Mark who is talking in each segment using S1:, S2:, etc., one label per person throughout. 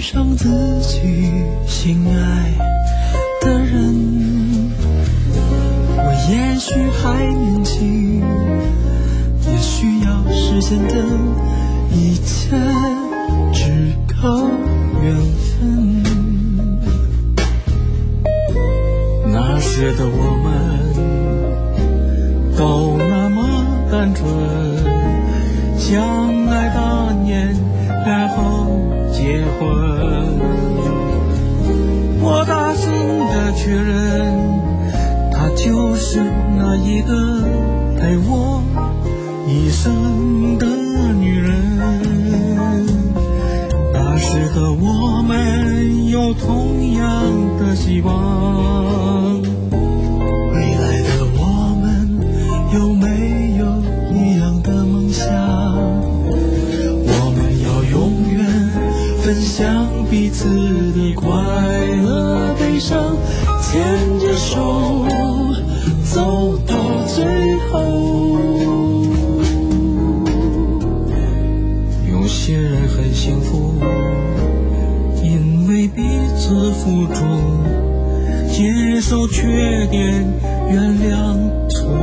S1: 上自己心爱的人。我也许还年轻，也许要时间等，一切只靠缘分。那时的我们都那么单纯，相爱八年，然后结婚。我大声的确认，她就是那一个陪我一生的女人。那时的我们有同样的希望，未来的我们有没有一样的梦想？我们要永远分享彼此的快乐、悲伤，牵着手走到最后。有些人很幸福，因为彼此付出，接受缺点，原谅错误。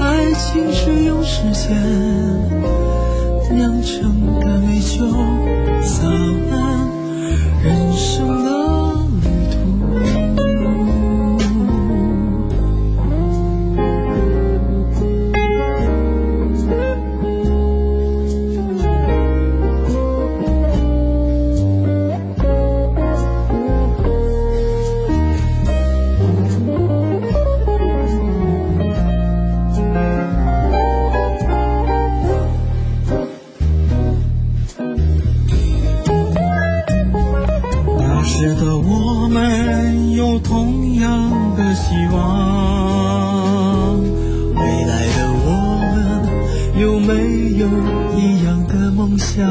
S1: 爱情是用时间酿成的美酒，洒满人生的旅途。那时的我们有同样的希望，未来的我们有没有一样的梦想？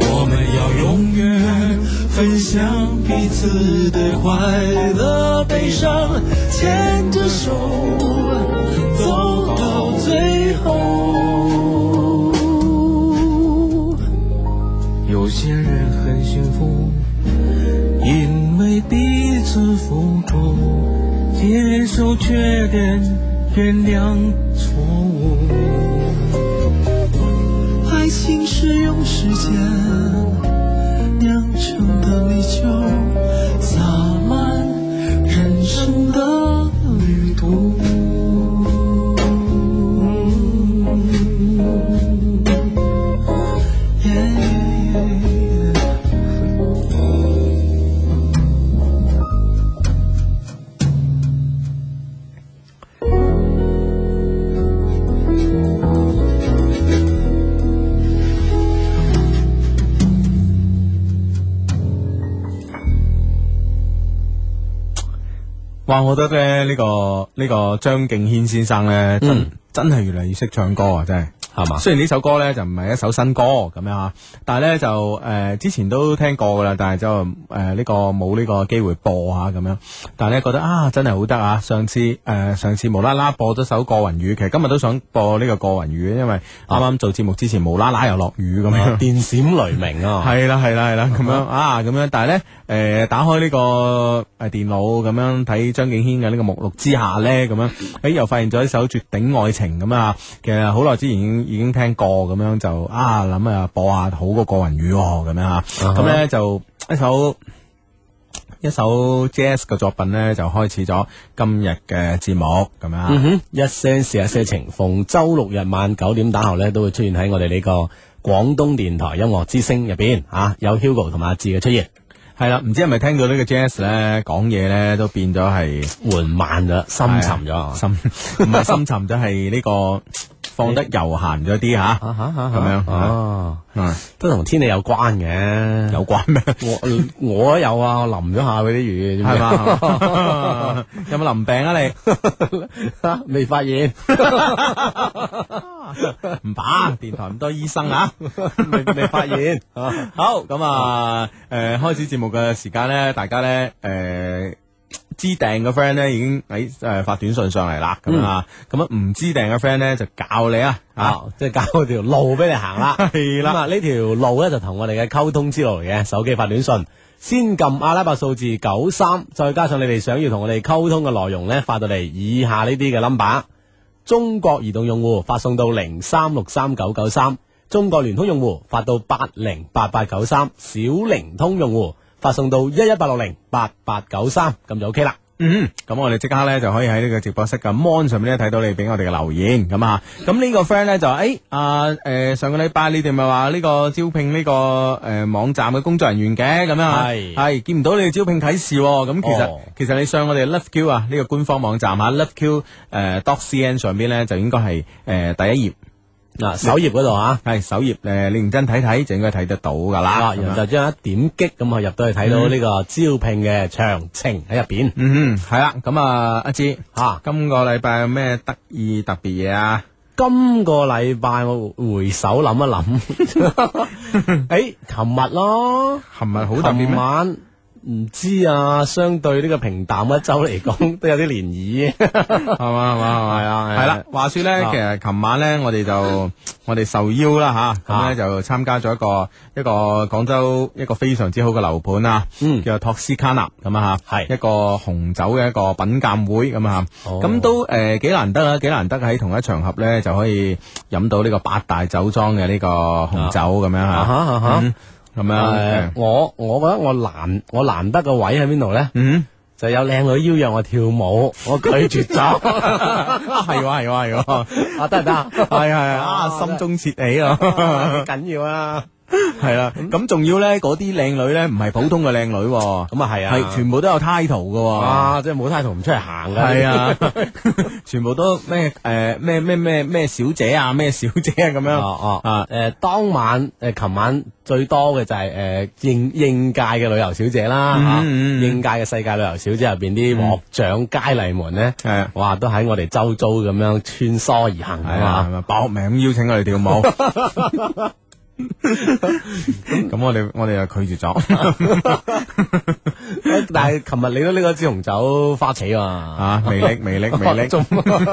S1: 我们要永远分享彼此的快乐、悲伤，牵着手走到最后。有些人很幸福，因为彼此付出，接受缺点，原谅错误。爱情是用时间酿成的美酒，洒满人生的旅途。
S2: 哇！我覺得咧呢、個呢、個張敬軒先生咧，真、真係越嚟越識唱歌啊！真係。
S3: 嗯係嘛？
S2: 雖然呢首歌咧就唔係一首新歌咁樣吓，但係咧就誒、呃之前都聽過噶啦，但係就呃誒呢、個冇呢個機會播下咁樣。但係咧覺得啊真係好得啊！上次誒、呃上次無啦啦播咗首過雲雨，其實今日都想播呢個過雲雨，因為啱啱做節目之前無啦啦又落雨咁樣。
S3: 電閃雷鳴啊！
S2: 系啦系啦系啦，咁样啊，咁样，但系咧，诶、打开呢、个诶电脑咁样睇张敬轩嘅呢个目录之下咧，咁样，诶、又发现咗一首《绝顶爱情》咁啊，其实好耐之前已經已经听过，咁样就啊谂啊播下好過過雲雨喎，咁样啊，咁咧、就一首。一首 jazz 嘅作品咧，就開始咗今日嘅節目咁樣啊。
S3: 嗯哼，一些事一些情，逢周六日晚九點打後呢，都會出現喺我哋呢個廣東電台音樂之聲入邊啊，有 Hugo 同埋阿志嘅出現，
S2: 係啦，唔知係咪聽到呢個 jazz 咧講嘢咧都變咗係。
S3: 緩慢咗，深沉咗啊
S2: 深唔係深沉，就係呢個放得悠閒咗啲吓，
S3: 啊啊
S2: 咁樣
S3: 哦，
S2: 嗯
S3: 都同天氣有關嘅。
S2: 有關咩？
S3: 我我有啊，我淋咗下嗰啲雨，
S2: 係 嘛？有冇淋病啊你？
S3: 嘛？ 未發現，
S2: 唔怕，電台咁多醫生啊！
S3: 未未發現。
S2: 好咁啊，诶、開始節目嘅時間咧，大家咧诶。知訂嘅 friend 咧已經喺诶發短信上嚟啦，咁啊，咁啊唔知訂嘅 friend 咧就教你啊，啊。
S3: 啊，即系搞条路俾你行啦。
S2: 係啦
S3: 咁啊呢条路咧就同我哋嘅沟通之路嚟嘅，手机发短信。先揿阿拉伯数字九三，再加上你哋想要同我哋沟通嘅内容咧，发到嚟以下呢啲嘅 number。中国移动用户发送到零三六三九九三，中国联通用户发到八零八八九三，小灵通用户发送到一一八六零八八九三，咁就 OK 啦。
S2: 嗯，咁我哋即刻咧就可以喺呢個直播室嘅 mon 上面咧睇到你俾我哋嘅留言咁啊。咁呢個 friend 咧就诶啊诶上個禮拜你哋咪話呢個招聘呢、個诶、呃、網站嘅工作人員嘅咁樣啊，
S3: 係
S2: 係見唔到你哋招聘啟事喎咁、其實、
S3: 哦
S2: 其實你上我哋 LoveQ 啊呢、個官方網站啊呃 LoveQ 诶 dotcn 上邊咧就應該係诶呃第一頁
S3: 嗱，啊首页嗰度吓。
S2: 係首頁诶、呃你認真睇睇就應該睇得到㗎啦。
S3: 啊，
S2: 咁樣
S3: 然後就將一點擊咁去入到去睇到呢個招聘嘅詳情喺入邊
S2: 嗯哼，係啦，咁啊阿志
S3: 嚇。
S2: 今個禮拜有咩得意特別嘢啊？
S3: 今個禮拜我回首諗 一諗，誒，琴日咯，
S2: 琴日好特別
S3: 琴
S2: 咩？
S3: 晚唔知啊，相對呢個平淡一周嚟講，都有啲漣漪。
S2: 系嘛系嘛
S3: 係啊係啊
S2: 系啦。话说咧，
S3: 啊
S2: 其實琴晚咧，我哋 就我哋受邀啦吓，咁
S3: 啊
S2: 咧就參加咗一個一個廣州一個非常之好嘅樓盤啊，
S3: 嗯
S2: 叫做托斯卡納咁啊吓，
S3: 係
S2: 一個紅酒嘅一個品鑑會咁啊吓，
S3: 哦
S2: 咁都诶几难得啊，幾難得喺同一場合咧就可以飲到呢個八大酒莊嘅呢個紅酒咁樣
S3: 啊哈
S2: 吓，
S3: 啊哈哦
S2: 嗯咁
S3: 誒
S2: 樣，
S3: 我我覺得我難我難得個位喺邊度 咧？
S2: 嗯，
S3: 就有靚女邀約我跳舞，我拒絕咗。
S2: 啊係喎係喎係喎，
S3: 啊，得唔得啊？
S2: 係係啊，心中竊喜 啊。嗯
S3: 緊要啊！
S2: 系啦，咁仲要咧，嗰啲靚女咧唔係普通嘅靚女喎，
S3: 咁啊係啊，
S2: 係全部都有 title 嘅
S3: 啊，即係冇態度唔出嚟行
S2: 喎，
S3: 噶。
S2: 係啊， 全部都咩诶咩咩咩咩小姐啊，咩小姐啊咁樣
S3: 哦哦
S2: 啊，
S3: 诶、当晚诶，琴、晚最多嘅就係诶應應屆嘅旅遊小姐啦，
S2: 嗯
S3: 嚇
S2: 嗯嗯
S3: 應屆嘅世界旅遊小姐入边啲獲獎佳麗們咧，
S2: 係啊
S3: 哇，都喺我哋周遭咁樣穿梭而行
S2: 係啊，係
S3: 啊！
S2: 咪搏命咁邀請我哋跳舞， 咁我哋我哋就拒絕咗
S3: 但係琴日你都呢個支紅酒花旗啊，
S2: 啊，魅力魅力魅 力，
S3: 中
S2: 遲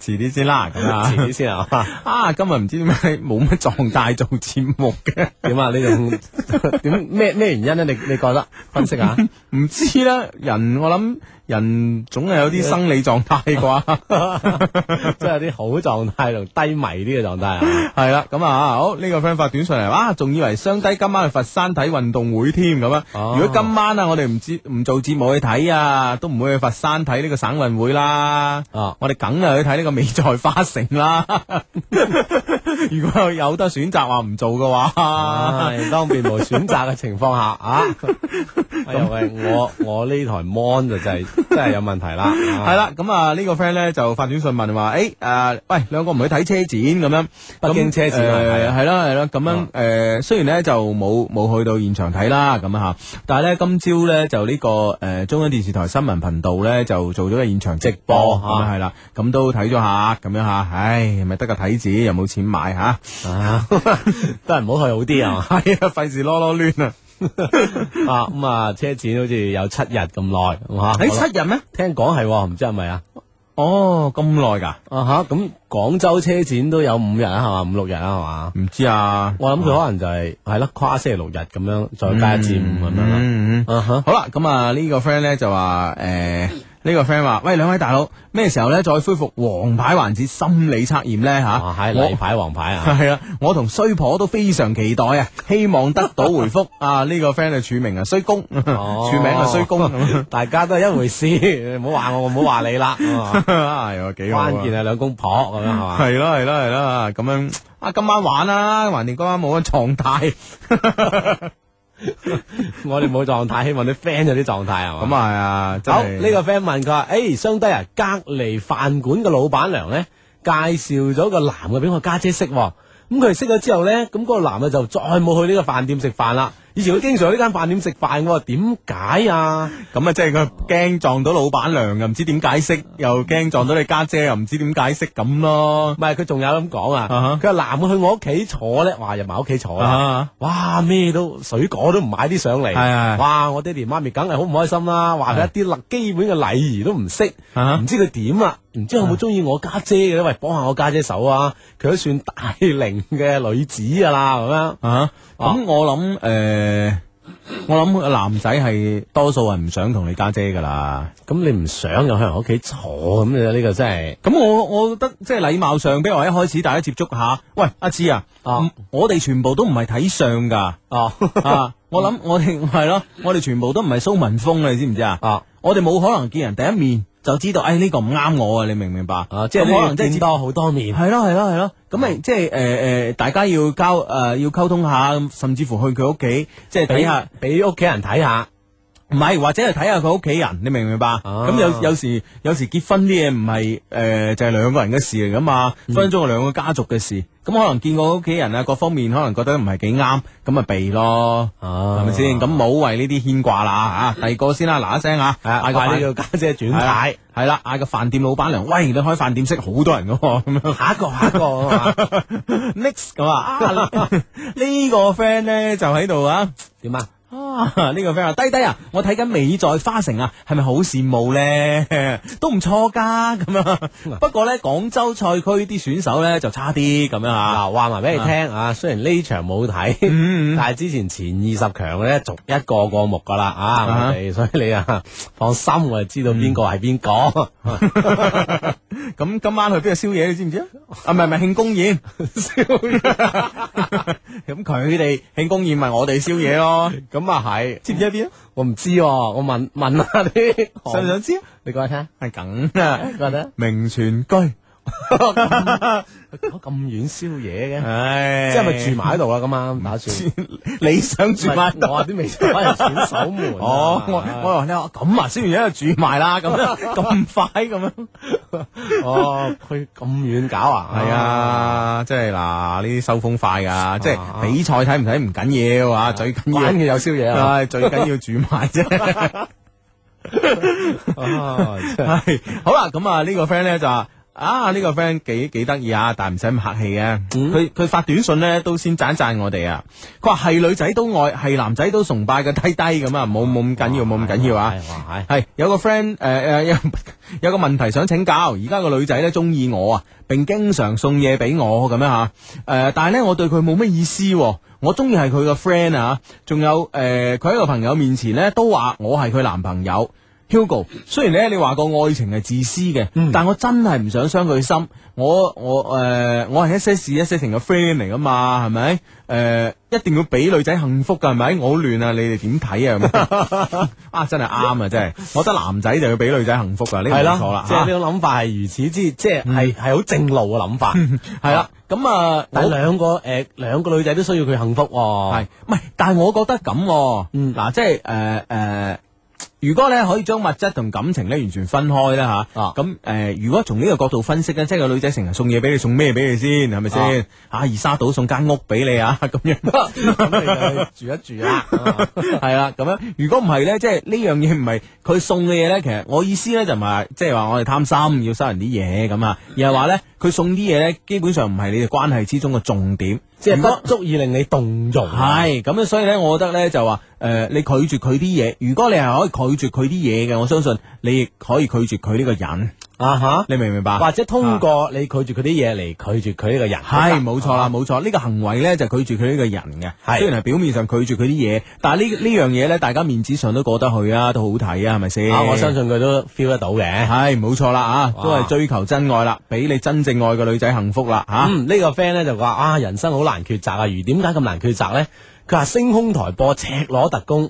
S2: 啲先啦，咁
S3: 遲
S2: 啊
S3: 啲先啊，
S2: 啊，今日唔知點解冇乜狀態做節目嘅。
S3: 點啊？你仲 點咩咩原因咧？你你覺得分析 下？
S2: 唔知啦，人我諗人總係有啲生理狀態啩。
S3: 即係有啲好狀態同低迷啲嘅狀態啊！
S2: 系啦，咁啊，好呢、個 friend 發短信嚟，哇，仲以為雙低今晚去佛山睇運動會添咁啊！
S3: 哦
S2: 如果今晚啊，我哋唔知唔做節目去睇啊，都唔會去佛山睇呢個省運會啦。
S3: 啊，
S2: 我哋梗係去睇呢個美在花城啦。如果有得選擇話唔做嘅話，
S3: 唉，當別無選擇嘅情況下 啊，哎呀喂，我我呢台 mon 就真係真係有問題啦，
S2: 係啦、咁啊呢個 friend 咧就發短信問話，誒、誒，喂，兩個唔去睇車展咁樣，
S3: 北京車展啊係啊
S2: 誒係啦係啦，咁樣誒，雖然咧就冇冇去到現場睇啦，咁啊嚇，但係咧今朝咧就呢個誒中央電視台新聞頻道咧就做咗個現場直播
S3: 直播
S2: 咁啊係啦，咁都睇咗下咁樣嚇，唉，咪得個睇字，又冇錢買嚇，
S3: 啦，啊， 都係唔好去好啲啊，
S2: 係啊，費事囉囉 攣啊，
S3: 啊咁啊，車展好似有七日咁耐，咁啊，
S2: 誒七日咩？
S3: 聽講係喎，唔知係咪啊？
S2: 哦，咁耐㗎？
S3: 啊吓，咁廣州車展都有五日啊，係嘛，五六日啊，係嘛？
S2: 唔知啊，
S3: 我諗佢可能就係係咯，跨星期六日咁樣，再加一至五咁樣啦。
S2: 嗯嗯嗯
S3: 啊哈，
S2: 好啦，咁啊呢個 friend 咧就話诶。呢個 friend 話：，喂，兩位大佬，咩時候咧再恢復黃牌環節心理測驗咧吓？
S3: 啊係
S2: 我
S3: 例牌黃牌 啊，
S2: 係啊，我同衰婆都非常期待啊，希望得到回覆啊！呢、個 friend 就署名啊，衰 公，
S3: 哦
S2: 署名啊，衰公， 咁
S3: 大家都係一回事，唔好話我，我唔好話你啦。啊
S2: 啊係喎，幾好啊
S3: 關鍵係兩公婆咁樣係嘛？
S2: 係啦係啦係啦，咁樣啊，今晚玩啦，橫掂今晚冇乜狀態，
S3: 我哋冇狀態，希望啲 friend 有啲狀態係
S2: 咁
S3: 嘛？
S2: 啊係啊，真
S3: 哦好
S2: 係
S3: 呢個 friend 問佢話：，誒，相低啊，隔離飯館嘅老闆娘咧介紹咗個男嘅俾我家姐識喎，咁佢識咗之後咧，咁嗰個男嘅就再冇去呢個飯店食飯啦，以前佢經常喺呢間飯店食飯喎，點解啊？
S2: 咁啊，即係佢驚撞到老闆娘，又唔知點解釋，又驚撞到你家姐，又唔知點解釋咁咯
S3: 唔。係佢仲有咁講
S2: 啊哈
S3: 啊，佢話男嘅去我屋企坐咧，哇入埋屋企坐啦。
S2: 啊，
S3: 哇！咩都水果都唔買啲上嚟，
S2: 係係
S3: 哇！我爹哋媽咪梗係好唔開心啦，話佢一啲禮基本嘅禮儀都唔識，
S2: 啊
S3: 唔知佢點啊，唔知有冇中意我家姐嘅咧？喂，幫下我家姐手啊！佢都算大齡嘅女子噶啦，咁樣
S2: 啊，咁我諗诶，我諗男仔係多數係唔想同你家姐噶啦。
S3: 咁你唔想又去人屋企坐，咁你呢個真係
S2: 咁我我覺得即係禮貌上，比如話一開始大家接觸下，喂阿志啊，
S3: 啊
S2: 唔我哋全部都唔係睇相㗎。
S3: 哦
S2: 啊！我諗我哋 係咯，我哋全部都唔係蘇文峰啊，你知唔知啊？
S3: 啊
S2: 我哋冇可能見人第一面就知道，哎呢、個唔啱我啊！你明唔明白？
S3: 啊！ 即係
S2: 咁可能即
S3: 你見啊
S2: 係
S3: 多好多面，
S2: 係咯係咯係咯，咁咪即係誒誒，大家要交誒、呃要溝通下，甚至乎去佢屋企即係睇
S3: 俾
S2: 下
S3: 下，俾屋企人睇下，
S2: 唔係或者係睇下佢屋企人，你明唔明白？咁、
S3: 啊
S2: 有有時有時結婚啲嘢唔係誒就係、兩個人嘅事嚟噶嘛，
S3: 嗯
S2: 分分鐘係兩個家族嘅事，咁可能見過屋企人啊各方面，可能覺得唔係幾啱，咁咪避咯。
S3: 係
S2: 系咪先？咁冇為呢啲牽掛啦啊吓，第二個先啦，嗱一聲吓，
S3: 啊，快啲
S2: 飯
S3: 叫家姐轉
S2: 係啊啦
S3: 態，
S2: 係啦，嗌個飯店老闆娘，喂，你開飯店識好多人噶喎，咁樣
S3: 下一個下一個啊嘛
S2: next 咁啊，啊呢個 friend 咧就喺度啊。
S3: 點啊？
S2: 啊！呢、個 friend 話：低低啊，我睇緊美在花城啊，係咪好羨慕咧？ 都唔錯噶咁啊。不過咧，廣州賽區啲選手咧就差啲咁樣啊。
S3: 嗱，話埋俾你聽啊，雖然呢場冇睇，
S2: 嗯，嗯
S3: 但係之前前二十強咧，逐一個過目噶啦
S2: 啊
S3: 啊，我哋所 以你啊放心，我就知道邊個係邊個。
S2: 咁今晚去邊度宵夜你知唔知啊？啊，唔係唔係慶功宴，宵夜。咁佢哋慶功宴咪我哋宵 夜咯，
S3: 咁啊係，
S2: 知唔知喺邊啊？
S3: 我唔知喎，我問問 下啲
S2: 想唔
S3: 行，
S2: 想知啊？
S3: 你講下
S2: 係梗啊，
S3: 聽，覺 得
S2: 名泉居，
S3: 咁遠宵夜嘅，
S2: 唉，
S3: 即係咪住埋喺度啦？咁啱打算
S2: 住？ 你想住埋
S3: 唔係我話啲未可能轉手門啊。
S2: 哦，我我話你話咁啊，燒完一就煮埋啦，咁 樣咁快咁樣，
S3: 哦，佢咁遠搞啊？
S2: 係，啊，即係嗱，呢啲收風快噶，即係
S3: 啊
S2: 比賽睇唔睇唔緊要啊，最
S3: 玩
S2: 緊
S3: 嘅有宵夜
S2: 要
S3: 啊！
S2: 係最緊要煮埋啫。啊
S3: 哦 真係
S2: 係好啦，咁啊呢個 friend 咧就話。啊！呢、個 friend 幾幾得意啊，但唔使咁客氣嘅。佢佢、發短信咧都先讚讚我哋啊。佢話係女仔都愛，係男仔都崇拜嘅低低咁啊，冇冇咁緊要，冇咁緊要啊。
S3: 係哇係
S2: 系有個 friend 诶、诶有 有个问题想請教，而家個女仔咧中意我啊，並經常送嘢俾我咁樣吓，诶、但係咧我對佢冇乜意思、喎。我中意係佢個 friend 啊，仲有诶佢喺個朋友面前咧都話我係佢男朋友。Hugo，雖然咧你話個愛情係自私嘅，
S3: 嗯
S2: 但我真係唔想傷佢心。我我誒、呃我係一些事一些情嘅 friend 嚟噶嘛，係咪？誒、呃一定要俾女仔幸福㗎，係咪？我好亂啊！你哋點睇 啊？啊，真係啱啊！真係，我覺得男仔就要俾女仔幸福㗎，呢個
S3: 係
S2: 冇錯
S3: 咯
S2: 啦，。啊嗯
S3: 即係呢種諗法係如此之，即係係係好正路嘅諗 法。
S2: 係啦，咁啊，
S3: 但
S2: 我
S3: 係兩個誒兩個女仔都需要佢幸福喎。
S2: 系，唔系？但系我覺得咁喎，
S3: 哦嗯
S2: 嗱，即係诶诶，呃如果咧可以將物質同感情咧完全分開啦吓，
S3: 啊
S2: 咁诶，呃如果從呢個角度分析咧，即係個女仔成日送嘢俾你，送咩俾你先，係咪先？啊，二沙島送間屋俾你 啊，咁樣
S3: 咁你就啊住一 住啦。啊
S2: 係啦，咁樣。如果唔係咧，即係呢樣嘢唔係佢送嘅嘢咧，其實我意思咧就唔係即係話我哋貪心要收人啲嘢咁啊，而係話咧佢送啲嘢咧，基本上唔係你哋關係之中嘅重點，
S3: 即係
S2: 如果
S3: 不足以令你動容。啊
S2: 系咁樣，所以咧，我覺得咧就話诶、呃你拒絕佢啲嘢，如果你係可以拒絕佢啲嘢嘅，我相信你亦可以拒絕佢呢個人，
S3: 啊嚇，
S2: 你明唔明白？
S3: 或者通過你拒絕佢啲嘢嚟拒絕佢呢個人。
S2: 係冇錯啦，冇錯，呢、個行為咧就拒絕佢呢個人嘅，
S3: 係
S2: 啊雖然係表面上拒絕佢啲嘢，但係呢呢樣嘢咧，大家面子上都過得去啊，都好睇啊，係咪先？
S3: 啊，我相信佢都 feel 得到嘅。
S2: 係冇錯啦啊，
S3: 哇
S2: 都係追求真愛啦，俾你真正愛嘅女仔幸福啦吓。啊
S3: 嗯，呢個 friend 咧就話啊，人生好難抉擇啊，如點解咁難抉擇呢？佢話星空台播《赤裸特工》，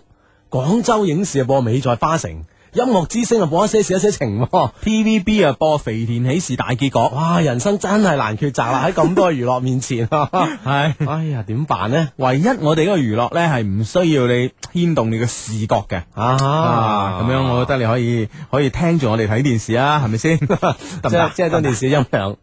S3: 廣州影視啊播《美在花城》，音樂之聲啊播一些事一些情喎。
S2: TVB 啊播《肥田喜事》大結果，
S3: 哇！人生真係難抉擇啦，喺咁多嘅娛樂面前，
S2: 係。
S3: 哎呀，點辦呢？
S2: 唯一我哋呢個娛樂咧係唔需要你牽動你嘅視覺嘅。啊，咁樣我覺得你可以可以聽住我哋睇電視啊，係咪先？得唔
S3: 即 係
S2: 得？
S3: 即係當電視音量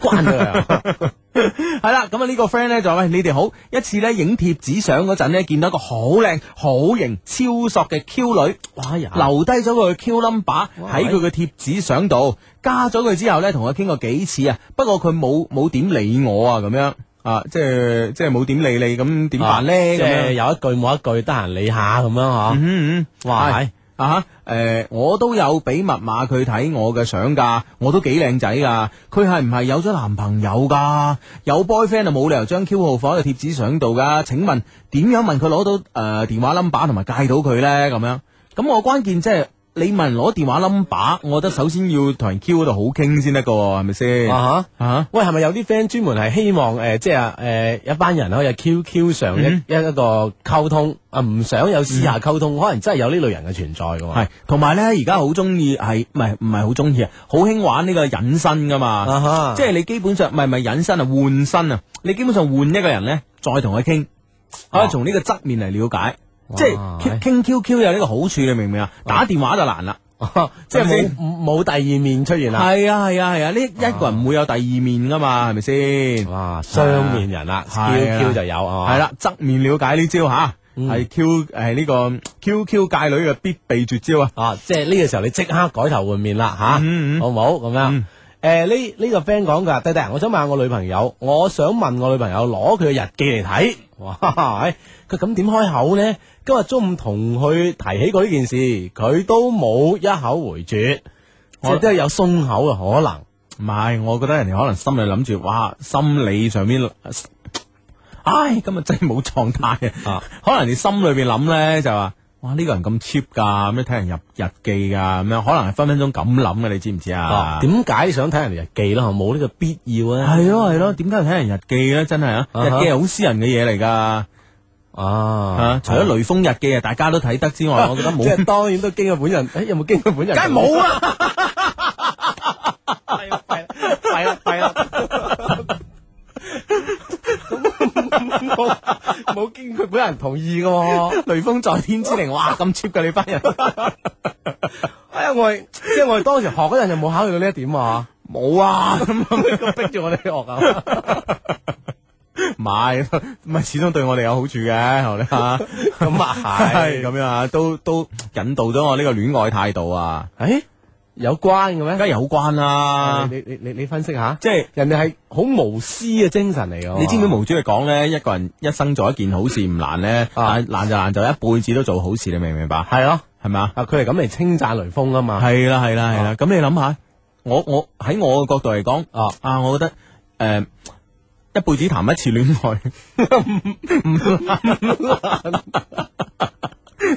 S3: 关佢啊！
S2: 系啦，咁啊呢個 friend 咧就話喂你哋好，一次咧影貼紙相嗰陣咧，見到一個好靚、好型、超索嘅 Q 女，
S3: 哇呀
S2: 留低咗佢嘅 Q number
S3: 啊哇
S2: 喺佢嘅貼紙相度，加咗佢之後咧，同我傾過幾次啊，不過佢冇冇點理我啊，咁樣啊，即係即係冇點理你，咁點辦咧？
S3: 啊即
S2: 咁
S3: 係
S2: 樣
S3: 有一句冇一句，得閒理下咁樣嗬。
S2: 嗯嗯嗯，
S3: 哇
S2: 係啊哈！诶、我都有俾密碼佢睇我嘅相噶，我都幾靚仔噶。佢係唔係有咗男朋友噶？有 boyfriend 就冇理由將 Q 號放喺個貼紙相度噶。請問點樣問佢攞到诶、電電話 number 同埋戒到佢呢？咁樣咁我關鍵即係你問人攞電話 number，我覺得首先要同人 Q 嗰度好傾先得噶，係咪先？啊
S3: 啊
S2: 哈！
S3: 喂，係咪有啲 friend 專門係希望呃诶，即係诶一班人可以喺 QQ 上一
S2: 嗯
S3: 一一個溝通啊，唔想有私下溝通，可能真係有呢類人嘅存在嘅喎。
S2: 系，同埋呢，而家好中意係唔係唔係好中意啊？好興玩呢個隱身噶嘛。
S3: 啊哈，
S2: 即係你基本上唔係唔係隱身啊，換身啊，你基本上換一個人咧，再同佢傾，可以從呢個側面嚟了解。即
S3: 哇
S2: 係傾 QQ 有呢個好處，你明唔明啊？打電話就難啦，
S3: 即係
S2: 係咪
S3: 冇
S2: 先
S3: 冇冇第二面出現啦。
S2: 係啊係啊係啊，嗯呢一個人唔會有第二面噶嘛，係咪先？
S3: 哇，雙面人啦
S2: 係啊
S3: ，QQ 就有啊。
S2: 係啦，側面了解呢招吓，
S3: 嗯
S2: 係 Q 诶呢個 QQ 界女嘅必備絕招啊！
S3: 啊，即係呢個時候你即刻改頭換面啦，吓、
S2: 嗯嗯
S3: 好唔好咁樣？
S2: 嗯
S3: 诶，呢呢、個 friend 講噶，弟弟，我想問下我女朋友，我想問我女朋友攞佢嘅日記嚟睇， 哇！唉佢咁點開口呢？今日中午同佢提起過呢件事，佢都冇一口回絕，即係
S2: 我
S3: 都係有鬆口嘅可能。
S2: 唔係，我覺得人哋可能心裏諗住，哇，心理上面，唉，今日真係冇狀態
S3: 啊
S2: 啊！可能你心裏邊諗咧就話，哇，呢、個人咁 cheap 㗎，咩睇人入日記㗎，咁樣可能係分分鐘咁諗嘅，你知唔知
S3: 啊
S2: 啊？
S3: 點解想睇人哋日記啦？冇呢個必要啊！
S2: 係咯係咯，點解要睇人日記咧？真係啊，
S3: 啊哈
S2: 日記係好私人嘅嘢嚟㗎
S3: 啊
S2: 啊！除咗雷鋒日記啊，大家都睇得之外，我覺得冇
S3: 啊 即係當然都經過本 人，誒有冇經過本人？
S2: 梗係冇啊啦。
S3: 弊啦弊啦， 冇冇經佢本人同意嘅喎。
S2: 雷鋒在天之靈，哇，咁 cheap 㗎你班人，
S3: 哎呀，我係即係我哋當時學嗰陣就冇考慮到呢一點啊，
S2: 冇啊！咁
S3: 咁逼住我哋學啊。
S2: 唔係，唔係始終對我哋有好處嘅，係咪啊？
S3: 咁啊
S2: 系
S3: 係，
S2: 咁样啊，都都引導咗我呢個戀愛態度啊，
S3: 誒有關嘅咩？
S2: 梗係有關啦、
S3: 你你你你分析下，
S2: 即係
S3: 人哋係好無私嘅精神嚟嘅喎。
S2: 你知唔知無主嚟講咧，一個人一生做一件好事唔難咧，
S3: 啊
S2: 但難就難就一輩子都做好事，你明唔明白？
S3: 係咯？
S2: 係咪啊？
S3: 啊，佢係咁嚟稱讚雷鋒啊嘛。
S2: 係啦係啦係啦，咁你諗下，我我喺我嘅角度嚟講，
S3: 啊
S2: 啊，我覺得诶。誒一輩子談一次戀愛，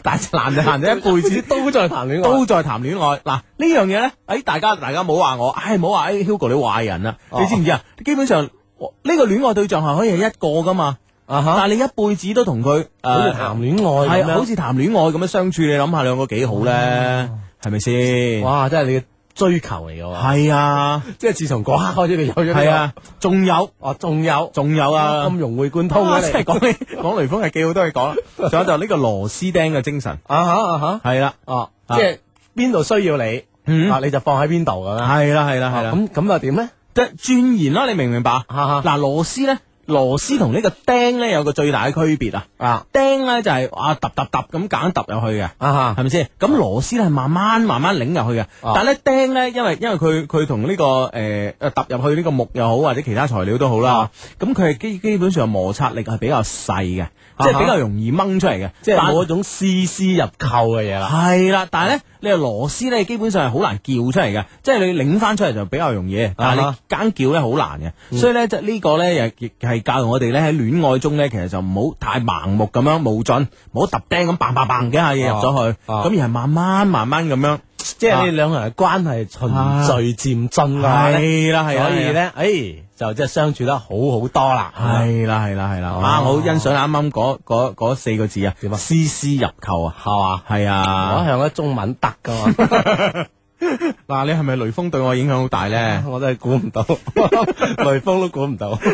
S2: 但係難就難就一輩子
S3: 都在談戀 愛。
S2: 都在談戀愛。嗱呢樣嘢咧，誒大家大家唔好話我，唉唔好話唉 Hugo 你壞人啊！
S3: 哦
S2: 你知唔知啊？基本上我呢個戀愛對象係可以係一個噶嘛，
S3: 啊
S2: 但
S3: 哈，
S2: 係你一輩子都同佢
S3: 好似
S2: 誒
S3: 談戀愛咁
S2: 係
S3: 樣
S2: 好似談戀愛咁樣相處，你諗下兩個幾好咧，係咪先？
S3: 哦哇！真係你嘅追求嚟嘅喎，
S2: 係啊，
S3: 即係自從嗰刻開始，你有咗呢個
S2: 係，啊，仲有
S3: 哦，仲有
S2: 仲有啊
S3: 咁。融會貫通
S2: 啊！
S3: 嘅
S2: 即係
S3: 你
S2: 講你講雷鋒係幾好多嘢講啦，啊仲有就呢個螺絲釘嘅精神，
S3: 啊哈啊哈，
S2: 係啦，
S3: 哦，即
S2: 啊
S3: 係邊度需要你
S2: 嗯
S3: 啊，你就放喺邊度咁樣。
S2: 係啦，係啦，係
S3: 啊
S2: 啦，
S3: 咁咁又點咧？
S2: 即係鑽研啦，你明唔明白？
S3: 哈哈
S2: 嗱，螺絲咧，螺絲同呢個釘咧有個最大嘅區別啊。
S3: 啊
S2: 釘咧就係啊揼揼揼咁揀揼入去嘅，
S3: 啊哈
S2: 係咪先？咁螺絲咧係慢慢慢慢擰入去嘅，
S3: 啊
S2: 但係咧釘咧，因為因為佢佢同呢個誒誒揼入去呢個木又好或者其他材料都好啦
S3: 啊，
S2: 咁佢係基基本上摩擦力係比較細嘅，
S3: 哈
S2: 即係比較容易掹出嚟嘅，
S3: 即係啊
S2: 但
S3: 冇一種絲絲入扣嘅嘢啦。
S2: 係啦，但係咧，你個螺絲咧，基本上係好難撬出嚟嘅，即係你擰翻出嚟就比較容易，但係
S3: 啊
S2: 你間撬咧好難嘅，所以咧，即係呢個咧，亦亦係教育我哋咧喺戀愛中咧，其實就唔好太盲目咁樣無盡，唔好揼釘咁 bang bang bang 幾下嘢入咗去，
S3: 啊啊
S2: 咁而係慢慢慢慢咁樣，
S3: 即
S2: 啊
S3: 係你兩個人嘅關係循序漸進啦。
S2: 係啦係啦，
S3: 所以咧，誒就即係相處得好好多啦。
S2: 係啦。係啦係啦係啦，
S3: 哦
S2: 哇！我好欣賞啱啱嗰嗰嗰四個字啊，
S3: 點啊
S2: 絲絲入扣啊，係嘛？係
S3: 我一
S2: 啊，
S3: 向咧中文得噶嘛。
S2: 嗱，你係咪雷鋒對我影響好大咧？
S3: 我都系估唔到，雷鋒都估唔到。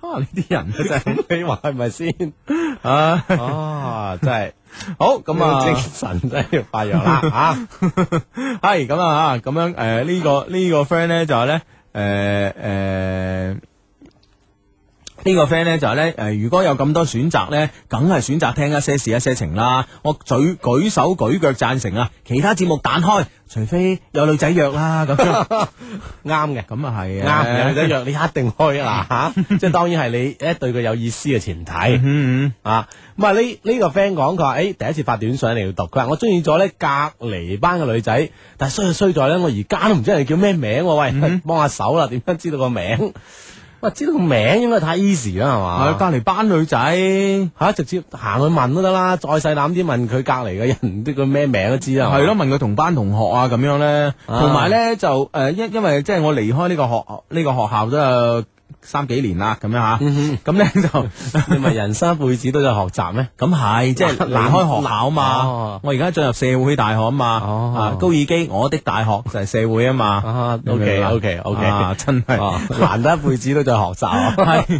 S2: 啊，呢啲人真係
S3: 你話係咪先？
S2: 啊！
S3: 啊，真係
S2: 好咁啊，
S3: 精神真係要發 揚啦吓。
S2: 系咁啊，咁樣诶呢個呢個 friend 咧就係咧诶诶。呢個 friend 咧就係咧，誒如果有咁多選擇咧，梗係選擇聽一些事一些情啦。我舉舉手舉腳贊成啊，其他節目彈開，除非有女仔約啦咁樣。
S3: 啱嘅。
S2: 咁啊係啊，
S3: 啱，有女仔約你一定開 啦吓，即系當然係你一對佢有意思嘅前提
S2: 嗯。嗯
S3: 啊。咁啊呢呢個 friend 講佢話，诶第一次發短信一定要讀，佢話我中意咗咧隔離班嘅女仔，但系衰就衰在咧，我而家都唔知人哋叫咩名喎，
S2: 嗯
S3: 喂， 幫下手啦，點樣知道個名？ 喂，知道個名應該太 easy 啦，係嘛？
S2: 啊係隔離班女仔，係
S3: 吓、直接行去問都得啦，再細膽啲問佢隔離嘅人，啲佢咩名都知啦。
S2: 咯，問佢同班同學啊咁樣咧，
S3: 啊
S2: 同埋咧就誒、呃因因為即係我離開呢個學呢、個學校都有三幾年啦，咁樣吓，咁咧、就。
S3: 嗯 係嘛，你咪人生一輩子都在學習咩？
S2: 咁係， 即係離開學校啊嘛
S3: 哦。
S2: 我而家進入社會大學啊嘛。
S3: 哦
S2: 啊，高爾基，我的大學就係社會啊嘛。
S3: 啊
S2: 你明唔明啊
S3: ，OK，OK，OK
S2: 啊真係
S3: 啊，難得一輩子都在學習 啊。
S2: 係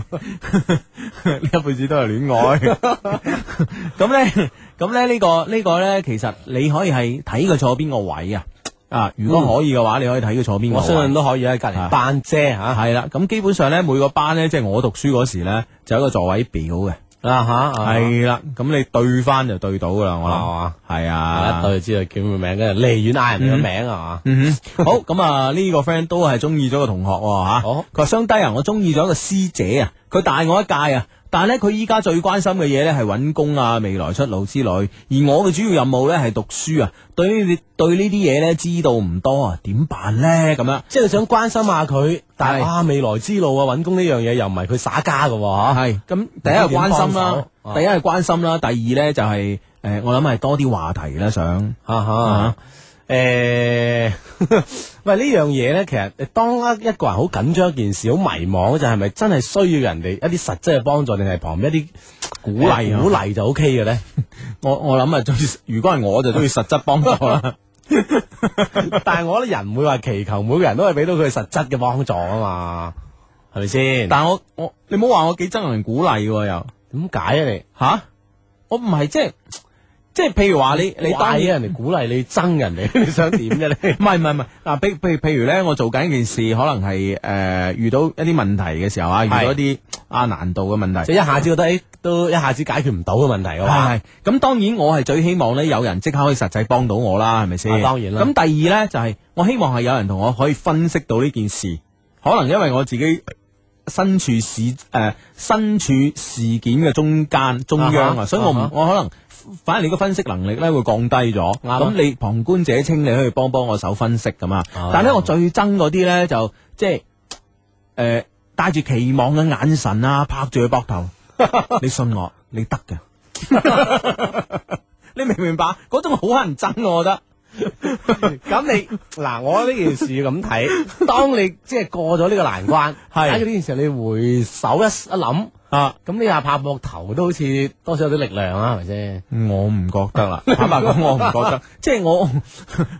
S2: 呢一輩子都係戀愛。咁咧，咁咧呢 個呢個咧，其實你可以係睇佢坐邊個位啊。啊，如果可以嘅話，你可以睇佢坐邊個
S3: 嗯我
S2: 位。啊
S3: 相信都可以啊喺隔離班啊啫吓，
S2: 係啦，咁基本上咧，每個班咧，即係我讀書嗰時咧，就有一個座位表嘅。
S3: 啊吓，
S2: 係啦，咁你對翻就對到噶啦，我
S3: 係
S2: 諗
S3: 嘛。
S2: 係啊
S3: 一。對知道叫咩名，跟住離遠嗌人哋個名啊
S2: 嗯哼， 好咁啊！呢個 friend 都係中意咗個同學喎吓，
S3: 哦
S2: 佢話相低啊，我中意咗一個師姐啊，佢大我一屆啊，但係咧佢依家最關心嘅嘢咧係揾工啊、未來出路之類，而我嘅主要任務咧係讀書啊，對呢啲對呢啲嘢咧知道唔多啊，點辦咧咁樣？
S3: 即係想關心下佢，但係
S2: 係
S3: 啊未來之路啊，揾工呢樣嘢又唔係佢耍家噶吓。
S2: 係咁，第一係關心
S3: 點幫
S2: 啦
S3: 手，啊
S2: 第一係關心啦，第二咧就係、呃我諗係多啲話題啦，想
S3: 啊哈，诶， 喂，呢樣嘢咧，其實當一一個人好緊張一件事，好迷茫嗰陣，係咪真係需要人哋一啲實質嘅幫助，定係旁邊一啲
S2: 鼓
S3: 鼓勵鼓勵就 O K 嘅咧？
S2: 我我諗啊，最 如果係我就中意實質幫助啦。
S3: 但係我覺得人唔會話祈求每個人都係俾到佢實質嘅幫助啊嘛，係咪先？
S2: 但我我你唔好話我幾憎人鼓勵喎又。
S3: 點解啊你？
S2: 吓、我唔系即系即系，譬如话你你
S3: 你
S2: 當
S3: 帶
S2: 然
S3: 嘢啊人哋鼓勵你憎人哋， 你想點啫你？
S2: 唔係唔係唔係嗱，譬譬如譬如咧，我做緊一件事，可能係诶、呃遇到一啲問題嘅時候啊，遇到一啲啊難度嘅問題
S3: 即係。一下子覺得誒都一下子解決唔到嘅問題嘅話，
S2: 系咁，當然我係最希望咧，有人即刻可以實際幫到我啦，係咪先？
S3: 啊當然啦
S2: 咁第二咧就係我希望係有人同我可以分析到呢件事，可能因為我自己身處事诶、呃身處事件嘅中間中
S3: 啊
S2: 央啊，
S3: 哈
S2: 所以我唔、
S3: 啊哈
S2: 我可能。反而你嘅分析能力咧會降低咗，
S3: 啱啊
S2: 咁你旁觀者清，你可以幫幫我手分析咁啊。
S3: 啊
S2: 但係咧，我最憎嗰啲咧就即係誒帶住期望嘅眼神啊，拍住佢膊頭，你信我，你得嘅。你明唔明白？嗰種好乞人憎，我覺得。
S3: 咁你嗱，我呢件事要 咁睇，當你即係過咗呢個難關，
S2: 係
S3: 解決呢件事，你回首一一諗，
S2: 啊，
S3: 咁你下拍膊頭都好似多少有啲力量啊，係咪先？
S2: 我唔覺得 啦。坦白講，我唔覺得。即係我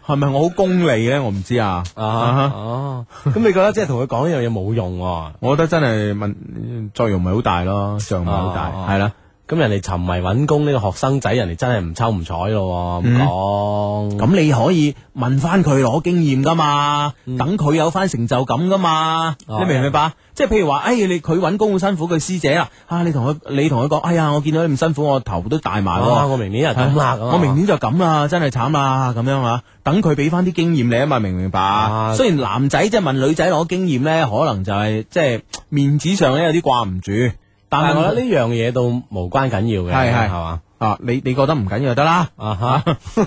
S2: 係咪我好功利咧？我唔知啊。啊哈
S3: 哦，咁你覺得即係同佢講呢樣嘢冇用喎？
S2: 我覺得真係問作用唔係好大咯，作用唔係好大，
S3: 哦哦
S2: 係啦。
S3: 咁人哋沉迷揾工呢個學生仔，人哋真係唔抽唔睬咯喎，唔講。
S2: 咁你可以問翻佢攞經驗噶嘛，等佢有翻成就感噶嘛，
S3: 嗯哦
S2: 你明唔明白？即係譬如話，哎，你佢揾工好辛苦，佢師姐啦，啊，你同佢你同佢講，哎呀，我見到你咁辛苦，我頭都大埋
S3: 啊
S2: 喎。
S3: 我明年就咁啦，咁啊
S2: 我明年就咁啦，真係慘啦，咁樣啊，等佢俾翻啲經驗你啊嘛，明唔明白？
S3: 啊
S2: 雖然男仔即係問女仔攞經驗咧，可能就係即係面子上咧有啲掛唔住，但
S3: 但
S2: 係
S3: 係我
S2: 我
S3: 覺
S2: 覺
S3: 得
S2: 得
S3: 呢樣嘢都無關緊要嘅，
S2: 係係
S3: 係嘛？
S2: 啊，你你覺得唔緊要就得啦，
S3: 啊哈，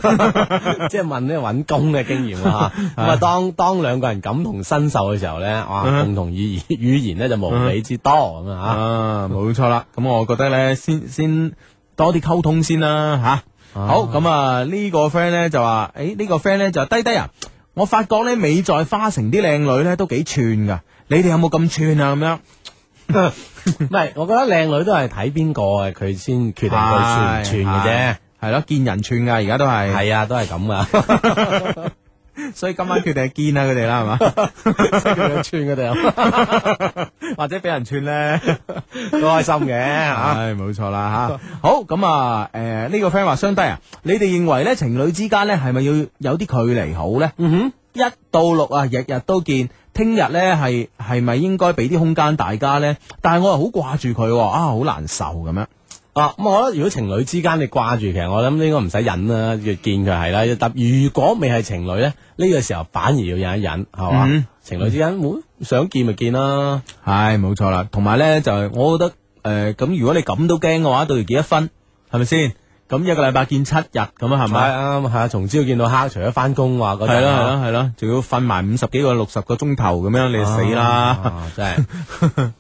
S3: 即係問呢個揾工嘅經驗 啦嚇。咁啊，當當兩個人感同身受嘅時候咧，哇，
S2: 嗯
S3: 共同語言語言咧就無理之多咁啊
S2: 啊，冇錯啦。咁我覺得咧，先先多啲溝通先啦，吓、
S3: 啊
S2: 好，咁啊呢個 friend 咧就話，诶、呢、個 friend 咧就低低啊，我發覺咧美在花城啲靚女咧都幾串噶，你哋有冇咁串啊？咁樣
S3: 嚇。唔係，我覺得靚女都係睇邊個嘅，佢先決定佢串唔串嘅啫。
S2: 係，係咯，見人串噶，而家都係。
S3: 係啊，都係咁啊。
S2: 所以今晚決定係見啊下佢哋啦，係嘛？
S3: 即係咁樣串佢 哋，啊
S2: 啊或者俾人串 咧，
S3: 都開心嘅嚇。
S2: 唉，冇錯啦吓。好咁啊，诶、呢、個 friend 話相低啊，你哋認為咧情侶之間咧係咪要有啲距離好咧？
S3: 嗯
S2: 一到六啊，日日都見。聽日咧係係咪應該俾啲空間大家咧？但係我又好掛住佢喎，啊好難受咁樣。
S3: 哼，啊，咁我覺得如果情侶之間你掛住，其實我諗應該唔使忍啦，越見佢係啦。特如果未係情侶咧，呢個時候反而要忍一忍，係
S2: 嗯
S3: 嘛？情侶之間，冇想見咪見啦。
S2: 唉，冇錯啦。同埋咧就係我覺得诶，咁、如果你咁都驚嘅話，到時結咗婚係咪先？咁一個禮拜見七日咁啊，係
S3: 系
S2: 咪？
S3: 啱，系啊，從朝見到黑，除咗翻工話嗰
S2: 系啦
S3: 陣啊
S2: 系啦系啦，仲要瞓埋五十幾個六十個鐘頭咁樣，你就死啦！
S3: 啊！ 真系，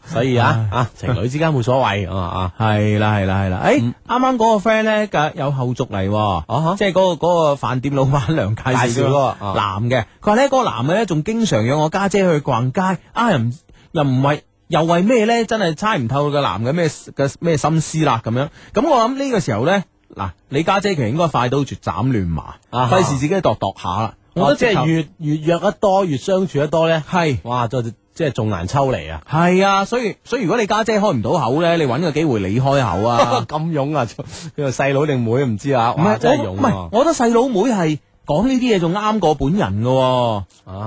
S3: 所以啊啊，情侶之間冇所謂啊
S2: 係啦係啦係啦，诶，啱啱嗰個 friend 咧，嘅有後續嚟喎，
S3: 嗯啊啊！
S2: 即係嗰個嗰個飯店老闆 娘介紹
S3: 介紹
S2: 嗰
S3: 嗰個
S2: 個
S3: 啊
S2: 男嘅，佢話咧嗰個男嘅咧仲經常約我家姐去逛街，啊又唔又唔係又為咩咧？真係猜唔透個男嘅咩嘅咩心思啦咁樣。咁我諗呢個時候咧，嗱你家姐其實應該快刀絕斬亂麻，
S3: 啊哈
S2: 費事自己度度下啦。哦
S3: 我
S2: 我覺
S3: 覺得
S2: 得
S3: 哦即係
S2: 直
S3: 越越約得多，越相處得多咧，
S2: 頭係。
S3: 哇！就即係仲難抽 離啊！
S2: 系啊，所以所以如果你家姐開唔到口咧，你揾個機會你開口啊。
S3: 咁勇啊！ 佢話細佬定妹唔知啊，
S2: 唔
S3: 哇！
S2: 係
S3: 真係
S2: 我
S3: 勇
S2: 唔係
S3: 啊！
S2: 我覺得細佬妹係講呢啲嘢仲啱過本人噶、喎。
S3: 啊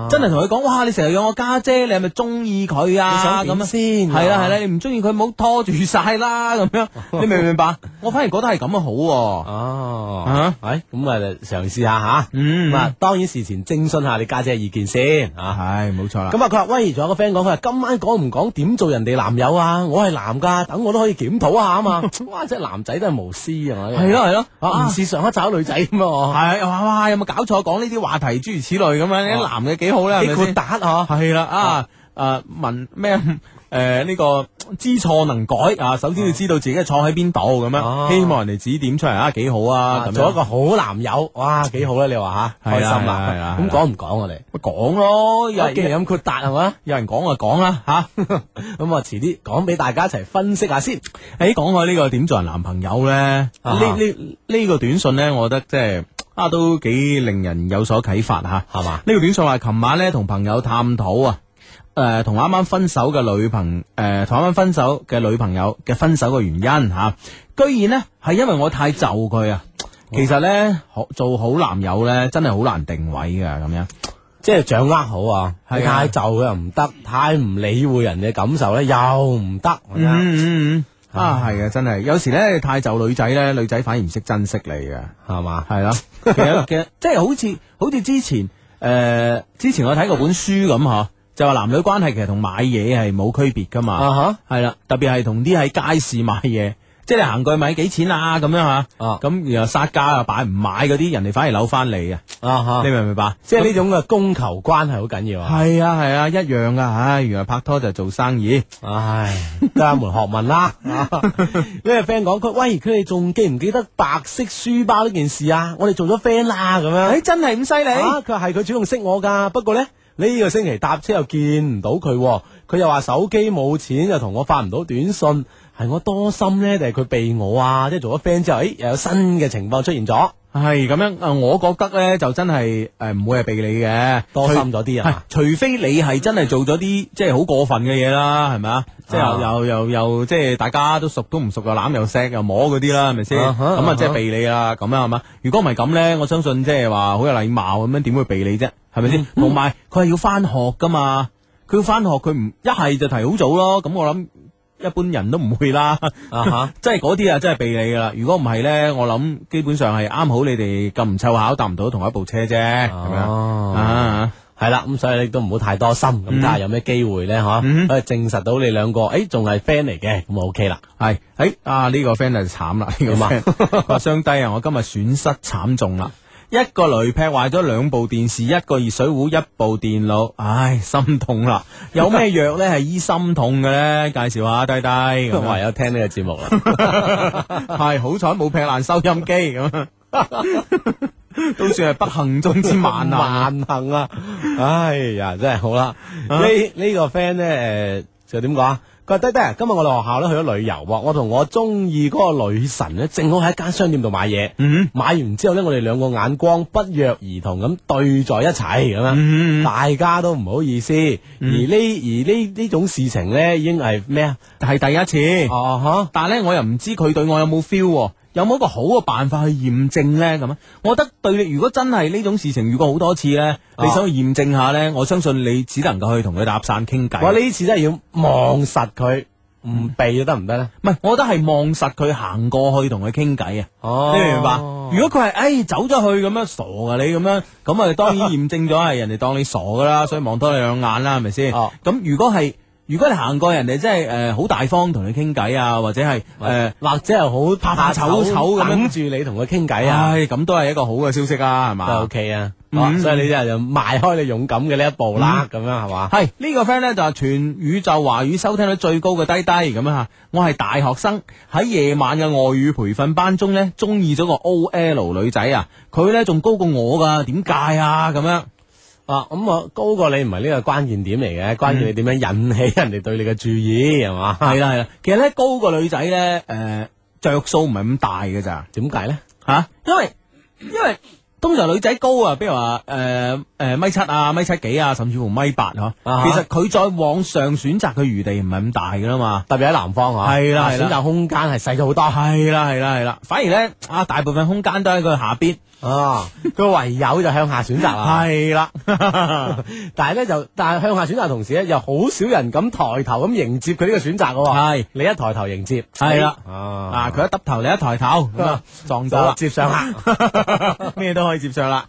S2: 真係同佢講，哇！你成日養我家姐，你係咪中意佢
S3: 你
S2: 啊？
S3: 想
S2: 咁
S3: 點
S2: 啊
S3: 先
S2: 係啦係啦，你唔中意佢，唔好拖住晒啦咁 樣。你明唔明白？我反而覺得係咁啊好喎、
S3: 哦
S2: 啊，
S3: 哎咁啊，嘗試下吓。
S2: 嗯
S3: 咁啊，當然事前徵詢下你家姐嘅意見先啊。
S2: 係冇錯啦。
S3: 咁啊，佢話喂，仲有個 friend 講，佢話今晚講唔講點做人哋男友啊？我係男噶，等我都可以檢討下 啊嘛。哇，即係男仔都係無私啊！我覺得
S2: 係咯係咯，
S3: 啊，
S2: 啊
S3: 唔似上一集女仔 咁啊！
S2: 係哇哇！有冇搞錯？講呢啲話題諸如此類咁樣，啲
S3: 啊
S2: 男嘅幾好啦，係咪
S3: 你豁
S2: 先？
S3: 達啊！
S2: 系啦啊诶文咩诶呢個知錯能改啊，首先要知道自己嘅錯喺邊度咁
S3: 啊
S2: 樣，希望人哋指點出嚟啊，幾好啊
S3: 啊，
S2: 咁
S3: 做
S2: 樣。
S3: 一個好男友，哇，幾好啦！啊你話吓，
S2: 係
S3: 開
S2: 啦
S3: 心
S2: 係啦係啦
S3: 啦。咁講唔講啊我哋？
S2: 咪講咯，有
S3: 既
S2: 人
S3: 然咁豁達係嘛，
S2: 啊有人講就講啦 吓。
S3: 咁啊，遲啲講俾大家一齊分析下先。
S2: 诶，講開呢個點做人男朋友咧，呢
S3: 啊
S2: 呢呢個短信咧，我覺得即係啊都幾令人有所啟發吓。
S3: 係嘛？
S2: 呢個 短信話，琴晚咧同朋友探討啊，诶、同啱啱分手嘅女朋，诶、同啱啱分手嘅女朋友嘅分手嘅原因吓、居然呢係因為我太就佢啊。其實呢，好做好男友呢，真係好難定位噶咁樣。
S3: 即係掌握好啊！
S2: 係啊
S3: 你太就佢又唔得，太唔理會人嘅感受咧又唔得。我覺得
S2: 嗯嗯，啊係啊，真係有時呢，太就女仔呢，女仔反而唔識珍惜你嘅。
S3: 係嘛？
S2: 係啦， 其實其實即係好似好似之前诶、呃之前我睇過本書咁嗬，就話男女關係其實同買嘢啊係冇區別噶嘛。
S3: 啊哈！
S2: 系啦，特別係同啲喺街市買嘢，即係你行過去買幾錢啊咁樣吓，
S3: 啊
S2: 咁然後殺價啊擺唔買嗰啲，人哋反而扭翻你啊，
S3: 啊哈
S2: 你！明唔明白？
S3: 即係呢種嘅供求關係好緊要啊！
S2: 係啊係啊，一樣噶，唉，原來拍拖就做生意，
S3: 啊唉，家門學 問啦。呢個 friend 講佢，喂，佢哋仲記唔記得白色書包呢件事啊？我哋做咗 friend 啦，咁樣。
S2: 真係咁犀
S3: 啊，佢話係佢主動識我㗎，不過呢，呢、個星期搭車又見唔到佢喎、佢又話手機冇錢，又同我發唔到短信，係我多心呢？定係佢避我啊？即係做咗 friend 之後，誒又有新嘅情況出現咗，
S2: 係咁樣，呃我覺得咧就真係诶唔會係避你嘅，
S3: 多心咗啲
S2: 係
S3: 啊！
S2: 除非你係真係做咗啲即係好過分嘅嘢啦，係咪啊？即係
S3: 啊
S2: 又又又又即係大家都熟都唔熟，又攬又錫又摸嗰啲啦，係咪先？
S3: 啊哈
S2: 咁
S3: 啊哈
S2: 啊，即係避你啦，咁啊係嘛？如果唔係咁咧，我相信即係話好有禮貌咁樣，點會避你啫？係咪先？同埋佢係要翻學噶嘛，佢要翻學，佢唔一係就提好早咯。咁我諗一般人都唔會啦。
S3: 啊哈，
S2: 即係嗰啲啊，真係避你噶啦！如果唔係咧，我諗基本上係啱好你哋咁唔湊巧搭唔到同一部車啫，係咪啊？
S3: 哦，
S2: 啊
S3: 係啦，咁所以你都唔好太多心，咁睇下有咩機會呢？嚇、
S2: 嗯
S3: 可以證實到你兩個，誒仲係 friend 嚟嘅，咁啊 OK 啦。
S2: 系，诶，啊呢、個 friend 就慘啦，呢、個
S3: 點啊
S2: friend 話相低啊，我今日損失慘重啦，一個雷劈壞咗兩部電視，一個熱水壺，一部電腦，唉，心痛啦！有咩藥咧係醫心痛嘅咧？介紹下低低咁
S3: 我
S2: 樣
S3: 唯，有聽呢個節目啊啦。
S2: 係好彩冇劈爛收音機咁 樣，都算係不幸中之萬難。
S3: 萬幸哎
S2: 啊
S3: 啊！唉呀，真係好啦。呢呢個 friend 咧，誒就點講啊？佢佢話低低啊，今日我哋學校咧去咗旅遊喎，我同我中意嗰個女神咧，正好喺一間商店度買嘢。
S2: 嗯
S3: 買完之後咧，我哋兩個眼光不約而同咁對在一齊咁樣，
S2: 嗯嗯嗯
S3: 大家都唔好意思。而呢而呢呢種事情咧，已經係咩啊？
S2: 系第一次。
S3: 哦哈，
S2: 但系咧，我又唔知佢對我有冇 feel，喎有冇一個好嘅辦法去驗證咧？咁啊，我覺得對你，如果真係呢種事情遇過好多次咧，
S3: 啊
S2: 你想去驗證下咧，我相信你只能夠去同佢搭讪傾偈。
S3: 我呢次真係要望實佢，
S2: 嗯
S3: 唔避得唔得咧？
S2: 唔係，我覺得係望實佢行過去同佢傾偈啊！
S3: 哦
S2: 你明唔明白？如果佢係誒走咗去咁樣傻噶你咁樣，咁啊當然驗證咗係人哋當你傻噶啦，所以望多你兩眼啦，係咪先？
S3: 哦
S2: 咁如果係如果你行過人哋真係誒呃好大方同你傾偈啊，或者係誒
S3: 誒，或者係好
S2: 怕怕醜醜咁樣
S3: 等住你同佢傾偈啊。
S2: 唉咁都係一個好嘅消息啊，係嘛？
S3: 都 OK 啊，
S2: 嗯
S3: 好所以你就就邁開你勇敢嘅呢一步啦，咁樣係嘛？
S2: 系呢、個个 friend 咧就係全宇宙華語收聽率最高嘅低低咁啊！我係大學生喺夜晚嘅外語培訓班中咧，中意咗個 O L 女仔啊！佢咧仲高過我噶，點解啊？咁樣
S3: 啊，咁我高過你唔係呢個關鍵點嚟嘅，關鍵你點樣 引起人哋對你嘅注意係嘛？
S2: 係啦係啦，其實咧高個女仔咧，诶、着數唔係咁大嘅咋
S3: 點解咧？
S2: 吓、因為因為通常女仔高啊，比如話诶诶米七啊、米七幾啊，甚至乎米八嗬、
S3: 啊哈
S2: 其實佢再往上選擇嘅餘地唔係咁大噶啦嘛。
S3: 特別喺南方嚇，
S2: 係啦
S3: 啊
S2: 係啦
S3: 選擇空間係細咗好多
S2: 系啦系啦系啦，反而咧啊，大部分空間都喺佢下邊。
S3: 啊，佢唯有就向下選擇啦。
S2: 係啦，
S3: 但係咧就但係向下選擇嘅同時咧，又好少人咁抬頭咁迎接佢呢個選擇嘅喎。
S2: 係
S3: 你一抬頭迎接，
S2: 係啦
S3: 啊
S2: 啊，佢一耷頭，你一抬頭，咁啊撞到
S3: 就
S2: 啦，
S3: 接上啦。
S2: 咩都可以接上 啦。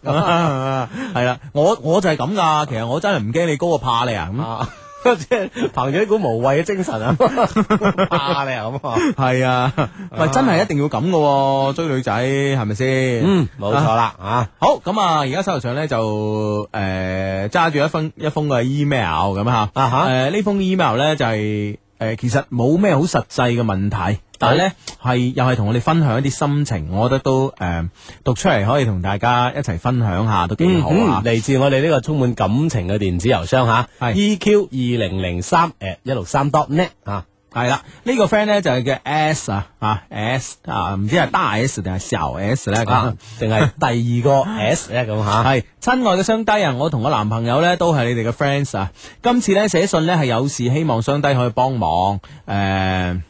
S2: 係啦，我我就係咁噶，其實我真係唔驚你高，我怕你啊咁。
S3: 啊，即系凭住呢股無謂嘅精神 啊，怕你啊咁啊，
S2: 係啊，喂，真係一定要咁噶喎，追女仔係咪先？
S3: 嗯，冇錯啦啊，
S2: 好咁啊！而家手頭上咧就誒揸住一封一封嘅 email 咁嚇，
S3: 啊哈
S2: 誒呢封 email 咧就係、誒、其實冇咩好實際嘅問題，但係咧係又係同我哋分享一啲心情，我覺得都誒、呃讀出嚟可以同大家一齊分享下都幾
S3: 嗯
S2: 好
S3: 嗯
S2: 啊！
S3: 嚟自我哋呢個充滿感情嘅電子郵箱吓
S2: 係
S3: ，EQ 二零零三 at 一六三 dot net 啊，
S2: 係啦，呢個 friend 咧就係叫 S 啊啊 S 啊，唔知係大 S 定係小 S 咧
S3: 啊
S2: 咁。
S3: 定係第二個 S 咧咁吓，
S2: 系，親愛嘅雙低啊，我同我男朋友呢都係你哋嘅 friends 啊。今次呢寫信呢係有事，希望雙低可以幫忙。诶、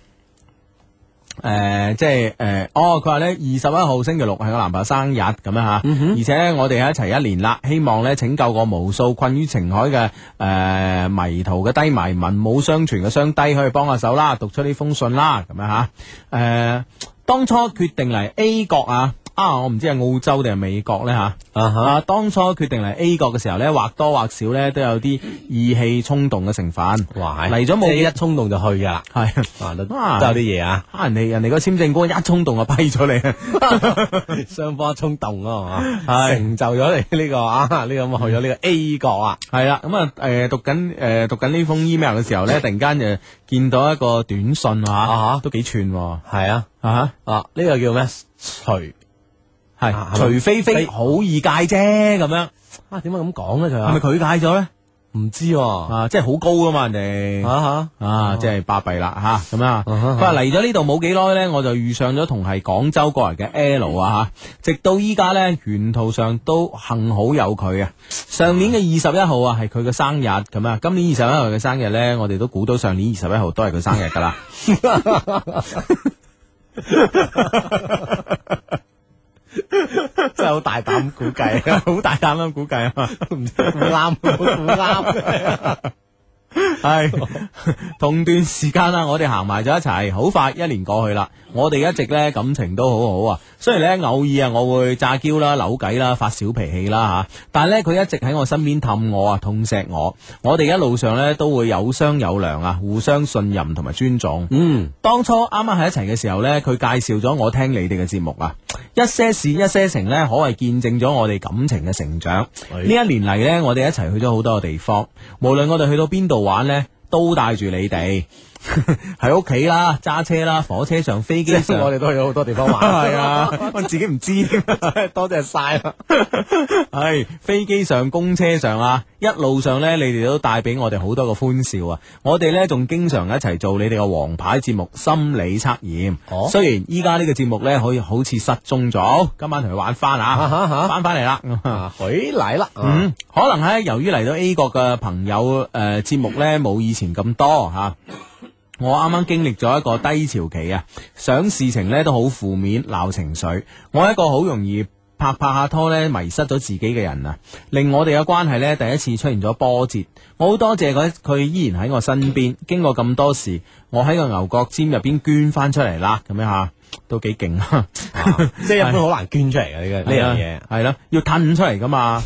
S2: 诶、呃即係诶、誒哦，佢話呢，二十一號星期六係我男朋友生日咁樣吓，而且呢，我哋喺一齊一年啦，希望呢拯救過無數困於情海嘅诶、誒迷途嘅低迷，文武雙全嘅雙低可以幫下手啦，讀出呢封信啦，咁樣吓，诶、當初決定嚟 A 國啊，啊，我唔知係澳洲定係美國呢。吓、
S3: 啊哈，
S2: 啊，當初決定嚟 A 國嘅時候呢，或多或少呢都有啲意氣衝動嘅成分。
S3: 哇，
S2: 嚟咗冇
S3: 即係一衝動就去噶啦，
S2: 係
S3: 啊都都有
S2: 啊
S3: 啲嘢啊，
S2: 啊，人哋人哋個簽證官一衝動就批咗你，
S3: 雙方一衝 動啊，嘛，
S2: 係
S3: 成就咗你呢個啊呢個咁去咗呢個 A 國啊，
S2: 係啦，咁啊誒讀緊誒讀緊呢封 email 嘅時 候呢，突然間就見到一個短信
S3: 啊
S2: 啊
S3: 哈，
S2: 都幾串喎
S3: 係啊，
S2: 啊
S3: 啊呢個叫咩？徐
S2: 哈，
S3: 啊
S2: 係
S3: 係咪
S2: 除非非好易戒啫，咁樣
S3: 啊，點解咁講咧？
S2: 係
S3: 佢
S2: 咪
S3: 啊，
S2: 佢戒咗呢？
S3: 唔知喎，
S2: 啊，即係好高噶嘛人哋。
S3: 啊
S2: 啊，即係巴閉啦吓，咁啊，
S3: 啊哈
S2: 佢話嚟咗呢度冇幾耐呢，我就遇上咗同係廣州過嚟嘅 L 啊吓，直到依家呢，沿途上都幸好有佢啊。上年嘅二十一號啊，係佢嘅生日咁啊，今年二十一號嘅生日呢，我哋都估到上年二十一號都係佢生日噶啦。
S3: 哈，真係好大膽估計，
S2: 好大膽啦，估計啊，
S3: 唔知唔啱，唔啱，
S2: 係同段時間啦，我哋行埋咗一齊，好快一年過去啦。我哋一直呢感情都好好啊，雖然呢偶爾啊我會詐嬌啦、扭計啦、發小脾氣啦吓，但係呢，佢一直喺我身邊氹我啊、痛錫我。我哋一路上呢都會有商有量啊，互相信任同埋尊重。
S3: 嗯，
S2: 當初啱啱喺一齊嘅時候呢，佢介紹咗我聽你哋嘅節目啊，一些事一些情呢，可謂見證咗我哋感情嘅成長。呢一年嚟呢，我哋一齊去咗好多嘅地方，無論我哋去到邊度玩呢，都帶住你哋。 喺屋企啦、揸車啦、火車上、飛機上，
S3: 我哋都有好多地方玩。
S2: 係啊，我 自己唔知添，多謝晒啦。係飛機上、公車上啊，一路上呢，你哋都帶俾我哋好多嘅歡笑啊！我哋呢，仲經常一齊做你哋嘅王牌節目《心理測驗》。
S3: 哦
S2: 雖然依家呢個節目呢，可以好似失蹤咗，今晚同佢玩翻
S3: 啊
S2: 啊，
S3: 哈哈
S2: 翻翻嚟啦。
S3: 啊，回嚟啦，啊
S2: 嗯，可能咧，由於嚟到 A 國嘅朋友誒節、目咧冇以前咁多嚇。我啱啱經歷咗一個低潮期啊，想事情咧都好負面，鬧情緒。我係一個好容易拍拍下拖咧，迷失咗自己嘅人啊，令我哋嘅關係咧第一次出現咗波折。我好多謝佢，佢依然喺我身邊。經過咁多事，我喺個牛角尖入邊捐翻出嚟啦，咁樣嚇都幾勁啊！
S3: 即係一般好難捐出嚟嘅呢個呢樣嘢。
S2: 係啦，要褪出嚟噶 嘛，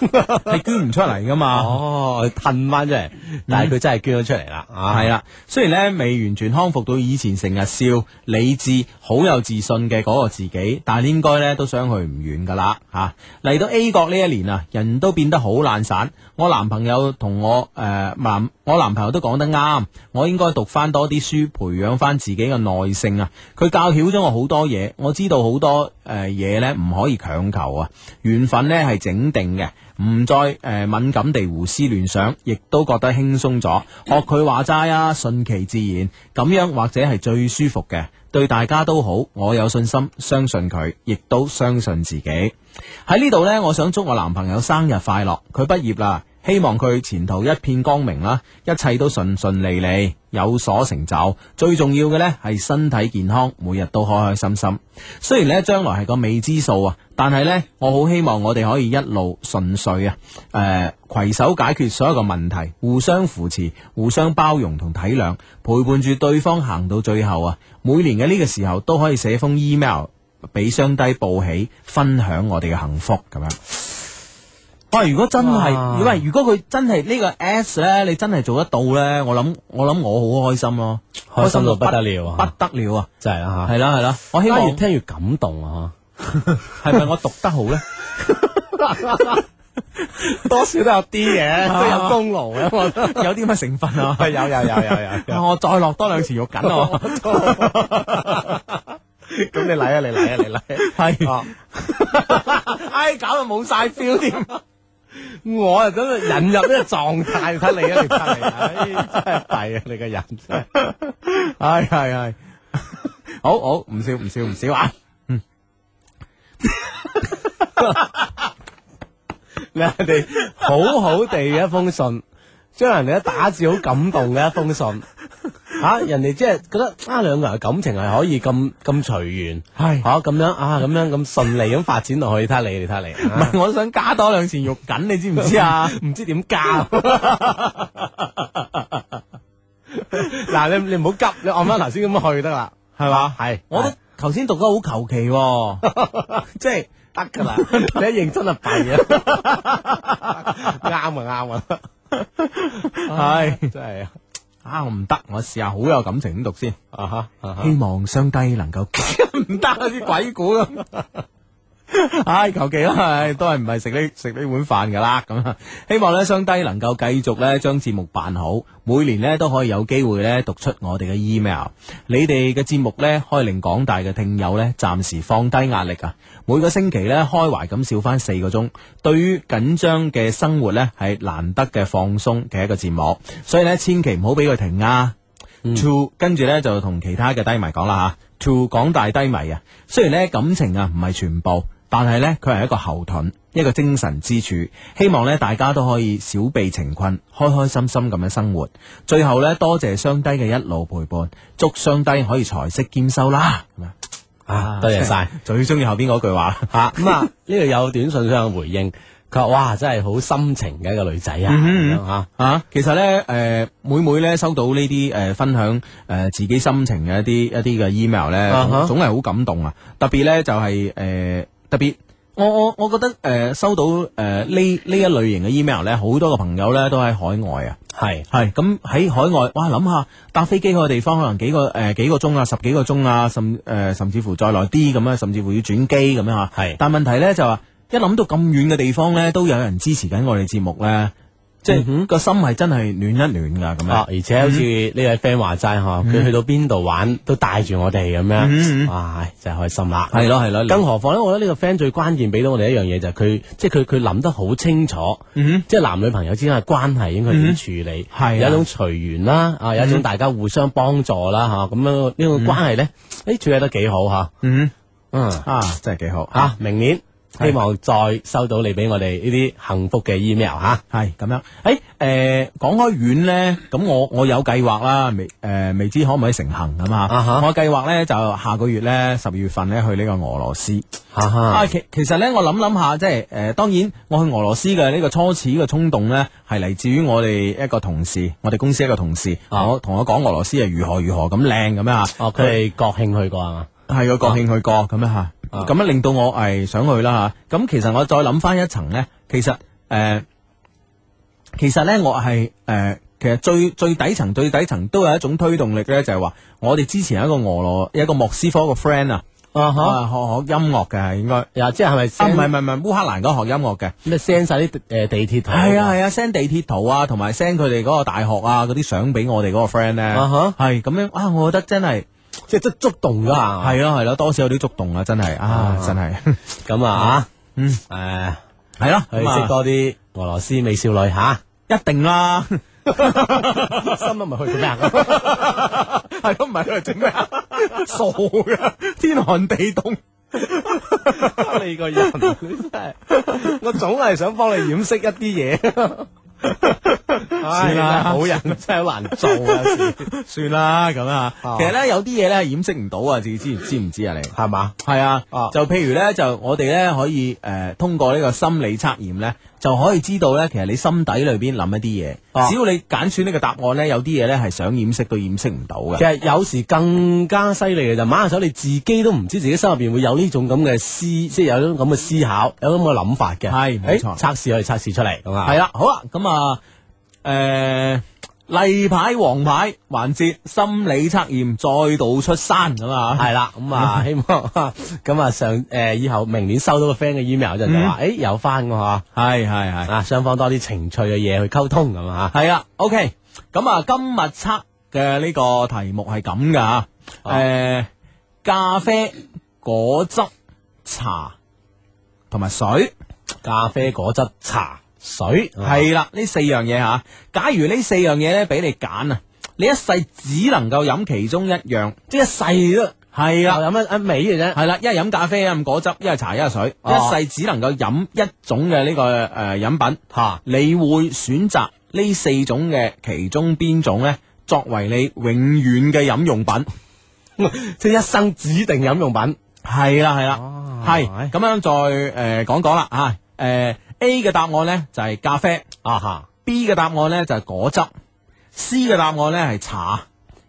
S2: 你捐唔出嚟噶嘛。
S3: 哦，褪翻出嚟，但係佢真係捐咗出嚟啦，啊，
S2: 系啦，雖然咧未完全康復到以前成日笑、理智、好有自信嘅嗰個自己，但係應該咧都相去唔遠噶啦吓。嚟、到 A 國呢一年啊，人都變得好懶散。我男朋友同我诶、呃男，我男朋友都講得啱，我應該讀翻多啲書，培養翻自己嘅耐性啊。佢教曉咗我好多嘢，我知道好多诶嘢咧唔可以強求啊。緣分咧係整定嘅。唔再誒、呃敏感地胡思亂想，亦都覺得輕鬆咗。學佢話齋啊，順其自然，咁樣或者係最舒服嘅，對大家都好。我有信心，相信佢，亦都相信自己。喺呢度呢，我想祝我男朋友生日快樂，佢畢業啦。希望佢前途一片光明啦，一切都順順利利，有所成就。最重要嘅呢係身體健康，每日都開開心心。雖然呢將來係個未知數啊，但係呢，我好希望我哋可以一路順遂啊，誒、攜手解決所有嘅問題，互相扶持、互相包容同體諒，陪伴住對方行到最後啊！每年嘅呢個時候都可以寫封 email 俾雙低報喜，分享我哋嘅幸福咁樣。喂，如果真係，
S3: 哇
S2: 喂，如果佢真係呢個 S 咧，你真係做得到咧，我諗我諗我好開心咯，
S3: 開心到不得了
S2: 不
S3: 啊，
S2: 得了啊！
S3: 真係啦嚇，
S2: 係啦係啦，我希望
S3: 越聽越感動啊！
S2: 係咪我讀得好 咧？
S3: 多少都有啲嘅，
S2: 都有
S3: 功勞嘅，我覺得
S2: 有啲乜成分啊？
S3: 有有有有
S2: 啊我再落多兩次肉緊啊！
S3: 有， 咁你嚟啊，你嚟啊，你嚟啊。
S2: 係，
S3: 哦
S2: 唉，搞到冇晒 feel 添。
S3: 我啊，咁啊引入呢個狀態，睇你啊，你睇你 啊，唉真係弊啊，你個人真係。
S2: 係係係，好好唔笑唔笑唔笑啊！
S3: 你哋好好地嘅一封信，將人哋一打字好感動嘅一封信，吓、人哋即係覺得啊兩個人嘅感情係可以咁咁隨緣，
S2: 係
S3: 吓咁、樣啊咁樣咁順利咁發展落去，睇下你，你睇下你，
S2: 唔係，我想加多兩錢肉緊，你知唔知 啊？
S3: 唔知點加。嗱，你你唔好急，你按翻頭先咁去得啦，
S2: 係嘛？
S3: 係
S2: 我覺得頭先讀得好求其 喎，即係
S3: 得 噶啦，你一認真就弊啊， 啱啊啱啊，
S2: 係
S3: 真係啊
S2: 啊，我唔得，我試下好有感情咁讀先，
S3: 啊哈啊哈
S2: 希望相低能 夠唔得啊啲鬼故咁。唉，求其啦，唉都係唔係食呢食呢碗飯噶啦咁啊！希望咧雙低能夠繼續咧將節目辦好，每年咧都可以有機會咧讀出我哋嘅 email。你哋嘅節目咧可以令廣大嘅聽友咧暫時放低壓力啊！每個星期咧開懷咁笑翻四個鐘，對於緊張嘅生活咧係難得嘅放鬆嘅一個節目，所以咧千祈唔好俾佢停啊！to 跟住呢，就同其他嘅低迷講啦吓，to 廣大低迷啊，雖然呢感情啊唔係全部，但係呢，佢係一個後盾，一個精神支柱。希望呢大家都可以少被情困，開開心心咁樣生活。最後呢，多謝雙低嘅一路陪伴，祝雙低可以財色兼收啦。咁樣
S3: 啊，多謝晒。
S2: 最中意後邊嗰句 話啦
S3: 吓咁啊！呢度有短信上嘅回應，佢話：哇，真係好深情嘅一個女仔
S2: 嗯
S3: 啊！咁樣吓
S2: 啊，其實咧，誒、每每咧收到呢啲誒分享誒、呃自己心情嘅一啲一啲嘅 email 咧
S3: 啊哈
S2: 總係好感動啊！特別咧就係、呃特別。我我我覺得誒、呃收到誒呢呢一類型嘅 email 咧，好多嘅朋友咧都喺海外啊，
S3: 係
S2: 係咁喺海外，哇諗下搭飛機去個地方可能幾個誒、呃、幾個鐘啊，十幾個鐘啊，甚誒、呃甚至乎再耐啲咁啊，甚至乎要轉機咁樣啊嚇。
S3: 係
S2: 但問題咧就話、一諗到咁遠嘅地方咧，都有人支持緊我哋節目咧，即係個心係真係暖一暖噶咁樣。！
S3: 啊
S2: 嗯
S3: 而且好似呢位 friend 話齋嗬，佢去到邊度玩都帶住我哋咁
S2: 嗯嗯
S3: 樣，哇！真係開心啦。
S2: 係咯係咯，
S3: 更何況咧，我覺得呢個 friend 最關鍵俾到我哋一樣嘢就係佢，即係佢佢諗得好清楚，
S2: 嗯
S3: 即係男女朋友之間嘅關係應該點處理，
S2: 係啊嗯
S3: 有一種隨緣啦，啊有一種大家互相幫助啦，吓咁樣呢個關係咧，誒處理得幾好吓，
S2: 嗯
S3: 嗯
S2: 啊，真係幾好
S3: 吓，明年希望再收到你俾我哋呢啲幸福嘅 email 吓，
S2: 系咁样，诶、诶，讲、開遠咧，咁我我有計劃啦，未诶、未知可唔可以成行咁
S3: 啊哈
S2: 啊？我計劃咧就下個月咧十二月份咧去呢個俄羅斯。
S3: 哈哈
S2: 啊，其其實咧我諗諗下，即係诶、誒當然我去俄羅斯嘅呢個初始嘅衝動咧，係嚟自於我哋一個同事，我哋公司一個同事，
S3: 啊
S2: 我同我講俄羅斯係如何如何咁靚咁樣啊。
S3: 哦，佢哋國慶去過啊係嘛？
S2: 系個國慶去過咁樣吓，
S3: 啊
S2: 咁樣令到我係想去啦吓。咁其實我再諗翻一層咧，其實诶、呃其實咧我係诶、呃其實最最底層最底層都有一種推動力咧，就係話我哋之前有一個俄羅有一個莫斯科個 friend 啊，
S3: 啊哈，
S2: 啊學學音樂嘅係應該，啊
S3: 又即係咪
S2: 唔
S3: send
S2: 係唔係唔係烏克蘭嗰個學音樂嘅。
S3: 咩 send 晒啲誒地鐵圖？
S2: 係啊係啊，send 地鐵圖啊，同埋 send 佢哋嗰個大學啊嗰啲相俾我哋嗰個 friend 咧，
S3: 啊哈
S2: 係咁樣啊，我覺得真係
S3: 即係都觸動咗啊下。
S2: 係咯係咯，多少有啲觸動啊，真係啊
S3: 啊
S2: 真係
S3: 咁啊，
S2: 嗯。
S3: 誒，
S2: 系咯，
S3: 去
S2: 咁啊
S3: 識多啲俄羅斯美少女吓，
S2: 一定 啦，系
S3: 心諗咪去做咩 啊？
S2: 咯，唔系佢整咩 啊？傻噶，天寒地凍，
S3: 你個人你真係，我總係想幫你掩飾一啲嘢。算
S2: 啦
S3: 好人真係好難做啊，有時
S2: 算啦咁啊。
S3: 啊
S2: 其實咧有啲嘢咧掩飾唔到啊，自己知唔知唔知啊你？
S3: 係嘛？
S2: 係啊
S3: 啊，
S2: 就譬如咧，就我哋咧可以诶通過呢個心理測驗咧，就可以知道咧，其實你心底裏邊諗一啲
S3: 啊
S2: 嘢，只要你揀選呢個答案咧，有啲嘢咧係想掩飾都掩飾唔到
S3: 其
S2: 嘅。
S3: 實有時更加犀利嘅就馬下手，你自己都唔知自己心入邊會有呢種咁嘅思，即係有種咁嘅思考，有種咁嘅諗法嘅。
S2: 係冇
S3: 誒
S2: 錯
S3: 測試可以測試出嚟咁啊。
S2: 係啦，好啦，咁啊，诶。例牌王牌環節心理測驗再度出山咁啊！
S3: 系啦，咁 啊，希望咁啊上诶以後明年收到個 friend 嘅 email 就就話，诶有翻嘅嗬，
S2: 系嗯系系
S3: 啊雙方多啲情趣嘅嘢去溝通咁啊，
S2: 系啦，OK，咁啊，今日测嘅呢个题目系咁噶吓，
S3: 啊
S2: 诶、咖啡、果汁、茶同埋水，
S3: 咖啡、果汁、茶、啊水，
S2: 系啦、呢四样嘢吓。假如呢四样嘢咧俾你拣啊，你一世只能够饮其中一样，
S3: 即係一世都
S2: 系
S3: 又
S2: 啦。
S3: 啊飲一一味嘅啫，
S2: 系啦，一系饮咖啡，一係飲果汁，一係茶，一係水，
S3: 哦
S2: 一世只能夠飲一種嘅呢、個个诶饮、品。
S3: 吓
S2: 你會選擇呢四種嘅其中邊種呢？作為你永遠嘅飲用品？
S3: 即係一生指定飲用品，
S2: 係啦係啦
S3: 哦，
S2: 係咁樣再诶講講啦啊诶 A 嘅答案呢就係咖啡
S3: 啊吓，
S2: ，B 嘅答案呢就係果汁，C 嘅答案呢係茶，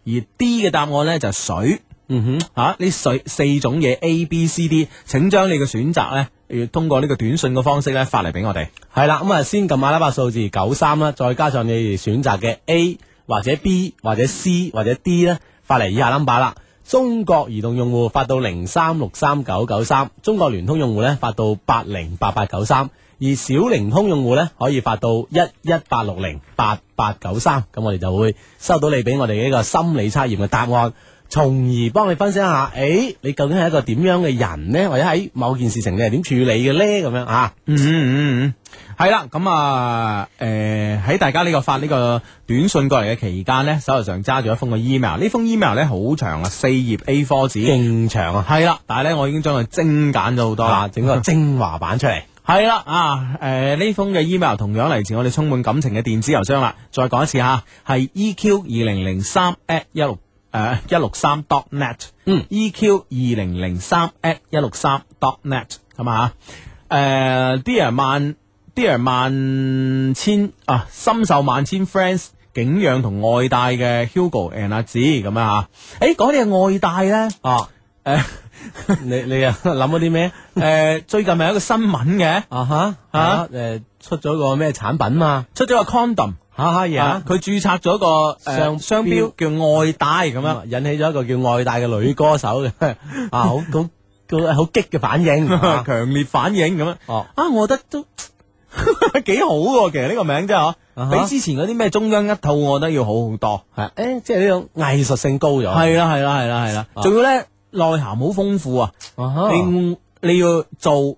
S2: 而 D 嘅答案呢就係水。
S3: 嗯
S2: 吓呢四四種嘢 A、B、C、D，請將你嘅選擇呢，要通過呢個短信嘅方式呢發嚟俾我哋。
S3: 哼，係啦，咁啊先撳阿拉伯數字九三啦，再加上你哋選擇嘅 A 或者 B 或者 C 或者 D 咧，發嚟以下 number 啦。中國移動用戶發到零三六三九九三，中國聯通用戶咧發到八零八八九三，而小靈通用戶咧可以發到一一八六零八八九三，咁我哋就會收到你俾我哋嘅一個心理測驗嘅答案，從而幫你分析一下，誒你究竟係一個點樣嘅人呢？或者喺某件事情你係點處理嘅呢？咁樣啊，
S2: 嗯嗯嗯嗯，系啦，咁啊，诶、喺大家呢個發呢個短信過嚟嘅期間呢，手頭上揸住一封嘅 email，呢封 email 呢好長啊，四頁 A4 紙，
S3: 勁長啊，
S2: 係啦，但係呢，我已經將佢精簡咗好多
S3: 啊
S2: 啦，
S3: 整 個精華版出嚟，
S2: 係啦啊，诶、呢封嘅 email 同樣嚟自我哋充滿感情嘅電子郵箱啦，再講一次吓，係 EQ 二零零三 at 一六诶一六三 dot net，
S3: 嗯
S2: ，EQ 二零零三 at 一六三 dot net 咁啊，诶、Dear 萬 Dear 萬千啊，深受萬千 friends 景仰同愛戴嘅 Hugo and 阿子咁啊，诶、講呢個愛戴咧，
S3: 啊，
S2: 誒
S3: 你你啊諗咗啲咩？
S2: 诶、最近咪有一個新聞嘅，
S3: 啊哈
S2: 啊
S3: 啊诶，出咗個咩產品嘛？
S2: 出咗個 condom。
S3: 哈哈嘢
S2: 啊
S3: 啊！
S2: 佢註冊咗個商
S3: 商
S2: 商標嗯叫愛戴咁
S3: 咁
S2: 樣。
S3: 啊，引起咗一個叫愛戴嘅女歌手嘅 啊，好好好好激嘅反 應啊
S2: 強烈反應咁樣哎
S3: 哦
S2: 啊！我覺得都幾好喎，其實呢個名真係嗬，
S3: 啊哈
S2: 比之前嗰啲咩中央一套，我覺得要好好多。啊
S3: 系诶，呃即系呢种艺术性高咗。
S2: 係啦係啦係啦係啦，
S3: 啊
S2: 仲要咧內涵好豐富啊！
S3: 啊哈
S2: 你你要做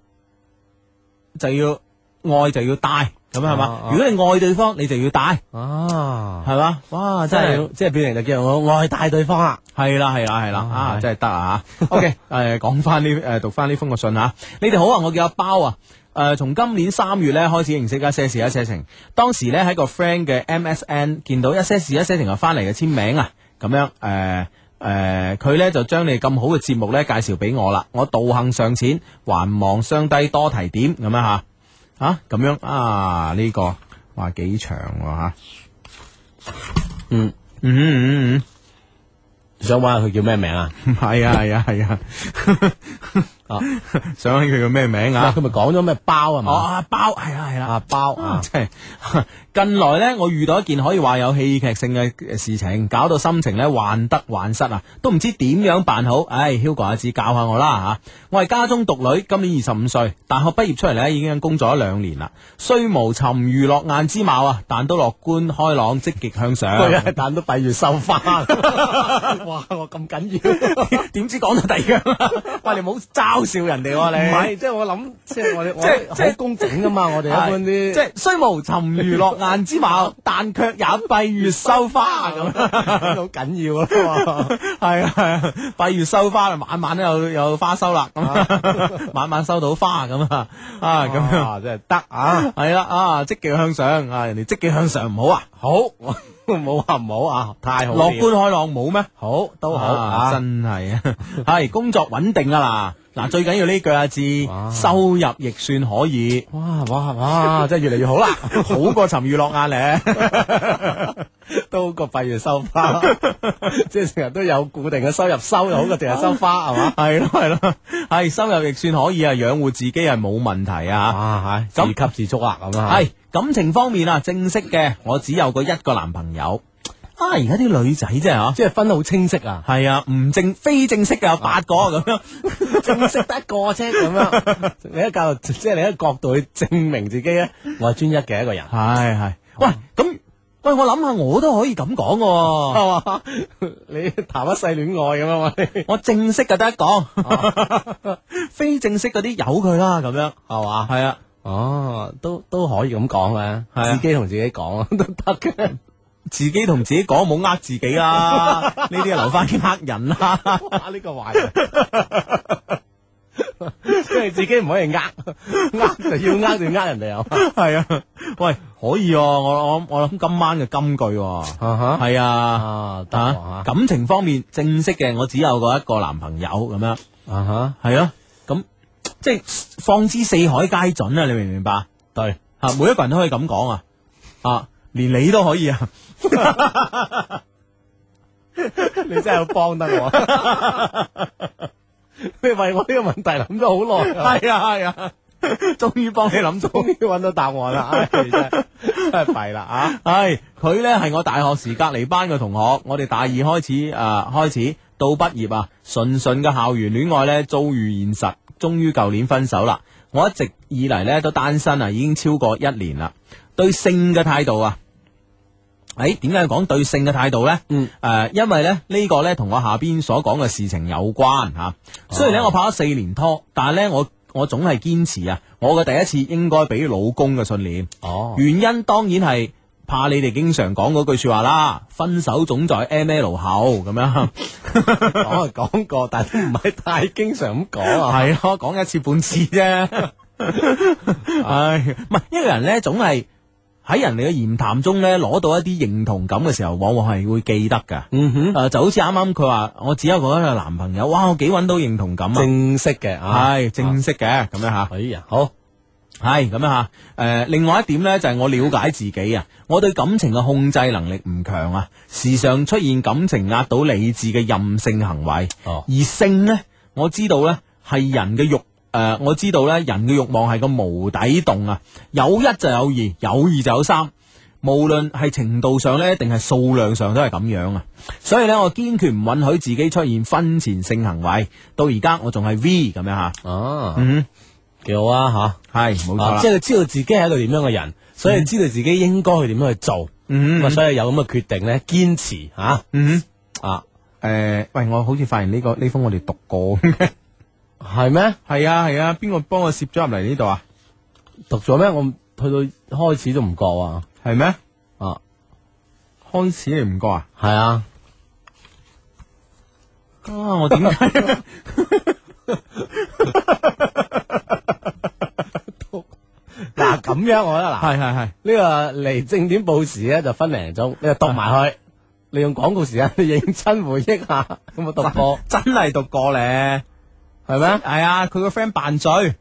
S2: 就要愛就要帶，咁係
S3: 啊
S2: 嘛？
S3: 啊
S2: 如果你愛對方，你就要帶，
S3: 啊，
S2: 係嘛？哇！
S3: 真
S2: 真係
S3: 係即係表情就叫我愛戴對方啦。
S2: 系啦系啦系啦
S3: 啊
S2: 啊，
S3: 係
S2: 真系得啊 ！OK，诶，讲翻呢诶，讀翻呢封嘅信啊，你哋好啊，我叫阿包啊。诶、從今年三月咧開始認識一些事一些情，當時咧喺個 friend 嘅 MSN 見到一些事一些情啊翻嚟嘅簽名啊，咁樣诶。誒誒佢呢就將你咁好嘅節目呢介紹俾我啦，我道行尚淺，還望相低多提點咁樣吓吓咁樣啊呢、個話幾長喎、吓
S3: 嗯
S2: 嗯嗯嗯嗯。
S3: 想問下佢叫咩名啊？
S2: 系啊系啊系 啊，
S3: 啊
S2: 想起佢叫咩名啊？
S3: 佢咪講咗咩包係
S2: 哦，
S3: 嘛？
S2: 阿包系啊系啦，
S3: 啊包
S2: 啊
S3: 啊，
S2: 即系近來呢，我遇到一件可以話有戲劇性嘅事情，搞到心情呢患得患失啊，都唔知點樣辦好。唉，Hugo 阿志教下我啦吓，我係家中獨女，今年二十五歲，大學畢業出嚟呢已經工作咗兩年啦，雖無沉魚落雁之貌啊，但都樂觀開朗，積極向 上。
S3: 佢係但都閉月羞花。哇！我咁緊要，
S2: 點知講到第二樣啦？ 喂，你唔好嘲笑人哋喎、
S3: 唔
S2: 你。
S3: 係即係我諗，即係我哋
S2: 即係
S3: 我
S2: 即係
S3: 好工整噶嘛，我哋一般
S2: 係
S3: 啲
S2: 即係雖無沉魚落雁之 貌，但卻也閉月羞花咁。
S3: 好緊要啊咯。
S2: 係啊，係啊閉月羞花，晚晚都有有花收啦， 咁晚晚收到花咁啊，啊咁樣。
S3: 啊，真係得 啊！
S2: 係啦，啊，積極向上啊，人哋積極向上唔好啊，
S3: 好， 我冇話唔好啊，太好了。
S2: 樂觀開朗冇咩？
S3: 好都好啊，
S2: 真係啊，係工作穩定啊嗱，嗱最緊要呢句啊
S3: 哇
S2: 字，收入亦算可以。
S3: 哇哇哇！真係越嚟越 好啦，
S2: 好過沉魚落雁 咧，
S3: 都好過閉月收花， 即係成日都有固定嘅收入，收又好過淨係收花係嘛？
S2: 係咯係咯，係收入亦算可以啊，養活自己係冇問題啊。
S3: 啊，係
S2: 咁
S3: 自給自足啦，咁啊，
S2: 系感情方面啊，正式嘅我只有個一個男朋友。啊，而家啲女仔啫吓，
S3: 即係分得好清晰啊，
S2: 係啊，唔正非正式嘅有八個咁樣，
S3: 正式得一個啫咁樣。你一教即係你一個角度去證明自己咧，我係專一嘅一個人，
S2: 係係。 喂，咁喂，我諗下我都可以咁講嘅，
S3: 係嘛？ 你談一世戀愛咁樣嘛？你
S2: 我正式嘅得一個， 非正式嗰啲由佢啦，咁樣
S3: 係
S2: 啊
S3: 嘛？
S2: 係啊，
S3: 哦，都都可以咁講啊，
S2: 係啊
S3: 自己同自己講啊都得嘅。
S2: 自己同自己講冇呃自己 啦，呢啲留翻啲呃人 啦。
S3: 哇！呢、個壞人，即係自己唔可以呃，呃就要呃就要呃人哋啊
S2: 系啊，喂，可以哦、我我我谂今晚嘅金句、喎，系、
S3: 嘛！
S2: 啊。
S3: 啊，得
S2: 啊
S3: 啊！
S2: 感情方面正式嘅，我只有過一個男朋友咁樣，
S3: 啊哈，
S2: 係啊，咁即係放之四海皆準啊！你明唔明白？
S3: 對，
S2: 啊，每一個人都可以咁講啊，啊，連你都可以啊，
S3: 你真係好幫得我。你為我呢個問題諗咗好耐啊，
S2: 係啊係啊，終於幫你 諗到。
S3: 終於揾到答案啦！唉，真係真係弊啦啊！
S2: 唉，佢呢係我大學時隔離班嘅同學，我哋大二開始誒、呃、開始到畢業啊，純純嘅校園戀愛呢，遭遇現實，終於舊年分手啦。我一直以嚟呢都單身啊，已經超過一年啦。對性嘅態度啊，誒點解要講對性嘅態度呢？
S3: 嗯，
S2: 誒、啊因為咧呢、呢個呢同我下邊所講嘅事情有關嚇、
S3: 哦
S2: 啊。雖然呢，我拍咗四年拖，但係呢，我我總係堅持啊，我嘅第一次應該俾老公嘅信念。
S3: 哦，
S2: 原因當然係怕你哋經常講嗰句说話啦，分手總在 M L 後咁 樣，
S3: 講係哦講過，但係都唔係太經常咁講啊。
S2: 係咯，講一次半次啫。
S3: 哦
S2: 唉，唔係一個人呢，總係喺人哋嘅言談中呢，攞到一啲認同感嘅時候，往往係會記得噶。
S3: 嗯哼
S2: 诶、呃就好似啱啱佢話，我只有嗰一個男朋友，哇，我幾揾到認同感啊！
S3: 正式嘅啊，
S2: 係正式嘅咁樣吓。
S3: 哎呀，好，
S2: 系咁樣吓，诶、另外一點呢，就係我了解自己啊，我對感情嘅控制能力唔強啊，時常出現感情壓倒理智嘅任性行為。
S3: 哦，
S2: 而性呢，我知道呢係人嘅欲，诶、我知道呢人嘅欲望係個無底洞啊，有一就有二，有二就有三。無論係程度上呢，定係數量上都係咁樣啊，所以呢，我堅決唔允許自己出現婚前性行為。到而家我仲係 V 咁樣吓，
S3: 啊，
S2: 嗯，
S3: 幾好啊吓。
S2: 係冇錯
S3: 啊
S2: 啦
S3: 即。係佢知道自己係一個點樣嘅人，所以知道自己應該去點樣去做，
S2: 嗯
S3: 咁啊，所以有咁嘅決定咧，堅持吓
S2: 嗯，
S3: 啊，
S2: 诶，喂，我好似發現呢個呢封我哋讀過，係
S3: 係咩？
S2: 啊係啊，邊個幫我攝咗入嚟呢度啊？
S3: 讀咗咩？我去到開始都唔覺啊，
S2: 係咩？
S3: 啊，
S2: 開始你唔覺啊？
S3: 係啊，
S2: 啊，我點解？
S3: 嗱咁樣我覺得嗱。
S2: 係係係，
S3: 呢個嚟正點報時咧就分零鐘，你就讀
S2: 啊
S3: 埋去，利用廣告時間你認真回憶下，有冇讀過？
S2: 真係讀過咧，
S3: 係咩？
S2: 係啊，佢個 friend 扮醉喺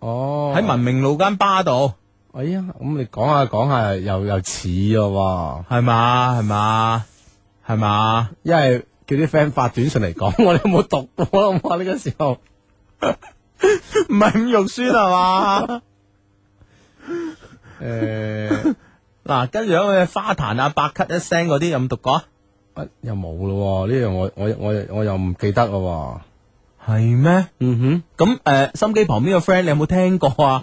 S3: 哦喺
S2: 文明路間巴度，
S3: 哎呀，咁你講下講下又又似咯
S2: 係嘛係嘛係嘛？
S3: 喎，因為叫啲 friend 發短信嚟講， 我哋有冇讀過啦？我呢個時候
S2: 唔係咁肉酸係嘛？
S3: 誒
S2: 嗱，跟住咧花壇啊、白咳一聲嗰啲有冇讀過？
S3: 啊又冇咯喎，呢樣我我我我又唔記得咯
S2: 係咩？
S3: 喎。嗯哼。
S2: 咁誒、呃心機旁邊個 friend 你有冇聽過 啊？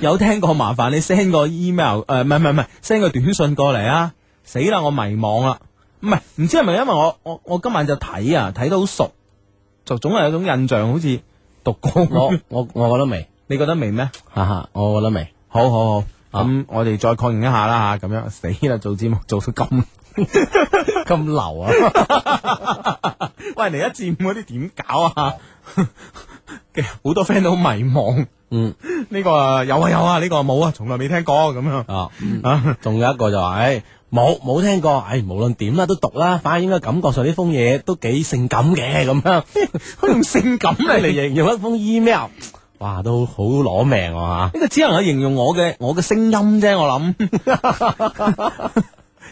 S2: 有聽過，麻煩你 send 個 email 誒、唔係唔係唔係 send 個短信過嚟啊！死啦，我迷惘啦，唔係唔知係咪因為我我我今晚就睇啊，睇到好熟，就總係有種印象，好似讀過。
S3: 我我我覺得未，
S2: 你覺得明咩？
S3: 哈哈，我覺得未。
S2: 好好好，
S3: 啊
S2: 咁、我哋再確認一下啦嚇，咁樣死啦，做節目做到咁，
S3: 咁流啊！
S2: 喂嚟一至五嗰啲點搞啊？嘅 好多 friend 都好迷惘，
S3: 嗯
S2: 呢、個啊有啊有啊，呢、個冇啊，從來未聽過咁樣。
S3: 啊。
S2: 啊，
S3: 仲有一個就話，唉，冇冇哎聽過，唉，無論點啦都讀啦，反正應該感覺上呢封嘢都幾性感嘅咁樣，
S2: 佢用性感
S3: 咁
S2: 嚟
S3: 你
S2: 嚟形，
S3: 嚟形容一封 email，哇，都好攞命啊
S2: 呢個只能係形容我嘅我嘅聲音啫，我諗，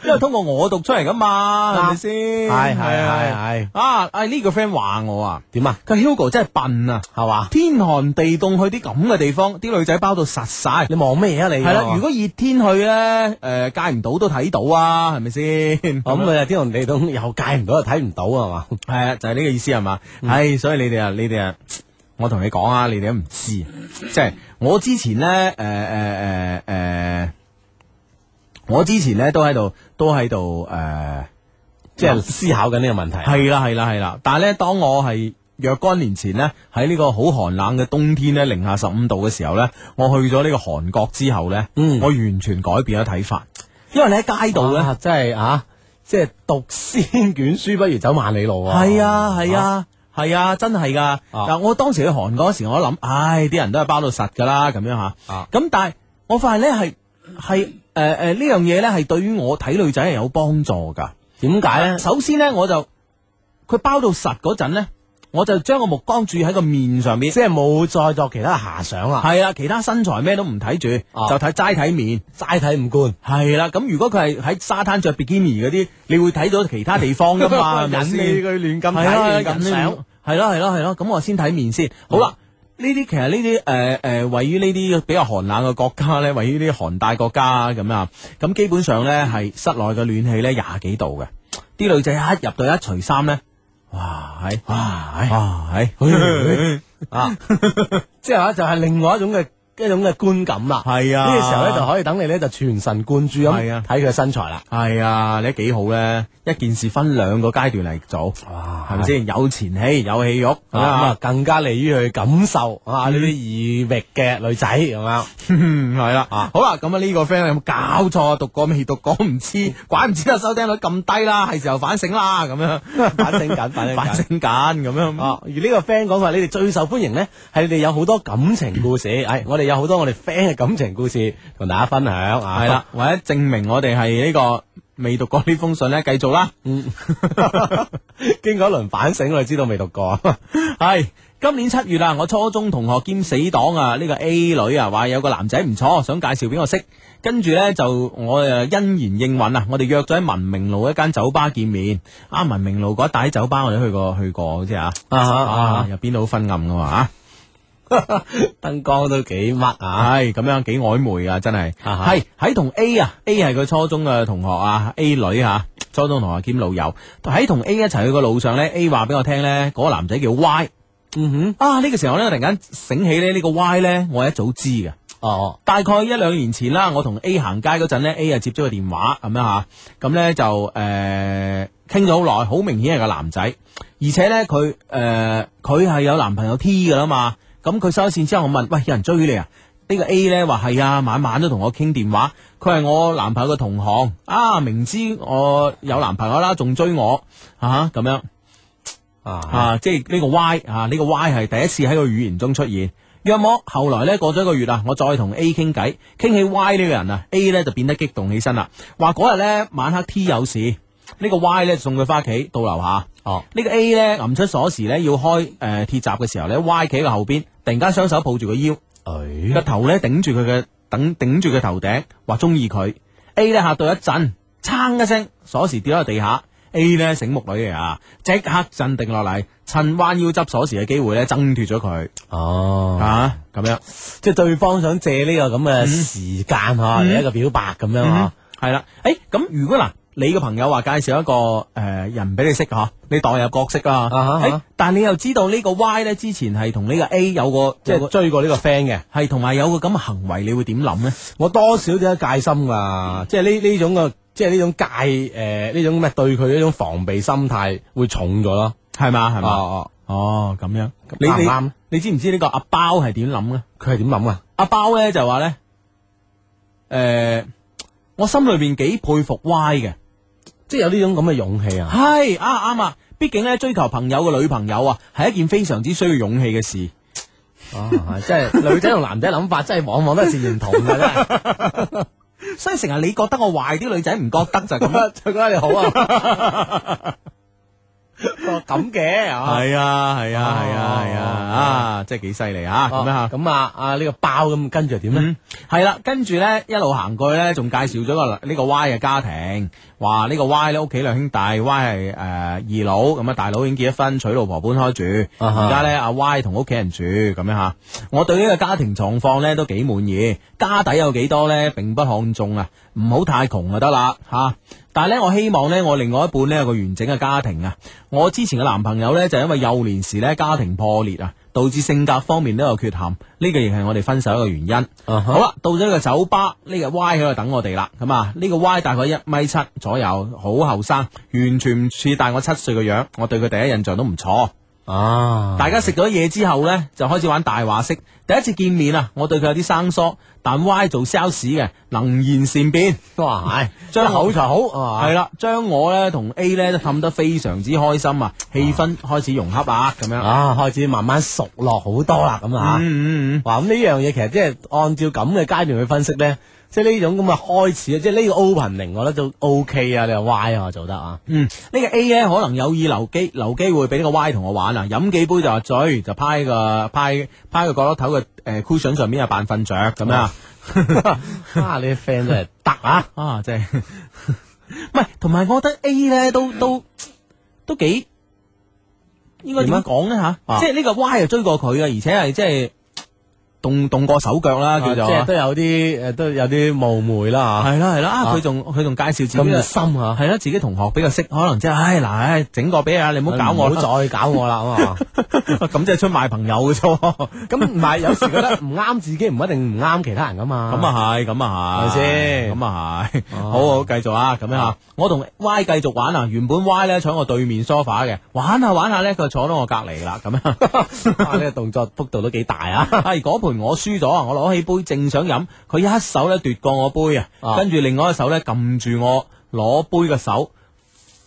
S2: 因為通過我讀出嚟噶嘛，啊係咪先？
S3: 嚇，係係係係，
S2: 啊！哎，呢個 friend 話我啊，
S3: 點啊，
S2: 佢 Hugo 真係笨啊，
S3: 係嘛？
S2: 天寒地凍去啲咁嘅地方，啲女仔包到實晒。
S3: 你望咩啊你？
S2: 係啦，如果熱天去咧，誒戒唔到都睇到啊，係咪先？啊
S3: 咁佢就天同地凍又戒唔到又睇唔到係嘛？嗯
S2: 係啊，就係呢個意思係嘛？唉，所以你哋啊，你哋啊，我同你講啊，你哋都唔知，即係我之前咧，誒誒誒誒，我之前咧都喺度，都喺度誒，呃
S3: 即係思考緊呢個問題。
S2: 係啦係啦係啦，但係咧，當我係若干年前咧，喺呢個好寒冷嘅冬天咧，零下十五度嘅時候咧，我去咗呢個韓國之後咧，
S3: 嗯
S2: 我完全改變咗睇法，因為你喺街度咧。
S3: 啊，真係啊，即係 讀千卷書不如走萬里路啊！
S2: 系啊系啊系啊，真系噶！嗱，我當時去韓國嗰時，我諗，唉，啲人都係包到實噶啦，咁樣吓。
S3: 啊
S2: 咁但係我發現咧係係诶诶呢樣嘢咧係對於我睇女仔係有幫助噶。
S3: 點解咧？
S2: 首先咧，我就佢包到實嗰陣咧，我就將個目光注意喺個面上面。
S3: 即係冇再作其他遐想啦，
S2: 係啦，其他身材咩都唔睇住，
S3: 啊
S2: 就睇齋睇面。
S3: 齋睇唔觀。
S2: 係啦，咁如果佢係喺沙灘着比基尼嗰啲，你會睇到其他地方噶 啊嘛？係咪先
S3: 亂咁
S2: 係啊，咁樣，係咯係咯係咯，咁我先睇面先。好啦，呢啲其實呢啲誒誒，位於呢啲比較寒冷嘅國家咧，位於呢啲 寒帶國家咁啊，咁基本上咧係室內嘅暖氣咧廿幾度嘅，啲女仔一入到一除衫咧，哇係
S3: 哇，係
S2: 哇係，
S3: 啊，即係話就係另外一種嘅一種嘅觀感啦。
S2: 係啊
S3: 呢個時候咧就可以等你咧就全神貫注咁
S2: 係啊
S3: 睇佢嘅身材啦。
S2: 係啊，你幾好咧，一件事分兩個階段嚟做，
S3: 哇
S2: 係咪？先？有前戲有戲肉
S3: 咁啊，更加利於去感受啊呢啲異域嘅女仔咁 樣。
S2: 嗯，系啦，好啦，咁啊呢個 friend 有冇搞錯啊？讀過未讀過唔 知，怪唔知得收聽率咁低啦，係時候反省啦，咁 樣
S3: 反省緊，反省
S2: 反
S3: 緊。
S2: 省緊咁樣
S3: 啊！而呢個 friend 講話，你哋最受歡迎呢，係你哋有好多感情 故事。係、我哋有好多我哋 friend 嘅感情故事同大家分享啊！
S2: 係啦，，或者證明我哋係呢個未讀過呢封信咧，繼續啦。
S3: 經過一輪反省，我哋知道未讀過。
S2: 係今年七月啊，我初中同學兼死黨啊，呢、個 A 女啊，話有個男仔唔錯，想介紹俾我識。跟住呢，就 我誒欣然應允啊，我哋約咗喺文明路一間酒吧見面。啊，文明路嗰一帶酒吧我哋去過去過，好似啊，
S3: 啊哈啊
S2: 啊
S3: 哈
S2: 入邊都好昏暗噶嘛啊
S3: 燈光都幾乜啊！
S2: 唉，咁樣幾曖昧啊，真係。
S3: 啊哈
S2: 係喺同 A 啊，A 係佢初中嘅同學啊，A 女啊，初中同學兼老友。喺同 A 一齊去嘅路上呢 a 話俾我聽呢嗰、個男仔叫 Y。
S3: 嗯哼。
S2: 啊，呢、個時候呢，我突然間醒起咧，呢個 Y 呢，我係一早知嘅。
S3: 哦，
S2: 大概一兩年前啦，我同 A 行街嗰陣呢 a 啊接咗個電話咁樣吓，咁呢就诶傾咗好耐，好明顯係個男仔，而且呢，佢诶佢係有男朋友 T 噶啦嘛，咁佢收咗線之後，我問喂有人追你啊？呢個 A 呢話係啊，晚晚都同我傾電話，佢係我男朋友嘅同行啊，明知我有男朋友啦，仲追我啊咁樣。
S3: 啊，
S2: 啊，即係呢個 Y 啊，呢、個 Y 係第一次喺個語言中出現。約莫後來呢，過咗一個月啊，我再同 A 傾偈，傾起 Y 呢個人啊，A 呢就變得激動起身啦，話嗰日呢晚黑 T 有事，呢、個 Y 呢送佢翻屋企到樓下。
S3: 哦，
S2: 呢個 A 呢揞出鎖匙呢，要開誒鐵閘嘅時候呢 y 企喺佢後邊，突然間雙手抱住個腰。
S3: 誒
S2: 個頭咧頂住佢嘅頂頂住佢頭頂，話中意佢。A 咧嚇到一震，撐一聲，鎖匙跌咗落地下。A 咧醒目女嚟啊，即刻鎮定落嚟，趁彎腰執鎖匙嘅機會咧掙脱咗佢
S3: 哦，
S2: 啊，咁樣
S3: 即係對方想借呢個咁嘅時間吓嚟一個表白咁樣吓，
S2: 係啦。誒咁如果嗱，你嘅朋友話介紹一個誒、呃人俾你識嗬，你代入角色啦。
S3: 啊哈
S2: 誒但你又知道呢個 Y 咧之前係同呢個 A 有個即
S3: 即係
S2: 係
S3: 追過呢個 friend 嘅。
S2: 係同埋有個咁嘅行為，你會點諗呢？
S3: 我多少都有戒心噶，即係呢呢種嘅，即係呢種戒诶呢、種咩對佢呢種防備心態會重咗咯，
S2: 係嘛係嘛？
S3: 係嘛？
S2: 哦，咁樣你
S3: 啱唔
S2: 你
S3: 啱
S2: 你知唔知呢個阿包係點諗咧？
S3: 佢係點諗啊？
S2: 阿包咧就話咧，诶、我心裏邊幾佩服 Y 嘅，
S3: 即係有呢種咁嘅勇氣 啊！
S2: 係啊啱啊，畢竟咧追求朋友嘅女朋友啊，係一件非常之需要勇氣嘅事。
S3: 啊，係即係女仔同男仔諗法，真係往往都係截然唔同噶，真 係。
S2: 所以成日你覺得我壞，啲女仔唔覺得就係咁啦。
S3: 就覺得你好啊， 哦咁嘅啊，
S2: 係啊係啊係啊係啊
S3: 哦
S2: 啊！真係幾犀利啊！咁樣
S3: 啊
S2: 吓。
S3: 咁啊啊呢個包咁跟住又點咧？
S2: 嗯，系啦，跟住咧一路行過去咧，仲介紹咗個呢個 Y 嘅家庭，話呢個 Y 咧屋企兩兄弟，Y 係诶、呃二佬，咁啊大佬已經結咗婚，娶老婆搬開住，
S3: 啊哈
S2: 而家咧阿 Y 同屋企人住咁樣吓。我對呢個家庭狀況咧都幾滿意，家底有幾多咧並不看重啊，唔好太窮就得啦吓。但係咧，我希望咧，我另外一半咧有個完整嘅家庭啊。我之前嘅男朋友咧就因為幼年時咧家庭破裂啊，導致性格方面都有缺陷，呢、個亦係我哋分手一個原因。
S3: 啊哈
S2: 好啦，到咗呢個酒吧，呢、個 Y 喺度等我哋啦。咁啊，呢、個 Y 大概一米七左右，好後生，完全唔似大我七歲嘅樣。我對佢第一印象都唔錯。
S3: 啊，
S2: 大家食咗嘢之後呢，就開始玩大話式。第一次見面啊，我對佢有啲生疏，但 Y 做 sales 嘅能言善辯，
S3: 哇，係
S2: 將
S3: 口才好啊，
S2: 係啦，將我呢同 A 呢都氹得非常之開心啊，氣氛開始融洽啊，咁樣。
S3: 啊，開始慢慢熟落好多啦，咁啊。
S2: 嗯嗯
S3: 哇！咁呢樣嘢其實即係按照咁嘅階段去分析咧，即係呢種咁嘅開始啊，即係呢個 opening，我覺得都 OK 啊，你話 Y 啊做得 啊，
S2: 嗯，呢、個 A 呢可能有意留機留機會俾呢個 Y 同我玩啊，飲幾杯就話醉，就派個派派個角落頭嘅誒 cushion 上面啊扮瞓着咁樣啊。
S3: 啊你啲 friend 真係得啊，
S2: 啊，真系， 唔系，同埋我覺得 A 咧都都都幾應該點講咧吓，
S3: 啊
S2: 即係呢個 Y 又追過佢嘅，啊而且係即係動動過手腳啦，叫
S3: 啊
S2: 做
S3: 即係都有啲誒都有啲冒昧啦
S2: 係啦係啦，啊
S3: 啊
S2: 佢仲佢仲介紹自己
S3: 嚇，咁
S2: 嘅
S3: 就深啊，
S2: 係啦，自己同學比較識，可能即係唉嗱，唉整個俾啊，你唔好搞我
S3: 哎唔
S2: 啦，
S3: 好再搞我啦，咁啊，
S2: 咁即係出賣朋友嘅啫喎，
S3: 咁唔係有時覺得唔啱自己，唔一定唔啱其他人噶嘛，
S2: 咁啊係，咁啊係，
S3: 係咪先
S2: 咁啊係，
S3: 哦
S2: 好好繼續啊，咁樣啊
S3: 啊，
S2: 我同 Y 繼續玩啊，原本 Y 咧坐喺我對面 sofa 嘅，玩下玩下咧，佢就坐到我隔離啦，咁樣。
S3: 啊，呢個動作幅度都幾大啊，
S2: 係嗰盤我輸咗啊！我攞起杯正想飲，佢一手咧奪過我杯啊，
S3: 啊
S2: 跟住另外一手咧撳住我攞杯嘅手，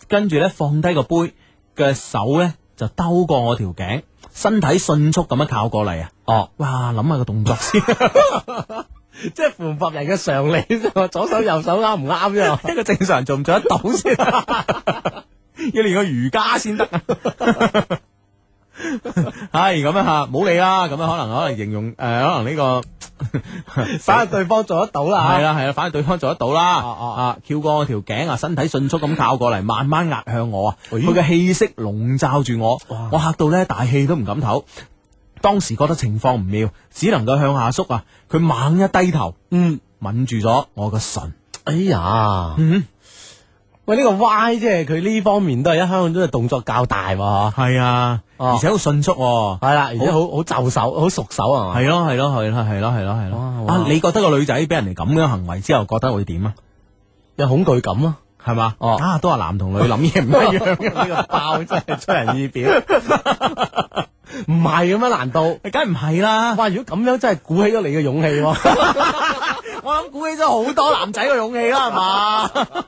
S2: 跟住咧放低個杯嘅手咧就兜過我條頸，身體迅速咁樣靠過嚟啊！
S3: 哦，
S2: 哇，諗下個動作先，
S3: 即係符合人嘅常理啫喎，左手啊右手啱唔啱 啫
S2: 一個正常人做唔做得到 先？要練個瑜伽先得啊！係咁樣吓，冇理啦。咁樣可能可能形容诶、呃可能呢、個。
S3: 喎，反正對方做得到啦，
S2: 系啦系啦，反正對方做得到啦。
S3: 哦哦
S2: 啊，翹過我條頸啊，身體迅速咁靠過嚟，慢慢壓向我啊。
S3: 咦
S2: 佢嘅氣息籠罩住我
S3: 哎哇，
S2: 我嚇到咧大氣都唔敢唞。當時覺得情況唔妙，只能夠向下縮啊。佢猛一低頭，
S3: 嗯，
S2: 吻住咗我個唇。
S3: 哎呀。
S2: 嗯，
S3: 喂，呢、個 Y 即係佢呢方面都係一向都係動作較大喎，嗬。
S2: 系啊，
S3: 哦
S2: 而且好迅速喎。
S3: 係啦，而且好好就手，好熟手啊係嘛？
S2: 系咯系咯系咯系咯系咯系咯
S3: 哇哇
S2: 啊！你覺得個女仔俾人哋咁樣行為之後，覺得會點啊？
S3: 有恐懼感啊！
S2: 係嘛？
S3: 哦
S2: 啊，都話男同女諗嘢唔一樣，
S3: 呢個爆真係 出人意表，唔係咁樣難度。
S2: 梗係唔係啦。
S3: 哇！如果咁樣真係鼓起咗你嘅勇氣 喎，
S2: 我諗鼓起咗好多男仔嘅勇氣啦，係嘛？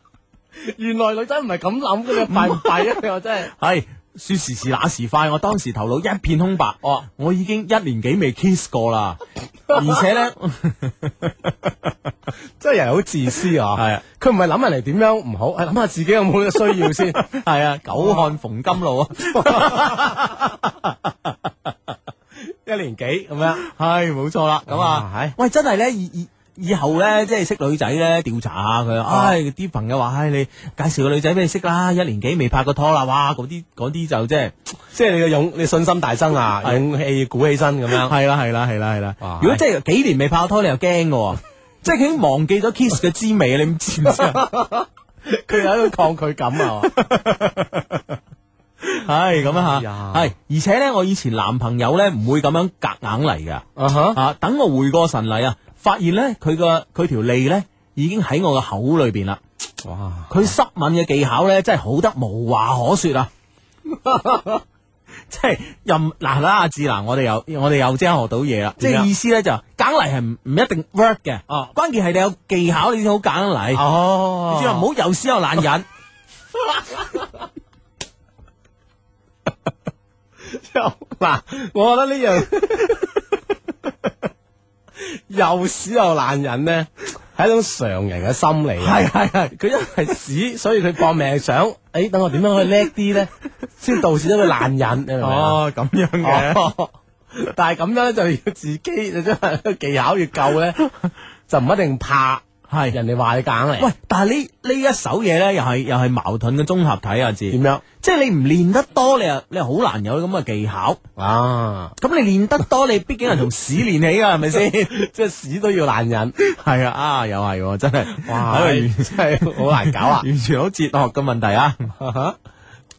S3: 原來女仔唔係咁諗嘅，你弊唔弊啊？你話真係
S2: 係说時遲那時快，我當時頭腦一片空白。
S3: 哦，
S2: 我已經一年幾未 kiss 過啦，而且 咧
S3: 真係人好自私啊！
S2: 係啊，
S3: 佢唔係諗人哋點樣唔好，係諗下自己有冇呢個需要先。
S2: 係啊，久旱逢甘露啊，
S3: 一年幾咁樣，
S2: 係冇錯啦。咁啊，
S3: 哇係
S2: 喂，真係咧，以以以後咧，即係識女仔咧，調查下
S3: 啊
S2: 佢。唉，啲朋友話，唉，你介紹個女仔俾你識啦，一年幾未拍過拖啦，哇，嗰啲嗰啲就即係。
S3: 即係你嘅勇，你信心大增啊，勇氣鼓起身咁樣。
S2: 系啦系啦系啦系啦
S3: 哇。
S2: 如果真係幾年未拍過拖，你又驚嘅 喎，即係佢已經忘記咗 kiss 嘅滋味，你知唔知啊？
S3: 佢有一種抗拒感 啊！
S2: 係咁
S3: 哎
S2: 啊
S3: 呀
S2: 吓，係而且咧，我以前男朋友咧唔會咁樣夾硬嚟嘅，
S3: 啊哈，
S2: 啊，等我回過神嚟啊，發現咧佢個佢條脷咧已經喺我嘅口裏邊啦，
S3: 哇！
S2: 佢濕吻嘅技巧咧真係好得無話可說 啊！即係任嗱啦，阿志嗱，我哋又我哋又即刻學到嘢啦，即
S3: 點
S2: 係
S3: 啊
S2: 意思咧就梗嚟係唔唔一定 work 嘅，
S3: 哦
S2: 關鍵係你有技巧你先好揀得嚟。
S3: 哦
S2: 你知唔好又屎又懶人，
S3: 嗱，我覺得呢樣 又屎又爛人咧，係一種常人嘅心理。係係係，佢因為屎，所以佢搏命想，誒、等我點樣去叻啲咧，先導致咗佢爛人，你明唔明啊？
S2: 哦咁樣
S3: 哦但係咁樣咧，就要自己就真係技巧越夠咧，就唔一定怕
S2: 係
S3: 人哋話你夾硬嚟。
S2: 喂，但係呢呢一手嘢咧，又係又係矛盾嘅綜合體啊，字
S3: 點，樣
S2: 即係你唔練得多，你又你又好難有咁嘅技巧。
S3: 啊？
S2: 咁你練得多，你畢竟係同屎練起㗎，係咪先？
S3: 即係屎都要爛人，
S2: 係啊，啊又係喎，真係
S3: 哇！真係好難搞啊！Uh-huh
S2: 完全好哲學嘅問題啊！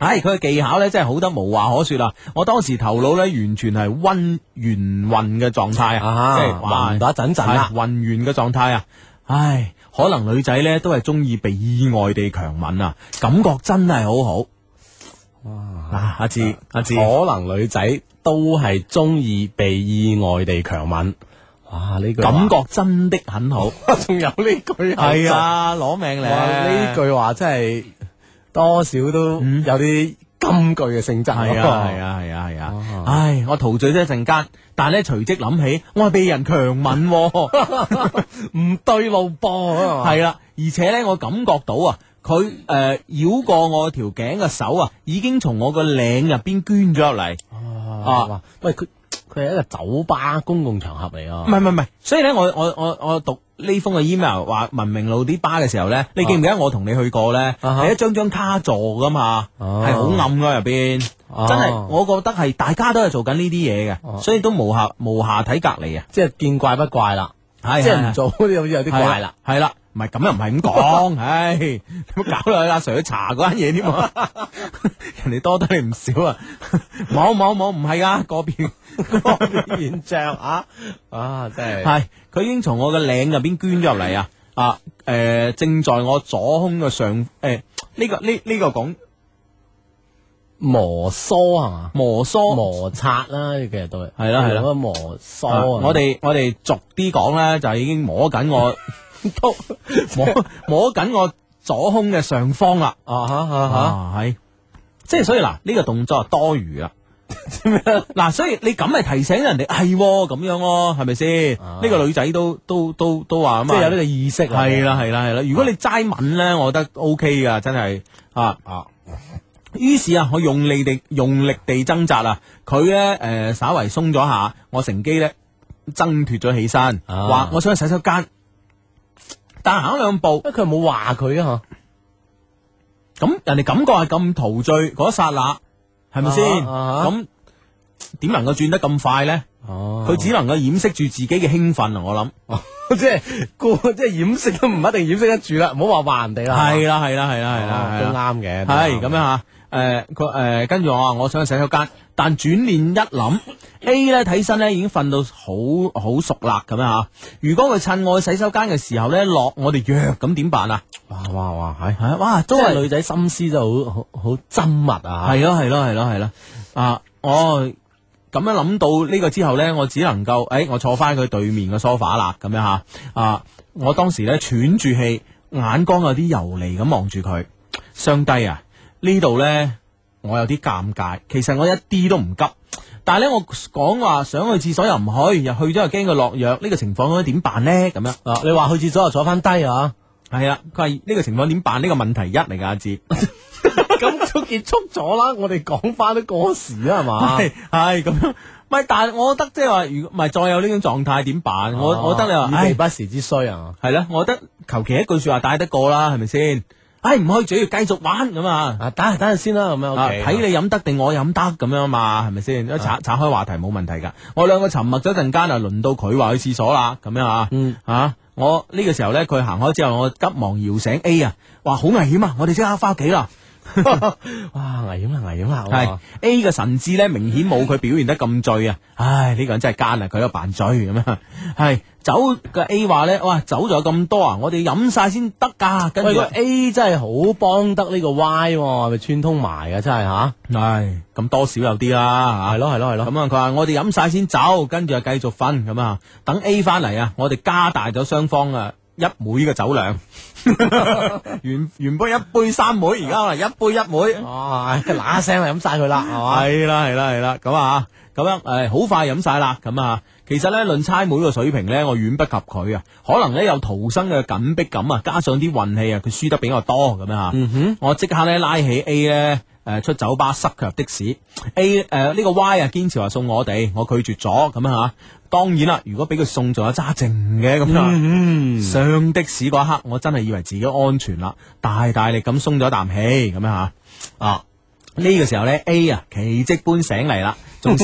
S2: 唉，佢嘅技巧咧真係好得無話可說啦！我當時頭腦咧完全係温圓混嘅狀態啊，即係哇
S3: Uh-huh，暈到一陣陣啦
S2: 係混圓嘅狀態啊！唉，可能女仔咧都係中意被意外地強吻啊，感覺真係好好。嗱，阿志，阿志，
S3: 可能女仔都系中意被意外地強吻。哇！呢句
S2: 感覺真的很好。
S3: 覺仲有呢句
S2: 係，啊，攞命
S3: 哎哇！
S2: 咧！
S3: 呢句話真係多少都
S2: 嗯
S3: 有啲金句嘅性質。
S2: 係 啊係，啊係啊係啊
S3: 哦！
S2: 唉，我陶醉咗一陣間，但係咧隨即諗起我係被人強吻喎。
S3: 唔對路噃啊嘛。
S2: 系啦，而且咧，我感覺到啊，佢诶繞過我條頸嘅手啊，已經從我個領入邊捐咗入嚟。
S3: 啊，哇喂佢佢係一個酒吧公共場合嚟
S2: 唔
S3: 啊。
S2: 係唔係唔係，所以咧，我我我我讀呢封嘅 email 話文明路啲巴嘅時候咧，你記唔記得我同你去過咧？
S3: 哦啊哈
S2: 係一張張卡座噶嘛，
S3: 哦
S2: 係好暗噶入邊，
S3: 哦
S2: 真係我覺得係大家都係做緊呢啲嘢嘅，
S3: 哦
S2: 所以都無下無下體隔離啊，
S3: 即係見怪不怪啦，
S2: 係
S3: 即係啊
S2: 係
S3: 唔做嗰啲好似有啲怪啦。，
S2: 系啦，唔系咁又唔系咁講，唉，咁搞落去阿 Sir 去查嗰間嘢添啊，人哋多得你唔少啊，冇冇冇，唔係啊，嗰邊
S3: 現象啊啊，真係
S2: 係佢已經從我嘅領入邊捐咗入嚟啊，啊，诶、正在我左胸嘅上，诶、呢、個呢呢、個講
S3: 磨梳係嘛？
S2: 摩挲，
S3: 摩擦啦，其實都哦係
S2: 係啦係啦
S3: 用一個摩挲
S2: 啊
S3: 啊。
S2: 我哋我哋俗啲講咧，就係已經摸緊 我，都摸摸緊我左胸嘅上方啦，
S3: 啊哈啊 哈，
S2: 啊，系，即系所以嗱，呢、個動作係多餘 啊。嗱，所以你咁咪提醒人哋係喎咁樣咯，係咪先？
S3: 啊
S2: 呢個女仔都都都都話咁啊
S3: 即係有呢個意識啊
S2: 係啦係啦係啦。如果你齋吻咧，我覺得 O K 噶，真係啊
S3: 啊。
S2: 於是啊，我用力地用力地掙扎啊，佢咧誒稍為鬆咗下，我乘機咧掙脱咗起身，
S3: 啊
S2: 話、我想去洗手間，但行咗兩步。
S3: 因為佢冇話佢啊
S2: 咁人哋感覺係咁陶醉嗰一剎那，係咪先？
S3: 啊哈啊哈
S2: 咁点能够转得咁快咧？
S3: 哦
S2: 佢只能夠掩飾住自己嘅興奮啊！我諗
S3: 佢即係個即係掩飾都唔一定掩飾得住啦，唔好話話人哋啦。啊
S2: 係啦係啦係啦係啦係啦，
S3: 啦，啊哦都啱嘅。
S2: 係咁樣吓。诶，佢诶，跟住我話我想去洗手間，但轉念一諗 A 咧睇起身咧已經瞓到好好熟啦咁樣吓。如果佢趁我去洗手間嘅時候咧落我哋藥，咁點辦啊？
S3: 哇哇哇，係
S2: 係啊哇，
S3: 都
S2: 都
S3: 係
S2: 係
S3: 女仔心思就好好好縝密啊。
S2: 係咯係咯係咯係咯啊！我咁樣諗到呢個之後咧，我只能夠哎诶，我坐翻佢對面嘅 sofa 啦，咁樣吓啊！我當時咧喘住氣，眼光有啲游離咁望住佢，相低啊！呢度咧我有啲尷尬，其實我一啲都唔急。但係咧，我講話想去廁所又唔去，又去咗又驚佢落藥，呢、個情況應該點辦呢？咁樣
S3: 啊，你話去廁所就坐翻低啊？
S2: 係啊，佢係呢個情況點辦？呢、個問題一嚟㗎，阿哲。
S3: 咁都結束咗啦，我哋講翻都過時 啦，係嘛？啊
S2: 系系咁样，啊唔系，但系我覺得即係話，如果唔係再有呢種狀態點辦？
S3: 哦
S2: 我我覺得你話，
S3: 以
S2: 唉
S3: 備，不時之需啊！
S2: 係啦，我覺得求其一句说話帶得過啦，係咪先？唉，唔可以，主要繼續玩咁啊！
S3: 啊，等下等下先啦，咁樣
S2: 啊
S3: OK 啊
S2: 睇你飲得定我飲得咁樣嘛，係咪先？一岔岔開話題冇問題㗎。我兩個沉默咗陣間啊，輪到佢話去廁所啦，咁樣啊，
S3: 嗯
S2: 啊，我呢個時候咧，佢行開之後，我急忙搖醒 A 啊，話好危險啊，我哋即刻翻屋企 啦。
S3: 啊哇，危險啦，危險啦，哦
S2: 系 A 嘅神智咧，明顯冇佢表現得咁醉啊！唉，呢、個人真係奸啊，佢喺度扮醉咁樣。係走嘅 A 話咧，哇，走咗咁多啊，我哋飲晒先得噶。跟
S3: 喂，
S2: 住啊
S3: 個 A 真係好幫得呢個 Y，喎係咪串通埋啊嘅真係吓，
S2: 唉，咁多少有啲啦
S3: 係咯係咯係
S2: 吓。
S3: 咯，
S2: 咁啊，佢話我哋飲晒先走，跟住啊繼續瞓咁啊。等 A 翻嚟啊，我哋加大咗雙方啊一妹嘅酒 量。原原本一杯三妹，而家可能一杯一妹。
S3: 哇，哦嗱嗱聲就飲晒 佢啦，係嘛？
S2: 系啦系啦系啦，咁啊，咁样诶，好、快飲晒啦，咁啊，其實咧論差妹個水平咧，我遠不及佢啊，可能咧有逃生嘅緊迫感啊，加上啲運氣啊，佢輸得比較多咁樣吓，
S3: 嗯哼
S2: 我即刻咧拉起 A 咧。誒出酒吧塞佢入的士，A 誒、呢個 Y 啊堅持話送我哋，我拒絕咗咁樣嚇。當然啦，如果俾佢送仲有揸剩嘅咁樣。
S3: 嗯，
S2: 上的士嗰一刻，我真係以為自己安全啦，大大力咁鬆咗啖氣咁樣吓。啊，呢、個時候呢 A 啊奇蹟般醒嚟啦， 仲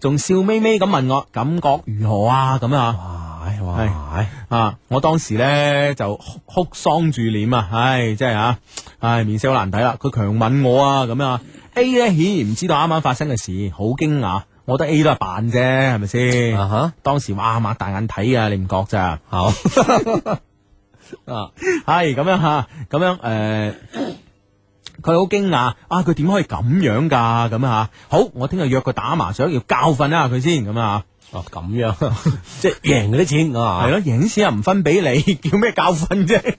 S2: 仲笑眯眯咁問我感覺如何啊咁啊。
S3: 哇，唉哇，
S2: 啊！我當時呢就哭哭喪住臉啊，唉，真係啊，唉，面色好難睇啦。佢強吻我啊，咁啊，A 呢顯然唔知道啱啱發生嘅事，好驚訝。我覺得 A 都係扮啫，係咪
S3: 唉
S2: 先？
S3: 啊哈，
S2: 當時哇擘大眼睇啊，你唔覺咋？
S3: 好，
S2: 啊，系咁样吓，咁样诶。佢好驚訝啊！佢點可以咁樣㗎咁啊？好，我聽日約佢打麻雀，要教訓下佢先咁啊！
S3: 哦咁樣， 即係贏嗰啲錢啊，
S2: 係咯，贏錢又唔分俾你， 叫咩教訓啫？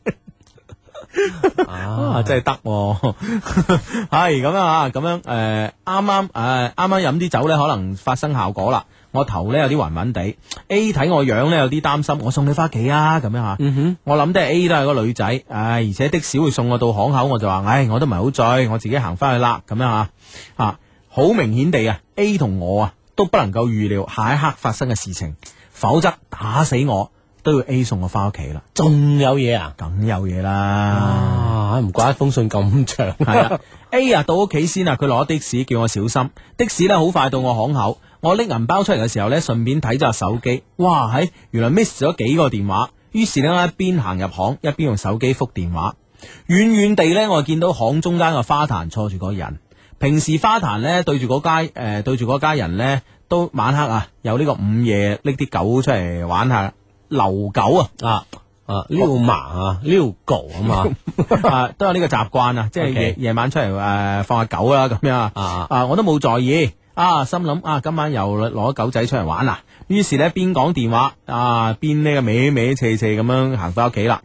S3: 咯，
S2: 啊，
S3: 啊，
S2: 真係得喎， 係咁啊，咁樣誒，啱啱誒，啱啱飲啲酒咧，可能發生效果啦。我頭咧有啲暈暈地，A 哎睇我樣咧有啲擔心，我送你翻屋企啊，咁樣嚇。
S3: 嗯哼，
S2: 我諗都係 A 都係個女仔，唉、而且的士會送我到巷口，我就話，唉，我都唔係好醉，我自己行翻去啦，咁樣啊，啊，好明顯地啊，A 同我啊都不能夠預料下一刻發生嘅事情，否則打死我都要 A 送我翻屋企啦，
S3: 仲有嘢啊，
S2: 梗有嘢啦。
S3: 啊，唔怪得封信咁長，
S2: 系啦，A 啊到屋企先啊，佢攞的士叫我小心，的士咧好快到我巷口，我拎銀包出嚟嘅時候咧，順便睇咗下手機，哇，喺原來 miss 咗幾個電話，於是咧我一邊行入巷，一邊用手機覆電話，遠遠地咧我見到巷中間嘅花壇坐住個人，平時花壇咧對住嗰家誒、呃、對住嗰家人咧，都晚黑啊有呢個午夜拎啲狗出嚟玩下，遛狗啊。
S3: 啊啊，遛麻啊，遛狗啊嘛，
S2: 啊，都有呢個習慣啊，即係
S3: OK
S2: 夜夜晚出嚟誒、呃放下狗啦咁樣啊
S3: 啊
S2: 啊，我都冇在意啊，心諗啊，今晚又攞狗仔出嚟玩啊，於是呢，邊講電話啊，邊呢個歪歪斜斜咁樣行翻屋企啦，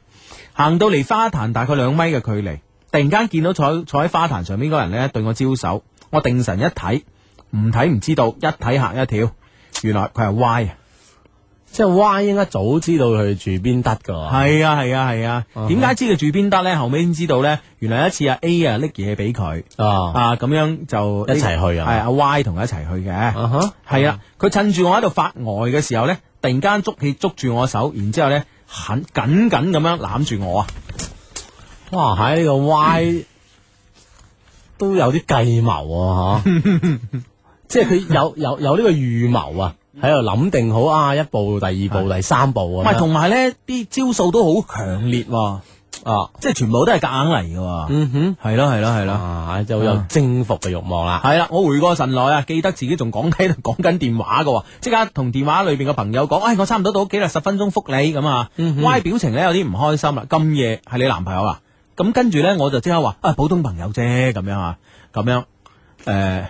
S2: 行到離花壇大概兩米嘅距離，突然間見到坐坐喺花壇上面嗰人呢，對我招手，我定神一睇，唔睇唔知道，一睇嚇一跳，原來佢係 Y 啊！
S3: 即係 Y 應該早知道佢住邊得噶喎。
S2: 系啊系啊系啊
S3: 嗯，哼
S2: 點解知佢住邊得咧？後尾先知道咧，原來有一次阿 A 啊拎嘢俾佢
S3: 啊
S2: 啊，咁樣就
S3: 一齊去啊
S2: 系阿 Y 同佢一齊去嘅，
S3: 啊哈，
S2: 係啊，佢趁住我喺度發呆嘅時候咧，突然間捉起捉住我手，然之后咧狠緊緊咁樣攬住我啊，
S3: 哇喺呢個 Y 都有啲計謀喎，嗬，即係佢有有有呢個預謀啊，喺度諗定好啊，一步、第二步、第三步
S2: 唔
S3: 啊
S2: 係，。同埋咧啲招數都好強烈喎，
S3: 啊，
S2: 即係全部都係夾硬嚟嘅
S3: 嗯哼，
S2: 喎。係咯係咯係咯。
S3: 啊，就有征服嘅欲望啦。
S2: 係啦，我回過神來啊，記得自己仲講喺度講緊電話嘅喎，即刻同電話裏邊嘅朋友講，哎，我差唔多到屋企啦，十分鐘覆你咁啊
S3: 嗯哼
S2: ，Y 表情咧有啲唔開心啦，咁夜係你男朋友啊，咁跟住咧我就即刻話啊普通朋友啫咁樣啊，咁樣誒、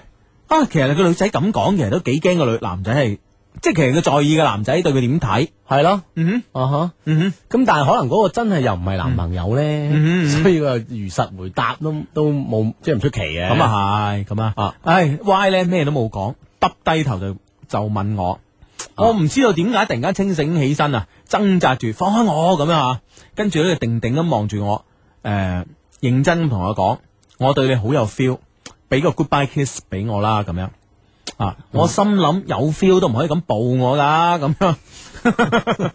S2: 啊，其實個女仔咁講，其實都幾驚個女男仔係，即係其實佢在意嘅男仔對佢點睇，
S3: 係咯，
S2: 嗯哼，
S3: 啊哈。
S2: 嗯
S3: 咁但係可能嗰個真係又唔係男朋友咧，
S2: 嗯嗯嗯
S3: 所以佢又如實回答都都冇，即係唔出奇嘅。
S2: 哼，咁啊係，咁啊，
S3: 啊
S2: 唉，Y 咧咩都冇講，耷低頭就就問我。
S3: 啊
S2: 我唔知道點解突然間清醒起身啊，掙扎住放開我咁樣啊，跟住咧定定咁望住我，誒、認真咁同我講，我對你好有 feel，俾個 goodbye kiss 俾我啦咁樣
S3: 嗯
S2: 啊，我心諗有 feel 都唔可以咁抱我啦咁樣，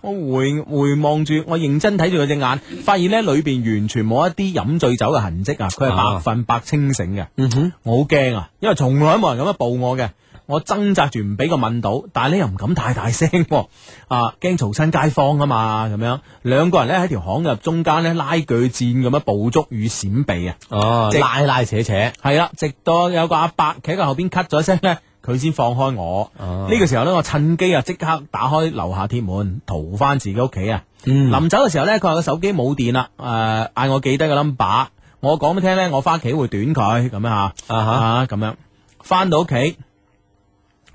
S2: 我回回望住，我認真睇住佢隻眼，發現咧裏邊完全冇一啲飲醉酒嘅痕跡啊，佢係百分百清醒嘅。
S3: 嗯哼，
S2: 我好驚啊，因為從來都冇人咁樣報我嘅。我掙扎住唔俾佢問到，但係咧又唔敢太大聲喎，啊驚嘈親街坊啊嘛，咁樣兩個人咧喺條巷入中間咧拉鋸戰咁樣捕捉與閃避啊，
S3: 哦，
S2: 即
S3: 拉拉扯扯，
S2: 係啦，直到有個阿伯企喺佢後邊咳咗一聲咧，佢先放開我。呢、
S3: 哦
S2: 個時候咧，我趁機啊即刻打開樓下鐵門，逃翻自己屋企啊！
S3: 嗯
S2: 臨走嘅時候咧，佢話個手機冇電啦，誒、嗌我記低個 number，我講俾聽咧，我翻屋企會短佢咁樣吓，
S3: 啊哈
S2: 啊咁樣，翻到屋企，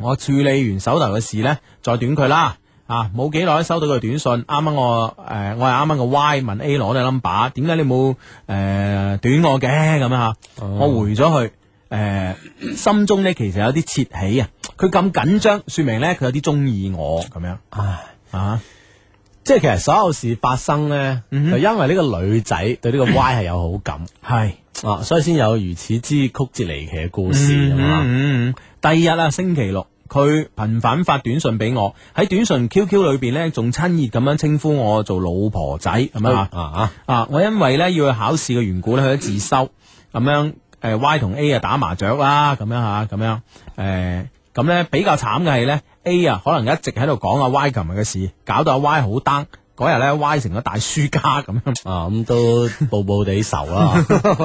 S2: 我處理完手頭嘅事咧，再短佢啦。啊，冇幾耐收到佢短信，啱啱我誒、我係啱啱個 Y 問 A 攞你 number，點解你冇誒、短我嘅咁樣吓？
S3: 哦
S2: 我回咗去，誒、心中咧其實有啲竊喜啊！佢咁緊張，說明咧佢有啲中意我咁樣
S3: 唉。
S2: 啊。
S3: 即係其實所有事發生咧，
S2: 嗯哼
S3: 就因為呢個女仔對呢個 Y 係有好感
S2: 係，
S3: 啊，所以先有如此之曲折離奇嘅故事
S2: 嗯
S3: 啊嘛。
S2: 嗯嗯嗯第二日啊，星期六，佢頻繁發短信俾我，喺短信 QQ 裏邊咧，仲親熱咁樣稱呼我做老婆仔，係咪啊
S3: 啊？啊，
S2: 啊，我因為咧要去考試嘅緣故咧，佢都自修咁樣。誒、Y 同 A 啊打麻雀啦，咁樣吓，咁樣誒咁咧比較慘嘅係咧 A 啊，可能一直喺度講阿 Y 琴日嘅事，搞到阿 Y 好 down。嗰日咧 Y 成咗大輸家咁樣，
S3: 啊咁都 步步地啊仇啦。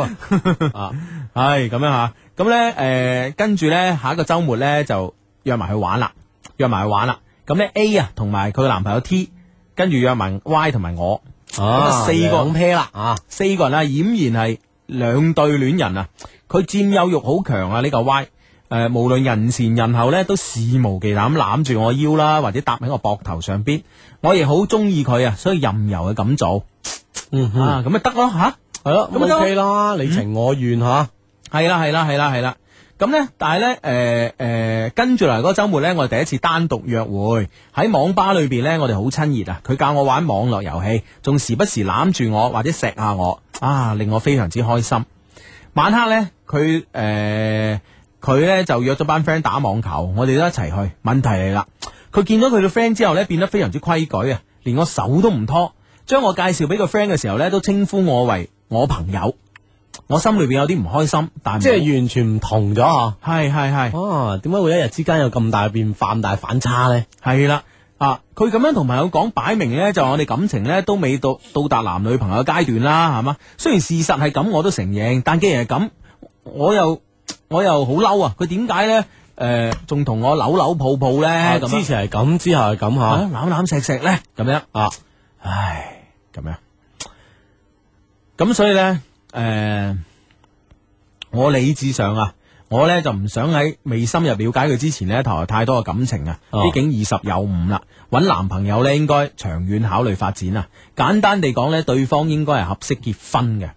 S2: 啊係咁樣吓。咁咧誒跟住咧下一個週末咧就約埋去玩啦，約埋去玩啦。咁咧 A 啊同埋佢男朋友 T，跟住約埋 Y 同埋我。
S3: 啊，
S2: 四個
S3: 兩 pair 啦啊，
S2: 四個人啊，儼然係兩對戀人啊！佢佔有欲好強啊，呢、個 Y。誒、無論人前人後咧，都肆無忌憚咁攬住我腰啦，或者搭喺我膊頭上邊。我亦好中意佢啊，所以任由佢咁做、
S3: 嗯哼，
S2: 啊，咁咪得咯吓。
S3: 係咯，
S2: 咁咪啊嗯
S3: 咁啊 OK 啦，你情我願吓。
S2: 係啦，係啦，係啦，係啦。咁咧，但係咧，誒、誒，跟住嚟嗰個週末咧，我哋第一次單獨約會喺網吧裏邊咧，我哋好親熱啊！佢教我玩網絡遊戲，仲時不時攬住我或者錫下我，啊，令我非常之開心。晚黑咧，佢誒。佢咧就約咗班 friend 打網球，我哋都一齊去。問題嚟啦，佢見到佢嘅 friend 之後咧，變得非常之規矩啊，連我手都唔拖，將我介紹俾個 friend 嘅時候咧，都稱呼我為我朋友。我心裏邊有啲唔開心，但
S3: 即係完全唔同咗嗬。
S2: 係係係
S3: 哦，點解會一日之間有咁大嘅變化、咁大嘅反差咧？
S2: 係啦啊！佢咁樣同朋友講，擺明咧就我哋感情咧都未到到達男女朋友嘅階段啦，係嘛？雖然事實係咁，我都承認，但既然係咁，我又我又好嬲啊！佢點解咧？誒，仲同我扭扭抱抱咧？咁樣
S3: 之前係啊咁，之後係咁
S2: 啊
S3: 吓，
S2: 攬攬錫錫咧，咁樣
S3: 啊，
S2: 唉，咁樣。咁所以咧，誒、 我理智上啊，我咧就唔想喺未深入了解佢之前咧，投入太多嘅感情啊。
S3: 哦
S2: 畢竟二十有五啦，揾男朋友咧應該長遠考慮發展啊。簡單地講咧，對方應該係合適結婚嘅。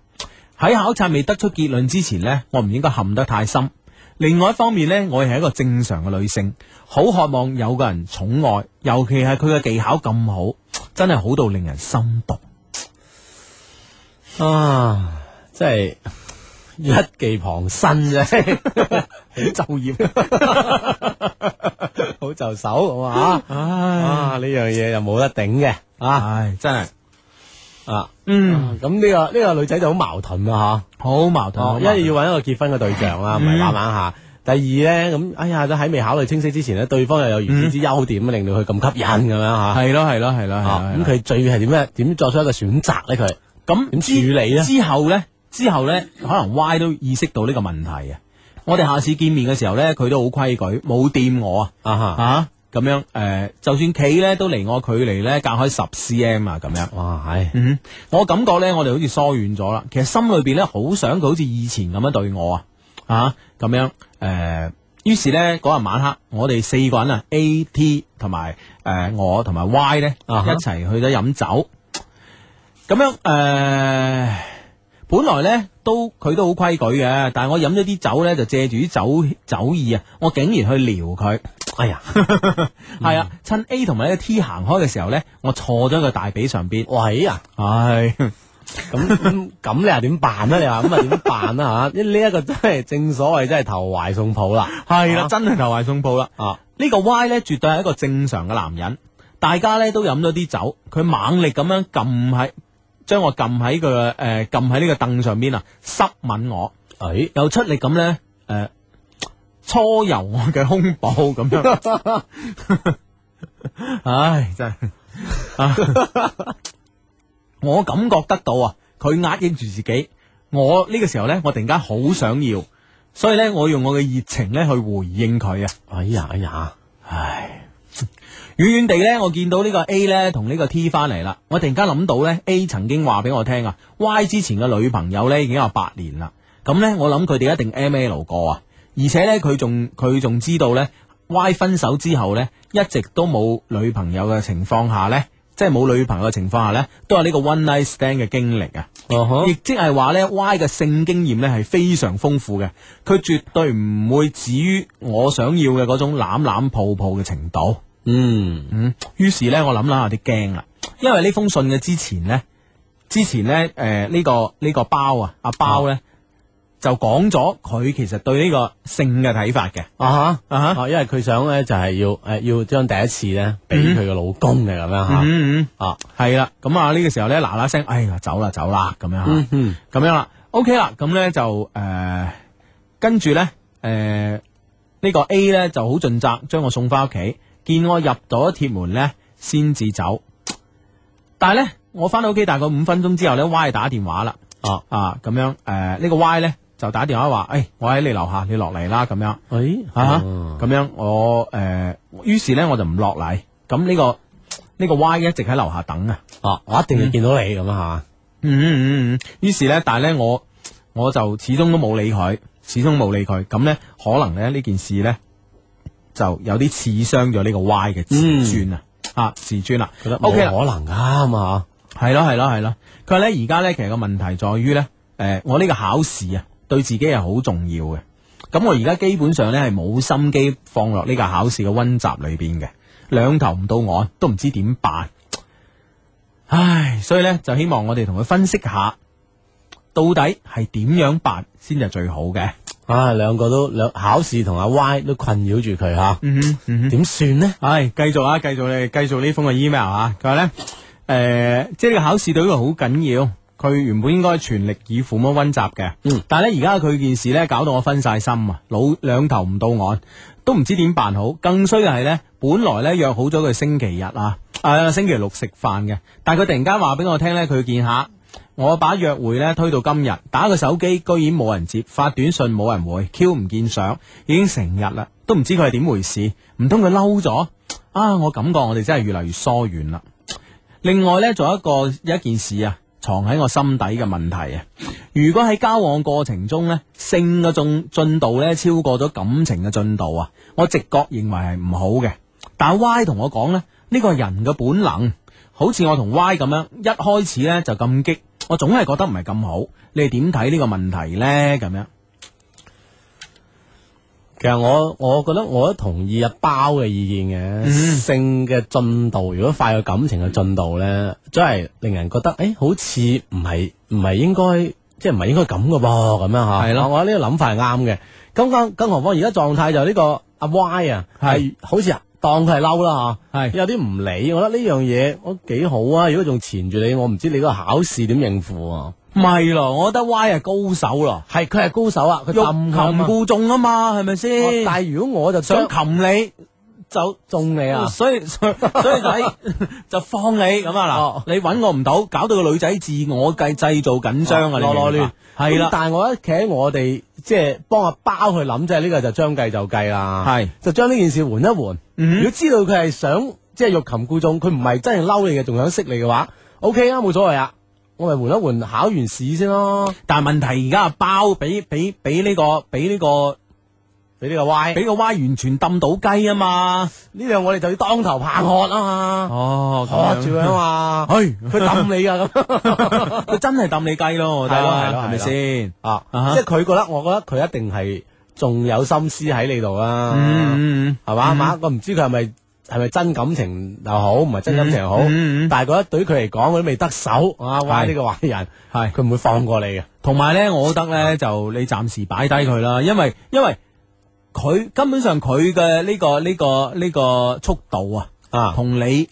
S2: 喺考察未得出結論之前呢，我唔應該陷得太深。另外一方面呢，我係一個正常嘅女性，好渴望有個人寵愛，尤其係佢嘅技巧咁好，真係好到令人心動。
S3: 啊，即係一技傍身啫，
S2: 就業，
S3: 好就手咁啊！
S2: 唉，
S3: 啊，呢樣嘢又冇得頂嘅啊
S2: 唉，真係，
S3: 啊！
S2: 嗯，
S3: 咁呢個呢個女仔就好矛盾啦
S2: 好矛
S3: 吓，哦
S2: 盾，嗯
S3: 一係要揾一個結婚嘅對象啦，唔係玩玩下。第二咧，咁哎呀，都喺未考慮清晰之前咧，對方又有如此之優點，啊令到佢咁吸引咁樣吓。
S2: 系咯系咯系咯，
S3: 啊
S2: 係
S3: 咁
S2: 咯
S3: 佢最係點咧？點作出一個選擇咧？佢
S2: 咁
S3: 點
S2: 之
S3: 處理咧
S2: 之後咧，之後咧，可能 Y 都意識到呢個問題啊。我哋下次見面嘅時候咧，佢都好規矩，冇掂我啊。
S3: 啊吓，
S2: 啊咁樣誒、呃就算企咧都離我距離咧隔開十 cm 啊咁樣。
S3: 哇，係
S2: 嗯，我感覺咧，我哋好似疏遠咗啦。其實心裏邊咧，好想佢好似以前咁樣對我啊，啊咁樣誒。呃於是咧嗰日晚黑，我哋四個人啊，A、T 同埋誒我同埋 Y 咧、
S3: 啊哈
S2: 一齊去咗飲酒。咁樣誒、呃本來咧都佢都好規矩嘅，但係我飲咗啲酒咧，就借住啲酒酒意啊，我竟然去撩佢。
S3: 哎呀， 嗯
S2: 係啊，趁 A 同埋呢個 T 行開嘅時候咧，我坐咗喺個大髀上邊。
S3: 喂啊！
S2: 唉。
S3: 咁咁咁你又點辦咧？你話咁啊點辦啦吓？呢呢一個真係正所謂真係投懷送抱啦。
S2: 系
S3: 啊
S2: 啦，真系投懷送抱啦。
S3: 啊，
S2: 呢個 Y 呢，絕對係一個正常嘅男人，大家呢都飲咗啲酒，佢猛力咁樣撳喺，將我撳喺佢诶撳喺呢個凳上邊啊，濕吻我，
S3: 誒
S2: 又出力咁呢，诶、搓揉我嘅胸部咁樣。唉，真係，啊 我感覺得到啊，佢壓抑住自己，我呢個時候呢，我突然間好想要，所以呢，我用我嘅熱情呢去回應佢啊。
S3: 哎呀哎呀，
S2: 唉，遠遠地咧，我見到呢個 A 咧同呢個 T 翻嚟啦。我突然間諗到咧，A 曾經話俾我聽啊，Y 之前嘅女朋友咧已經有八年啦。咁咧，我諗佢哋一定 M L 過啊。而且咧，佢仲佢仲知道咧，Y 分手之後咧，一直都冇女朋友嘅情況下咧，即係冇女朋友嘅情況下咧，都有呢個 one night stand 嘅經歷啊。亦即係話呢 Y 嘅性經驗呢係非常豐富嘅，佢絕對唔會止於我想要嘅嗰種攬攬抱抱嘅程度。
S3: 嗯，
S2: 嗯，於是呢，我諗啦有啲驚啦，因為呢封信嘅之前呢，之前呢，誒、呢、個呢、個包啊，阿包呢，就講咗佢其實對呢個性嘅睇法嘅。
S3: 啊吓
S2: 啊哈
S3: 啊，因為佢想咧就係要誒要將第一次咧俾佢嘅老公嘅咁樣吓
S2: 嗯
S3: 啊，
S2: 嗯，係啦，咁啊呢個時候呢，嗱嗱聲，哎呀走啦走啦咁樣嚇。
S3: 嗯嗯
S2: 咁樣啦，OK 啦，咁咧就誒跟住咧誒呢個 A 咧就好盡責將我送翻屋企，見我入咗鐵門咧先至走。但係咧，我翻到屋企大概五分鐘之後咧，Y 打電話啦，
S3: 啊，
S2: 啊咁樣誒呢、個 Y 咧就打電話話，誒、我喺你樓下，你落嚟啦咁樣。
S3: 誒
S2: 啊，咁樣我誒，於、是咧我就唔落嚟，咁呢、個呢、個 Y 一直喺樓下等啊。
S3: 啊，我一定要見到你咁啊
S2: 嗯嗯嗯嗯，於是咧，但係咧，我我就始終都冇理佢，始終冇理佢。咁咧，可能咧呢件事咧就有啲刺傷咗呢個 Y 嘅自尊啊，啊自尊啦。
S3: 嚇，覺得
S2: O K 啦，
S3: 冇可能噶咁啊
S2: 係咯係咯係咯。佢話咧而家咧其實個問題在於咧，誒、我呢個考試啊，對自己係好重要嘅。咁我而家基本上咧係冇心機放落呢個考試嘅温習裏邊嘅，兩頭唔到岸，都唔知點辦。唉，所以咧就希望我哋同佢分析下，到底係點樣辦先係最好嘅。
S3: 嚇啊，兩個都兩考試同阿 Y 都困擾住佢嚇，
S2: 嗯哼，嗯哼。
S3: 點算呢？
S2: 唉，繼續啊，繼續你繼續呢封嘅 email 啊，佢話咧，诶、即係呢個考試對佢好緊要，佢原本應該全力以赴咁樣温習嘅，
S3: 嗯，
S2: 但係咧而家佢件事咧搞到我分晒心啊，老兩頭唔到岸，都唔知點辦好，更衰嘅係咧，本來咧約好咗佢星期日啊，诶、星期六食飯嘅，但係佢突然間話俾我聽咧，佢見客。我把約會咧推到今日，打個手機居然冇人接，發短信冇人回，Q 唔見相，已經成日啦，都唔知佢係點回事，唔通佢嬲咗？啊！我感覺我哋真係越嚟越疏遠啦。另外呢，仲有一個有一件事啊，藏喺我心底嘅問題啊。如果喺交往過程中呢，性嘅進進度呢超過咗感情嘅進度啊，我直覺認為係唔好嘅。但 Y 同我講呢，呢、個係人嘅本能，好似我同 Y 咁樣，一開始呢就咁激，我總係覺得唔係咁好。你哋點睇呢個問題呢？咁樣
S3: 其實我我覺得我都同意阿包嘅意見嘅，性嘅進度如果快過感情嘅進度咧，真係令人覺得誒、欸好似唔係唔係應該，即係唔係應該咁嘅噃咁樣嚇。
S2: 係咯
S3: 啊我覺得呢個諗法係啱嘅。咁更更何況而家狀態就呢、個阿 Y 啊，
S2: 係
S3: 係好似當佢係嬲啦嚇，
S2: 係
S3: 有啲唔理。我覺得呢樣嘢我幾好啊！如果仲纏住你，我唔知你嗰個考試點應付啊。
S2: 唔係咯，我覺得 Y 係高手咯，
S3: 系佢系高手啊，佢
S2: 欲
S3: 撳佢啊
S2: 擒
S3: 嘛
S2: 故縱啊嘛，係咪
S3: 哦
S2: 先？
S3: 但系如果我就
S2: 想
S3: 想
S2: 擒你就。
S3: 中你啊，
S2: 所以所以所以就喺就放你咁啊
S3: 哦
S2: 嗱，你揾我唔到，搞到個女仔自我計製造緊張啊，
S3: 哦囉
S2: 你明白
S3: 囉亂
S2: 係
S3: 咁
S2: 啦，
S3: 但系我一企喺我哋即系幫阿包去諗，即係呢個就將計就計啦。
S2: 係
S3: 就將呢件事緩一緩。
S2: 嗯
S3: 如果知道佢係想即係欲擒故縱，佢唔係真係嬲你嘅，仲想識你嘅話 o K 啊，冇所謂啊。我咪緩一緩，考完試先咯。
S2: 但係問題而家阿包俾俾俾呢個俾呢個
S3: 俾呢個 Y，
S2: 俾個 Y 完全抌到雞啊嘛，
S3: 呢樣我哋就要當頭棒喝啊嘛，
S2: 哦
S3: 喝住佢啊 嘛，
S2: 係
S3: 佢抌你啊 咁。
S2: 佢真係抌你雞咯，我覺得
S3: 係咯係咯
S2: 係咪
S3: 係咯
S2: 先？
S3: 啊
S2: 啊哈，
S3: 即係佢覺得，我覺得佢一定係仲有心思喺你度啊啦。
S2: 嗯嗯
S3: 系嘛？嘛，我唔知佢係咪系咪真感情又好，唔係真感情又好，
S2: 嗯嗯嗯
S3: 但係覺得對於佢嚟講，佢都未得手啊！哇，
S2: 係
S3: 呢個壞人，
S2: 係
S3: 佢唔會放過你嘅。
S2: 同埋咧，我覺得咧就你暫時擺低佢啦，因為因為佢根本上佢嘅呢個呢、個呢、個速度啊，
S3: 啊
S2: 同你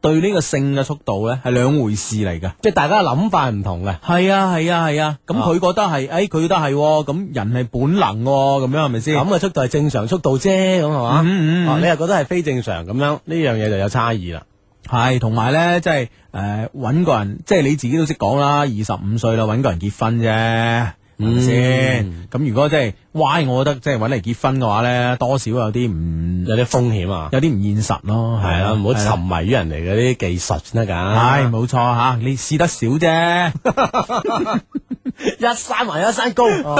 S2: 對呢個性嘅速度咧係兩回事嚟嘅。
S3: 即係大家嘅諗法唔同嘅，
S2: 係啊係啊係啊，咁佢、覺得係，誒、佢覺得係喎，咁人係本能喎，咁樣係咪先？
S3: 咁嘅速度係正常速度啫，咁係嘛？
S2: 嗯嗯嗯
S3: 啊你又覺得係非正常咁樣，呢樣嘢就有差異啦。
S2: 係，同埋咧，即係誒揾個人，即係你自己都識講啦，二十五歲啦，揾個人結婚啫，係
S3: 嗯
S2: 咪先？咁如果即係 Y，我覺得即係揾嚟結婚嘅話咧，多少有啲唔
S3: 有啲風險啊，
S2: 有啲唔現實咯，
S3: 係啦，唔好
S2: 係啦
S3: 沉迷於人哋嗰啲技術啊先得㗎。
S2: 係冇錯吓，你試得少啫。
S3: 一山還有一山高。 啊，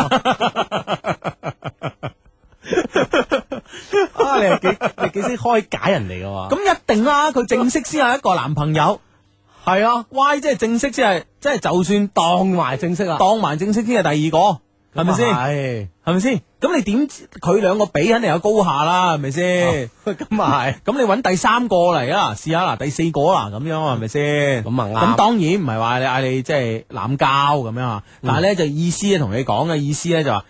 S2: 啊
S3: 你又幾你幾識開解人嚟嘅喎？
S2: 咁一定啦，佢正式先有一個男朋友。係啊，Y 即係正式，即係即係就算
S3: 當
S2: 當
S3: 埋正式啦，
S2: 當埋正式先係第二個，係咪先？
S3: 先？
S2: 係咪先？咁你點知佢兩個比肯定有高下啦，係咪先？
S3: 咁啊係，
S2: 咁你揾第三個嚟啊，試下嗱，第四個啦，咁樣係咪先？
S3: 咁啊啱
S2: 咁當然唔係話你嗌你即係濫交咁樣啊，
S3: 嗯
S2: 但係咧就意思咧同你講嘅意思咧就話，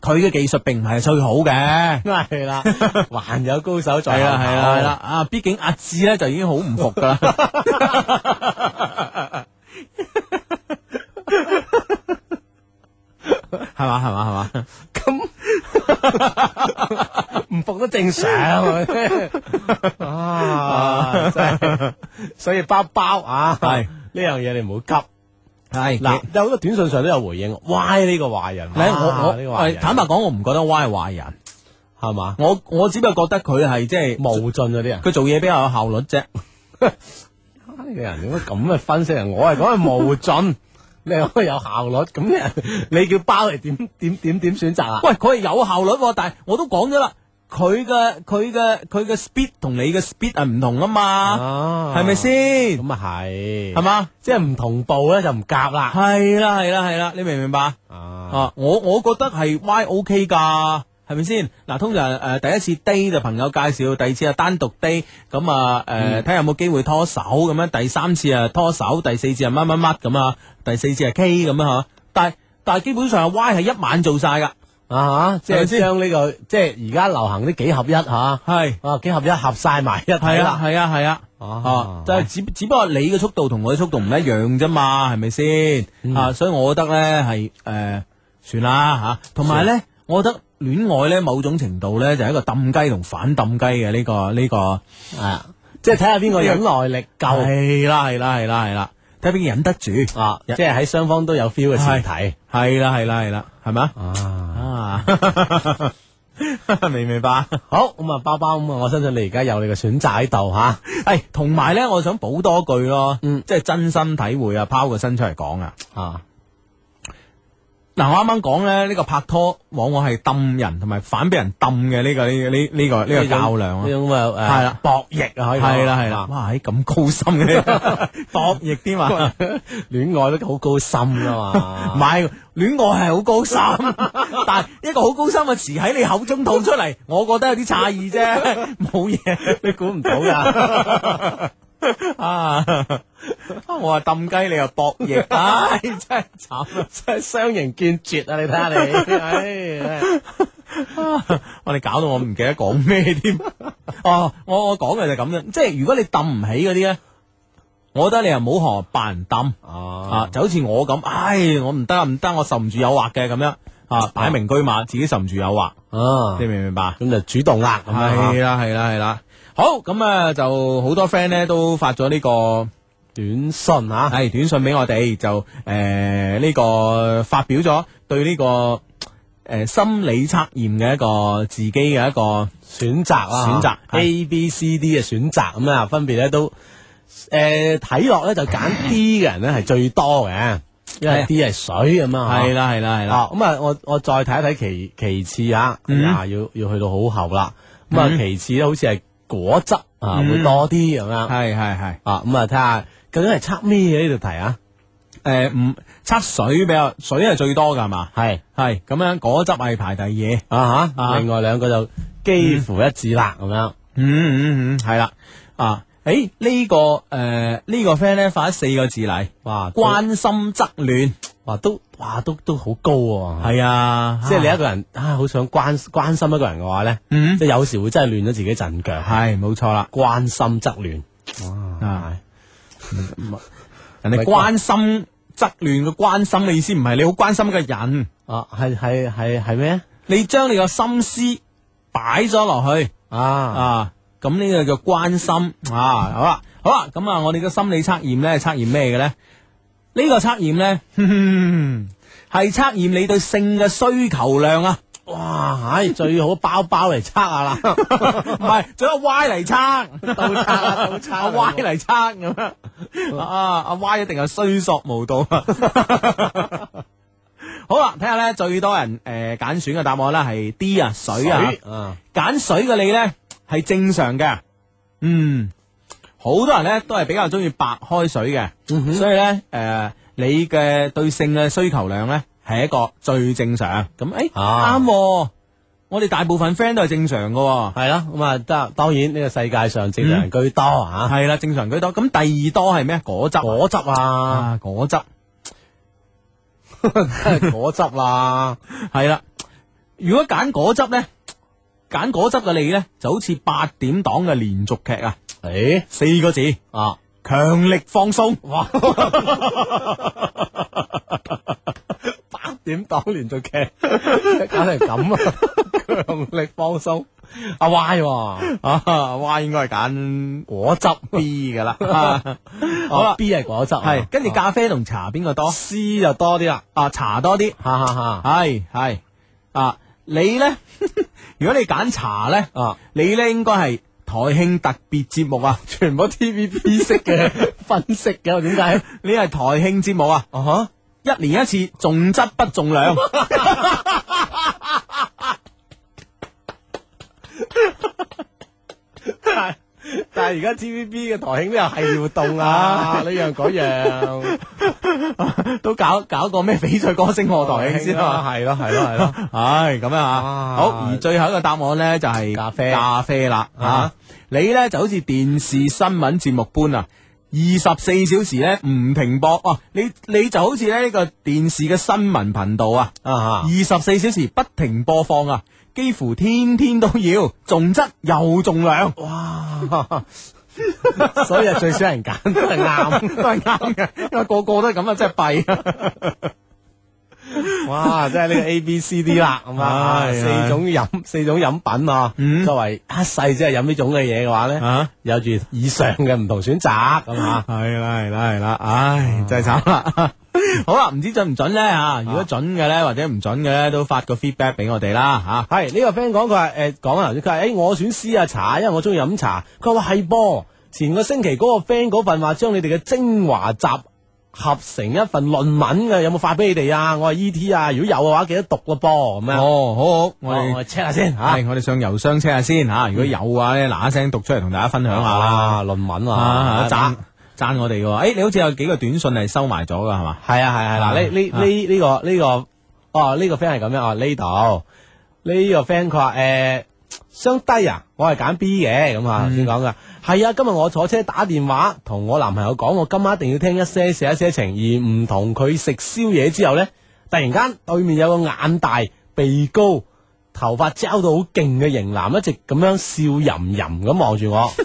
S2: 佢嘅技術並唔係最好嘅。
S3: 係啦， 還有高手
S2: 系
S3: 在
S2: 啦系
S3: 後
S2: 啦
S3: 頭
S2: 系啦，，啊！毕竟阿志咧就已經好唔服噶啦，係嘛係嘛係嘛，
S3: 唔服都正常係咪啊！真係所以包包啊，
S2: 係
S3: 呢樣嘢你唔好急。
S2: 係
S3: 嗱，有好多短信上都有回應，Y 呢個壞人，
S2: 你我
S3: 哇啊呢個
S2: 我
S3: 壞
S2: 喂
S3: 人
S2: 坦白講，我唔覺得 Y 係壞人，啊
S3: 係嘛，
S2: 我我只不過覺得佢係即係
S3: 無盡嗰啲人。
S2: 佢做嘢比較有效率啫。
S3: 呢個人點解咁嘅分析人？我係講係無盡，你係可以有效率，咁嘅人你叫包嚟點點點點選擇啊？
S2: 喂，佢係有效率喎，但係我都講咗啦，佢嘅佢嘅佢嘅 speed 同你嘅 speed 係唔同啊嘛，
S3: 啊
S2: 係咪？先？
S3: 咁啊係，
S2: 係？嘛？
S3: 即係唔同步咧就唔夾啦。
S2: 係啦係啦係啦，你明唔明白？
S3: 啊，
S2: 啊，我我覺得係 Y O K 噶，係咪先？嗱，通常誒、呃第一次 date 就朋友介紹，第二次啊單獨 date，咁啊誒睇下有冇機會拖手咁樣，第三次啊拖手，第四次啊乜乜乜咁啊，第四次啊 K 咁樣嚇，但係但係基本上啊 Y 係一晚做晒噶，
S3: 啊即
S2: 係咪
S3: 係
S2: 先
S3: 將呢個即係而家流行啲幾合一嚇，啊
S2: 係
S3: 幾合一合晒埋一體
S2: 係啊
S3: 啦。
S2: 係啊係啊。啊，就係只只不過你嘅速度同我嘅速度唔一樣啫嘛，係咪先？啊，所以我覺得咧係誒算啦嚇，同埋咧，我覺得戀愛咧某種程度咧就係一個抌雞同反抌雞嘅呢個呢個，
S3: 啊，即係睇下邊個忍耐力夠
S2: 係啦係啦係啦係啦，睇下邊個忍得住，
S3: 啊，即係喺雙方都有 feel 嘅前提
S2: 係啦係啦係啦，係咪啊？
S3: 啊。
S2: 啊， 明唔明白？
S3: 好咁啊，包包咁啊，我相信你而家有你嘅選擇喺度嚇。
S2: 係，哎同埋咧，我想補多句咯，
S3: 嗯
S2: 即係真心體會啊，拋個身出嚟講啊。
S3: 啊，
S2: 嗱，我啱啱講咧，呢個拍拖往往係氹人同埋反俾人氹嘅呢個呢個呢呢個呢個
S3: 呢種
S2: 較量啊
S3: 呢，種咁嘅誒
S2: 係啦
S3: 博弈啊，可以講
S2: 係啦係啦，，哇，喺咁高深嘅 呢個博弈添啊！
S3: 戀 愛都好高深噶
S2: 唔
S3: 嘛，
S2: 係戀愛係好高 深，但係一個好高深嘅詞喺你口中吐出嚟，我覺得有啲詫異 啫，冇嘢
S3: 你估唔到噶，
S2: 啊！我話氹雞，你又博 弈，唉，真係慘 啊！
S3: 真係雙形見絕啊！你睇 下你，唉，真係
S2: 我哋搞到我唔記得講 咩添。哦，我我講嘅就係咁樣，即係如果你抌唔起嗰啲咧，我覺得你又唔好學扮人抌啊，就好似我咁，唉，我唔得啊唔得，我受唔住誘惑嘅咁樣啊，擺明車馬，自己受唔住誘惑，
S3: 啊
S2: 你，明唔明白？
S3: 咁就主動啦，咁
S2: 係
S3: 樣
S2: 啦係啦係啦，好咁啊就好多 friend 咧都發咗呢個。
S3: 短信啊吓，
S2: 系短信俾我哋，就诶呢、個發表咗對呢、個个呃心理測驗嘅一個自己嘅一個
S3: 選擇啦，
S2: 選擇
S3: 嚇 A、B、C、D 嘅選擇咁啊，分別咧都誒睇落咧就揀 D 嘅人咧係最多嘅，因
S2: 係
S3: 為
S2: 啊
S3: D 係水咁啊，嚇
S2: 係啦係啦係啦，
S3: 啊，咁啊，我我再睇一睇其其次啊，哎呀，要要去到好後啦。咁啊，
S2: 嗯
S3: 其次咧，好似係果汁啊，
S2: 嗯
S3: 會多啲咁樣。
S2: 係係係
S3: 啊，咁啊，睇下究竟係測咩嘅呢度題啊？
S2: 诶唔測水比較水係最多㗎係嘛，
S3: 係
S2: 係咁樣果汁係排第二。
S3: 啊
S2: 啊
S3: 吓，另外兩個就幾乎一致啦，咁樣。
S2: 嗯嗯嗯，係啦啊。诶，呢、個诶呢個 friend 咧發咗四個字嚟，
S3: 哇，都
S2: 關心則亂，
S3: 哇都哇都都好高喎。
S2: 係啊，
S3: 即係你一個人啊，好想關關心一個人嘅話咧，
S2: 嗯
S3: 即係有時會真係亂咗自己陣腳。
S2: 係冇錯啦，
S3: 關心則亂，
S2: 啊。人
S3: 唔
S2: 哋
S3: 係
S2: 關心則亂嘅關心嘅意思，唔係你好關心嘅人，
S3: 啊，係係係係咩
S2: 你將你個心思擺咗落去
S3: 啊？
S2: 啊，咁呢個叫關心啊。好啦，好啦，咁啊，我哋嘅心理測驗咧，測驗咩嘅咧？呢、個測驗咧， 係測驗你對性嘅需求量啊，
S3: 哇，唉，最好包包嚟測下啦，
S2: 唔係，仲有 Y 嚟測，
S3: 倒測啦，倒測
S2: 阿 Y 嚟測咁樣，啊阿 Y 一定係衰索無道啊！ 好啦，睇下咧最多人诶拣、選嘅答案啦，係 D 啊水啊，
S3: 啊，
S2: 揀水嘅你咧係正常嘅，嗯，好多人咧都係比較中意白開水嘅，
S3: 嗯
S2: 所以咧诶、誒你嘅對性嘅需求量咧係一個最正常，咁哎诶啱
S3: 啊
S2: 喎，我哋大部分 friend 都係正常嘅喎。
S3: 係啦，咁啊，得當然呢個世界上正常人居多啊，
S2: 系啦，正常居多。咁第二多係咩？果汁
S3: 果汁 啊，
S2: 啊，果汁
S3: 果汁啊 啦，
S2: 係啦。如果揀果汁咧，揀果汁嘅你咧，就好似八點檔嘅連續劇啊，
S3: 誒
S2: 四個字，
S3: 啊，
S2: 強力放鬆。
S3: 哇，八點檔連續劇， 搞成咁啊，強力放鬆，阿 Y 喎
S2: 啊，哇，應該係揀
S3: 果汁，
S2: B 噶啦。啊好啦，
S3: 哦，B 係果汁啊，
S2: 係跟住
S3: 加
S2: 咖啡同茶邊個多
S3: C 就多啲啦，
S2: 啊？茶多啲，
S3: 哈哈哈，
S2: 係係啊。你咧， 如果你揀茶咧，
S3: 啊。
S2: 你咧應該係台慶特別節目 啊，
S3: 全部 TVB 式 嘅分析嘅，點解？
S2: 你係台慶節目啊。
S3: 啊哈！
S2: 一年一次，重質不重 量。
S3: 但係而家 TVB 嘅台慶都有系活動啊，呢樣嗰樣，
S2: 都搞搞個咩翡翠歌星我台慶先啊！
S3: 哦係咯係咯係咯，
S2: 唉，咁樣啊，
S3: 啊
S2: 好，而最後一個答案呢，就係
S3: 咖啡
S2: 咖啡啦啊
S3: 啊！
S2: 你呢就好似電視新聞節目般啊，二十四小時呢唔停播哦、你你就好似呢個電視嘅新聞頻道啊，
S3: 啊
S2: 二十四小時不停播放啊，幾乎天天都要，重質又重量，
S3: 哇！所以啊，最少人揀都係啱，
S2: 都係啱嘅，因為個個都係咁啊，真係弊啊！
S3: 哇！真係呢個 A B C D 啦，咁啊，
S2: 唉
S3: 四種飲四種飲品啊
S2: 嗯，
S3: 作為一世即係飲呢種嘅嘢嘅話咧，
S2: 啊
S3: 有住以上嘅唔同選擇咁啊，
S2: 系啦系啦系啦，唉，真系惨啦。好啦，唔知准唔准咧吓？
S3: 啊
S2: 如果准嘅咧，或者唔准嘅咧，都發個 feedback 俾我哋啦
S3: 系呢、個 friend 講佢話诶講啊，佢話诶我選 C 啊茶，因為我中意飲茶。佢話係噃，前個星期嗰個 friend 嗰份話將你哋嘅精華集合成一份論文嘅，有冇發俾你哋啊？我話 E T 啊，如果有嘅話記得讀咯噃咁
S2: 吓。
S3: 樣。
S2: 哦，好好，我
S3: 我
S2: 哋
S3: 我 check 下先吓，
S2: 係我哋上郵箱 check 下先吓。如果有嘅話咧，嗱一聲讀出嚟同大家分享下啦。
S3: 啊論文
S2: 啊，
S3: 啊，
S2: 赞赞我哋嘅喎。哎诶，你好似有幾個短信係收埋咗㗎係嘛？
S3: 係啊係啊，嗱呢呢呢呢個呢個哦呢個 friend 係咁樣啊呢度呢個 friend 佢話誒相低啊，我係揀 B 嘅咁啊先講噶，係啊今日我坐車打電話同我男朋友講，我今晚一定要聽一些事一些情，而唔同佢食宵夜之後呢，突然間對面有個眼大鼻高頭髮焦到好勁嘅型男，一直咁樣笑吟吟咁望住我。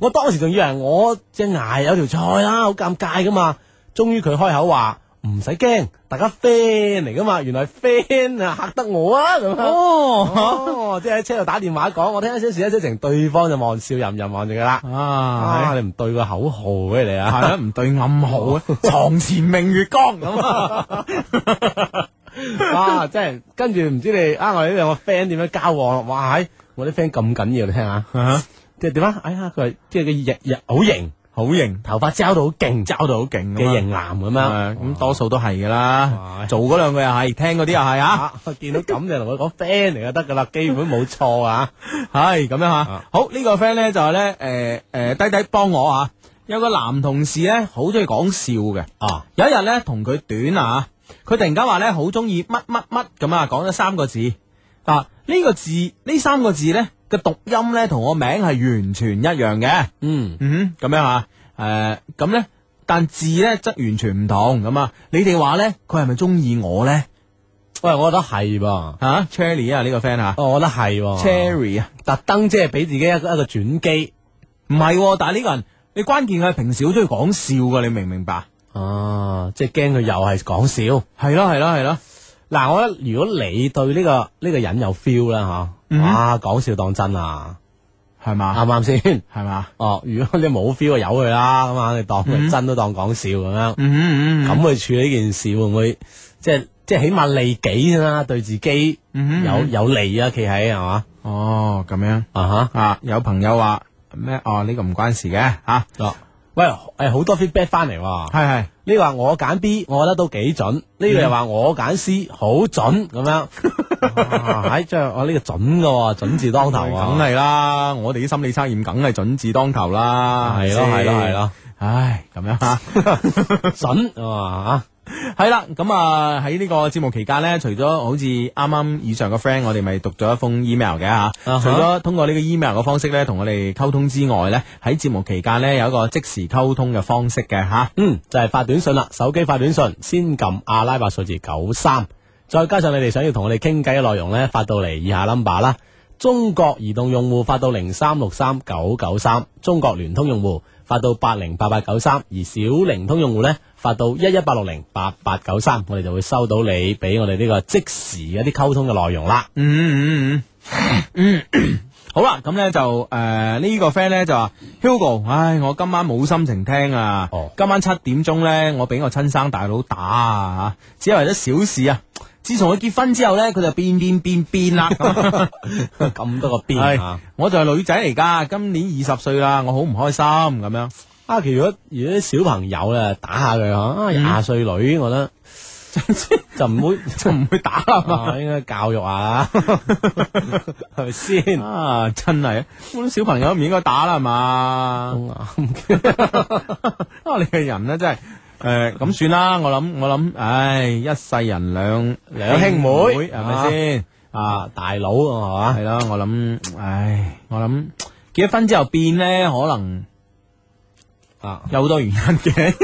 S3: 我當時仲以為我隻牙有條菜啦，好尷尬噶嘛。終於佢開口話唔使驚，大家 friend 嚟噶嘛，原來 friend 啊嚇得我啊咁樣。
S2: 哦，
S3: 哦，即係喺車度打電話講，我聽一些事一些情，對方就望笑吟吟望住佢啦。
S2: 啊
S3: 啊，，你唔對個口號嘅你
S2: 系
S3: 啊！
S2: 啦，唔對暗號啊，床前明月光咁 啊，
S3: 哇，啊真係跟住唔知你啊，我哋呢兩個 friend 點樣交往？哇，唉我啲 friend 咁緊要，你聽下，即係點啊？哎呀，佢話即係佢日日好型，
S2: 好型
S3: 頭髮焦到好勁，焦
S2: 搞到好勁
S3: 嘅
S2: 嘅型
S3: 型男咁
S2: 啊，
S3: 樣。
S2: 咁多數都係噶啦
S3: 哇，
S2: 做嗰兩個又係，聽嗰啲又係啊。
S3: 啊，見到咁就同佢講 friend 嚟就得噶啦，基本冇錯啊！
S2: 系咁樣吓
S3: 啊，
S2: 好呢個 friend 咧就係咧，诶诶，低低幫我啊，有個男同事咧好中意講笑嘅，
S3: 啊，
S2: 有一日咧同佢短啊，佢突然間話咧好中意乜乜乜咁啊，講咗三個字啊，呢個字呢三個字咧嘅讀音咧同我名係完全一樣嘅。
S3: 嗯，
S2: 嗯哼，咁樣啊，诶、咁咧，但字咧則完全唔同咁啊。你哋話咧，佢係咪中意我咧？
S3: 喂，我覺得係噃，
S2: 吓、c h e r r y 啊，呢、個 friend 啊
S3: 哦哦我覺得係喎
S2: ，Cherry 啊，
S3: 特登即係俾自己一個一個轉機。
S2: 唔係喎，但係呢個人，你關鍵佢係平時好中意講笑噶，你明唔明白？
S3: 啊，即係驚佢又係講笑。
S2: 係咯，係咯，係咯，
S3: 嗱，我覺得如果你對呢、個呢、個人有 feel 啦
S2: 嗯
S3: 吓，啊講笑當真啊，
S2: 係嘛
S3: 啱，唔啱先？
S2: 係嘛，
S3: 哦，如果你冇 feel 就由佢啦，咁啊，你當
S2: 嗯
S3: 佢真都當講笑咁樣，
S2: 嗯嗯
S3: 咁去處理件事會唔會即係即係起碼利己先啦，對自己
S2: 嗯
S3: 有有利啊，企喺係嘛
S2: 哦，咁樣
S3: 啊
S2: 啊，有朋友話咩？哦，呢、個唔關事嘅吓，
S3: 吓，哦，喂，誒好多 feedback 翻嚟喎。
S2: 係係
S3: 呢個話我揀 B，我覺得都幾準。呢個又話我揀 C，好準咁樣。 喺即係哦我呢個準嘅喎，準字當頭
S2: 梗
S3: 啊！
S2: 係啦，我哋啲心理測驗梗係準字當頭啦，
S3: 係咯
S2: 咪
S3: 係
S2: 先
S3: 咯係咯，
S2: 唉，咁樣吓。
S3: 準啊
S2: 系啦，咁啊喺呢個節目期間呢，除咗好似啱啱以上嘅 friend，我哋咪讀咗一封 email 嘅吓
S3: 啊哈
S2: 除咗通過呢個 email 嘅方式呢，同我哋溝通之外呢，喺節目期間呢，有一個即時溝通嘅方式嘅吓。
S3: 嗯，就係、發短信啦，手機發短信，先撳阿拉伯數字九三，再加上你哋想要同我哋傾偈嘅內容呢，發到嚟以下 number 啦。中國移動用戶發到零三六三九九三，中國聯通用戶發到八零八八九三，而小靈通用戶呢，發到一一八六零八八九三，我哋就會收到你俾我哋呢個即時嘅一啲溝通嘅內容啦。
S2: 嗯嗯嗯嗯嗯，好啦，咁呢就诶、呃呢個 friend 呢就話 Hugo，唉，我今晚冇心情聽啊，
S3: 哦
S2: 今晚七點鐘呢，我俾我親生大佬打啊，只係為咗小事啊。自從佢結婚之後呢，佢就變變變變 啦。
S3: 咁多個邊
S2: 係
S3: 啊！
S2: 我就係女仔嚟噶，今年二十歲啦，我好唔開心咁樣。
S3: 啊，其實如果如果啲小朋友咧打下佢啊，廿歲女，我覺 得就唔會
S2: 就唔 會打啦嘛。
S3: 啊，應該教育 下，係咪先？
S2: 啊，真係，咁小朋友唔應該打啦，係嘛？ 啊，你嘅人咧真係。诶，咁、算啦，我諗我諗，唉，一世人兩
S3: 兩兄妹
S2: 係咪先？啊，
S3: 啊，大佬啊係嘛？
S2: 係啦，我諗，唉，我諗結咗婚之後變咧，可能
S3: 啊，
S2: 有好多原因嘅。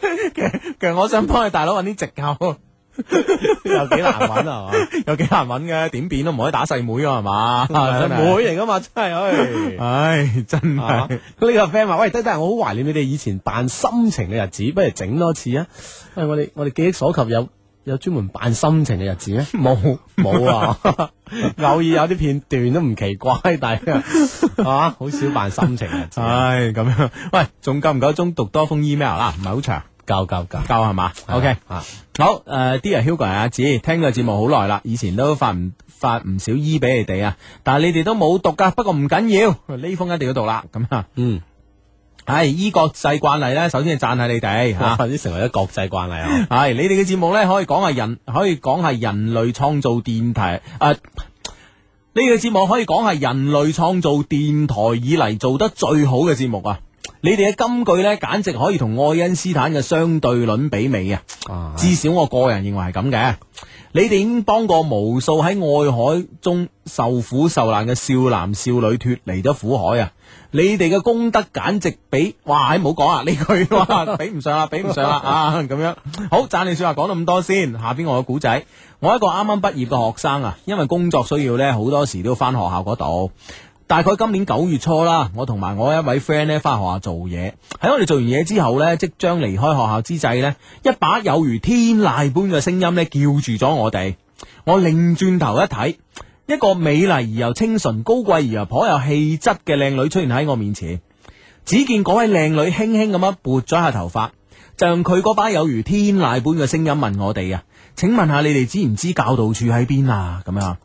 S2: 其實其實我想幫你大佬揾啲藉口。
S3: 有幾難揾啊係嘛？
S2: 有幾難揾嘅，點變都唔可以打細妹啊，係嘛？
S3: 係妹嚟噶嘛，真係，唉。
S2: 唉，真
S3: 啊！
S2: 係
S3: 呢個 friend 話：，喂，低低，我好懷念你哋以前扮心情嘅日子，不如整多次啊！喂，我哋我哋記憶所及有有專門扮心情嘅日子咩？
S2: 冇
S3: 冇啊， 偶爾有啲片段都唔奇怪，但係 啊，好少扮心情嘅日子啊。
S2: 唉咁樣。喂，仲夠唔夠鐘讀多封 email 啦？唔係好長，
S3: 夠夠夠
S2: 夠係嘛？OK，
S3: 啊，
S2: 好誒，Dear Hugo 啊阿子，聽個節目好耐啦，以前都發唔發唔少 E 俾你哋啊，但係你哋都冇讀噶，不過唔緊要，呢封一定要讀啦，咁啊。
S3: 嗯，
S2: 唉，依國際慣例咧，首先係讚下你哋嚇
S3: 哇，，啲成為咗國際慣例啊！
S2: 系你哋嘅節目咧，可以講係人，可以講係人類創造電台啊。呢個節目可以講係人類創造電台以嚟做得最好嘅節目啊！你哋嘅金句咧，簡直可以同愛因斯坦嘅相對論比美啊！
S3: 啊
S2: 至少我個人認為係咁嘅。你哋已經幫過無數喺愛海中受苦受難嘅少男少女脱離咗苦海啊！你哋嘅功德簡直比哇，唔好講啊！呢句哇，比唔上啦，比唔上啦啊！咁樣好，讚你說話講到咁多先，下邊我嘅古仔，我一個啱啱畢業嘅學生啊，因為工作需要呢，好多時都要翻學校嗰度。大概今年九月初啦，我同埋我一位 friend 咧翻學校做嘢，喺我哋做完嘢之後呢，即將離開學校之際呢，一把有如天籟般嘅聲音呢，叫住咗我哋。我擰轉頭一睇，一個美麗而又清純、高貴而又頗有氣質嘅靚女出現喺我面前。只見嗰位靚女輕輕咁樣撥咗下頭髮，就用佢嗰把有如天籟般嘅聲音問我哋啊：請問下你哋知唔知教導處喺邊啊？咁樣。
S3: 啊，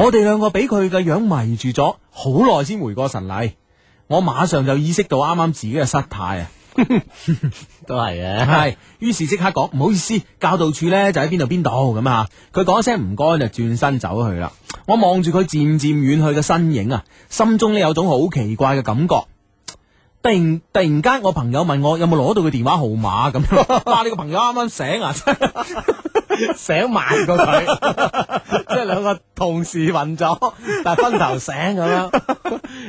S2: 我哋兩個俾佢嘅樣迷住咗，好耐先回過神嚟。我馬上就意識到啱啱自己嘅失態啊！
S3: 都係嘅，
S2: 係，於是即刻講唔好意思，教導處呢就喺邊度邊度咁啊！佢講一聲唔該就轉身走去啦。我望住佢漸漸遠去嘅身影啊，心中呢有種好奇怪嘅感覺。突然突然間，我朋友問我有冇攞到佢電話號碼咁， 哇！你個朋友啱啱醒啊，真係
S3: 醒慢 過佢，即係兩個同時暈咗，但係分頭醒咁樣，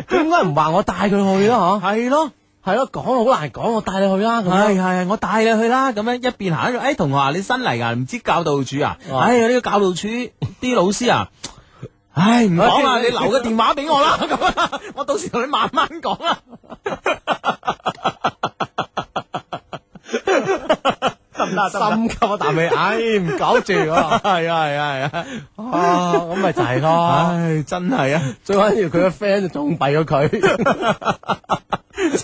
S3: 佢點解唔話我帶佢去啊咯？嗬，
S2: 係咯。
S3: 係咯，講好難講，我帶你去啦咁樣
S2: 系。系，我帶你去啦，咁樣一邊行一邊，哎，同學啊，你新嚟噶，唔知教導處啊？
S3: 哦
S2: 哎呀，呢個教導處啲老師 啊，唉，唔講啦，
S3: 哎
S2: 你留個電話俾我啦，咁啊，我到時同你慢慢講啊啦。
S3: 心急啊一啖氣，唉，唔搞住 啊！
S2: 係啊，係啊，係啊，
S3: 啊，咁咪就係咯。
S2: 唉，真係啊，
S3: 最緊要佢個 friend 就仲弊咗佢，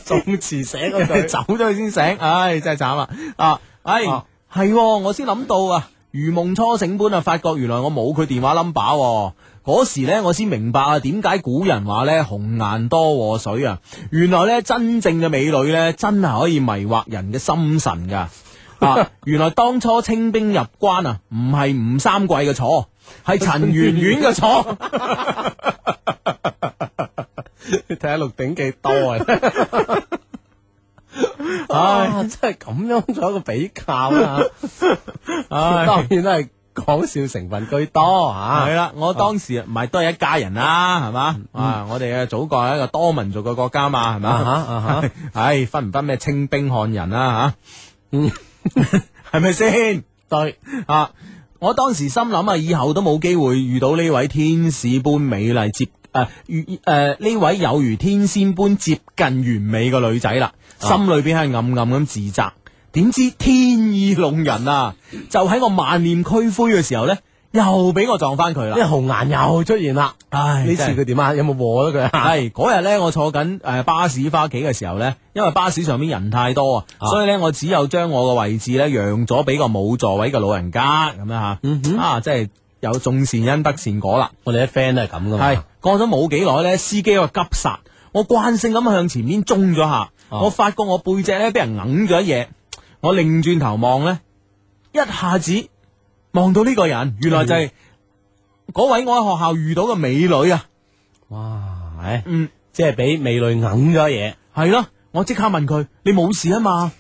S3: 仲遲醒咗 佢。
S2: 走咗去先醒，唉，真係慘啊！啊，唉，
S3: 哦
S2: 係喎，我先諗到啊，如夢初醒般啊，發覺原來我冇佢電話 number 喎。嗰時呢，我先明白啊，點解古人話呢紅顏多禍水啊！原來呢，真正嘅美女呢，真係可以迷惑人嘅心神噶。啊！原來當初清兵入關啊，唔係吳三桂嘅錯，係陳圓圓嘅錯。
S3: 睇下《鹿鼎記》多啊！
S2: 唉
S3: 唉，啊真係咁樣做一個比較啊！
S2: 唉
S3: 當然都係講笑成分居多啊嗯
S2: 系
S3: 嚇。
S2: 啦，我當時唔係都係一家人啦，係嘛？啊，我哋嘅祖國係一個多民族嘅國家嘛，係
S3: 啊哈
S2: 嘛？
S3: 啊哈！
S2: 唉，分唔分咩清兵漢人啦 吓？係咪先？
S3: 嗯對，
S2: 啊！我當時心諗啊，以後都冇機會遇到呢位天使般美麗接誒遇誒呢位有如天仙般接近完美嘅女仔啦，
S3: 啊
S2: 心裏邊係暗暗咁自責。點知天意弄人啊！就喺我萬念俱灰嘅時候呢，又俾我撞翻佢
S3: 呢
S2: 啦。
S3: 紅顏又出現啦。
S2: 唉，
S3: 呢次
S2: 真係
S3: 哎佢點啊？有冇和咗佢啊？
S2: 系嗰日咧，我坐緊诶巴士翻屋企嘅時候咧，因為巴士上面人太多啊，
S3: 啊
S2: 所以咧我只有將我嘅位置咧讓咗俾個冇座位嘅老人家咁樣吓，啊，即係有種善因得善果啦。
S3: 我哋啲 friend 都係咁噶嘛。
S2: 係過咗冇幾耐咧，司機個急剎，我慣性咁向前面衝咗下，
S3: 啊
S2: 我發覺我背脊咧俾人揞咗一嘢，我擰轉頭望咧，一下子望到呢個人，原來就係嗰位我喺學校遇到嘅美女啊，
S3: 哇！唉
S2: 嗯。
S3: 即係俾美女揞咗嘢。
S2: 系咯，我即刻問佢：你冇事啊嘛？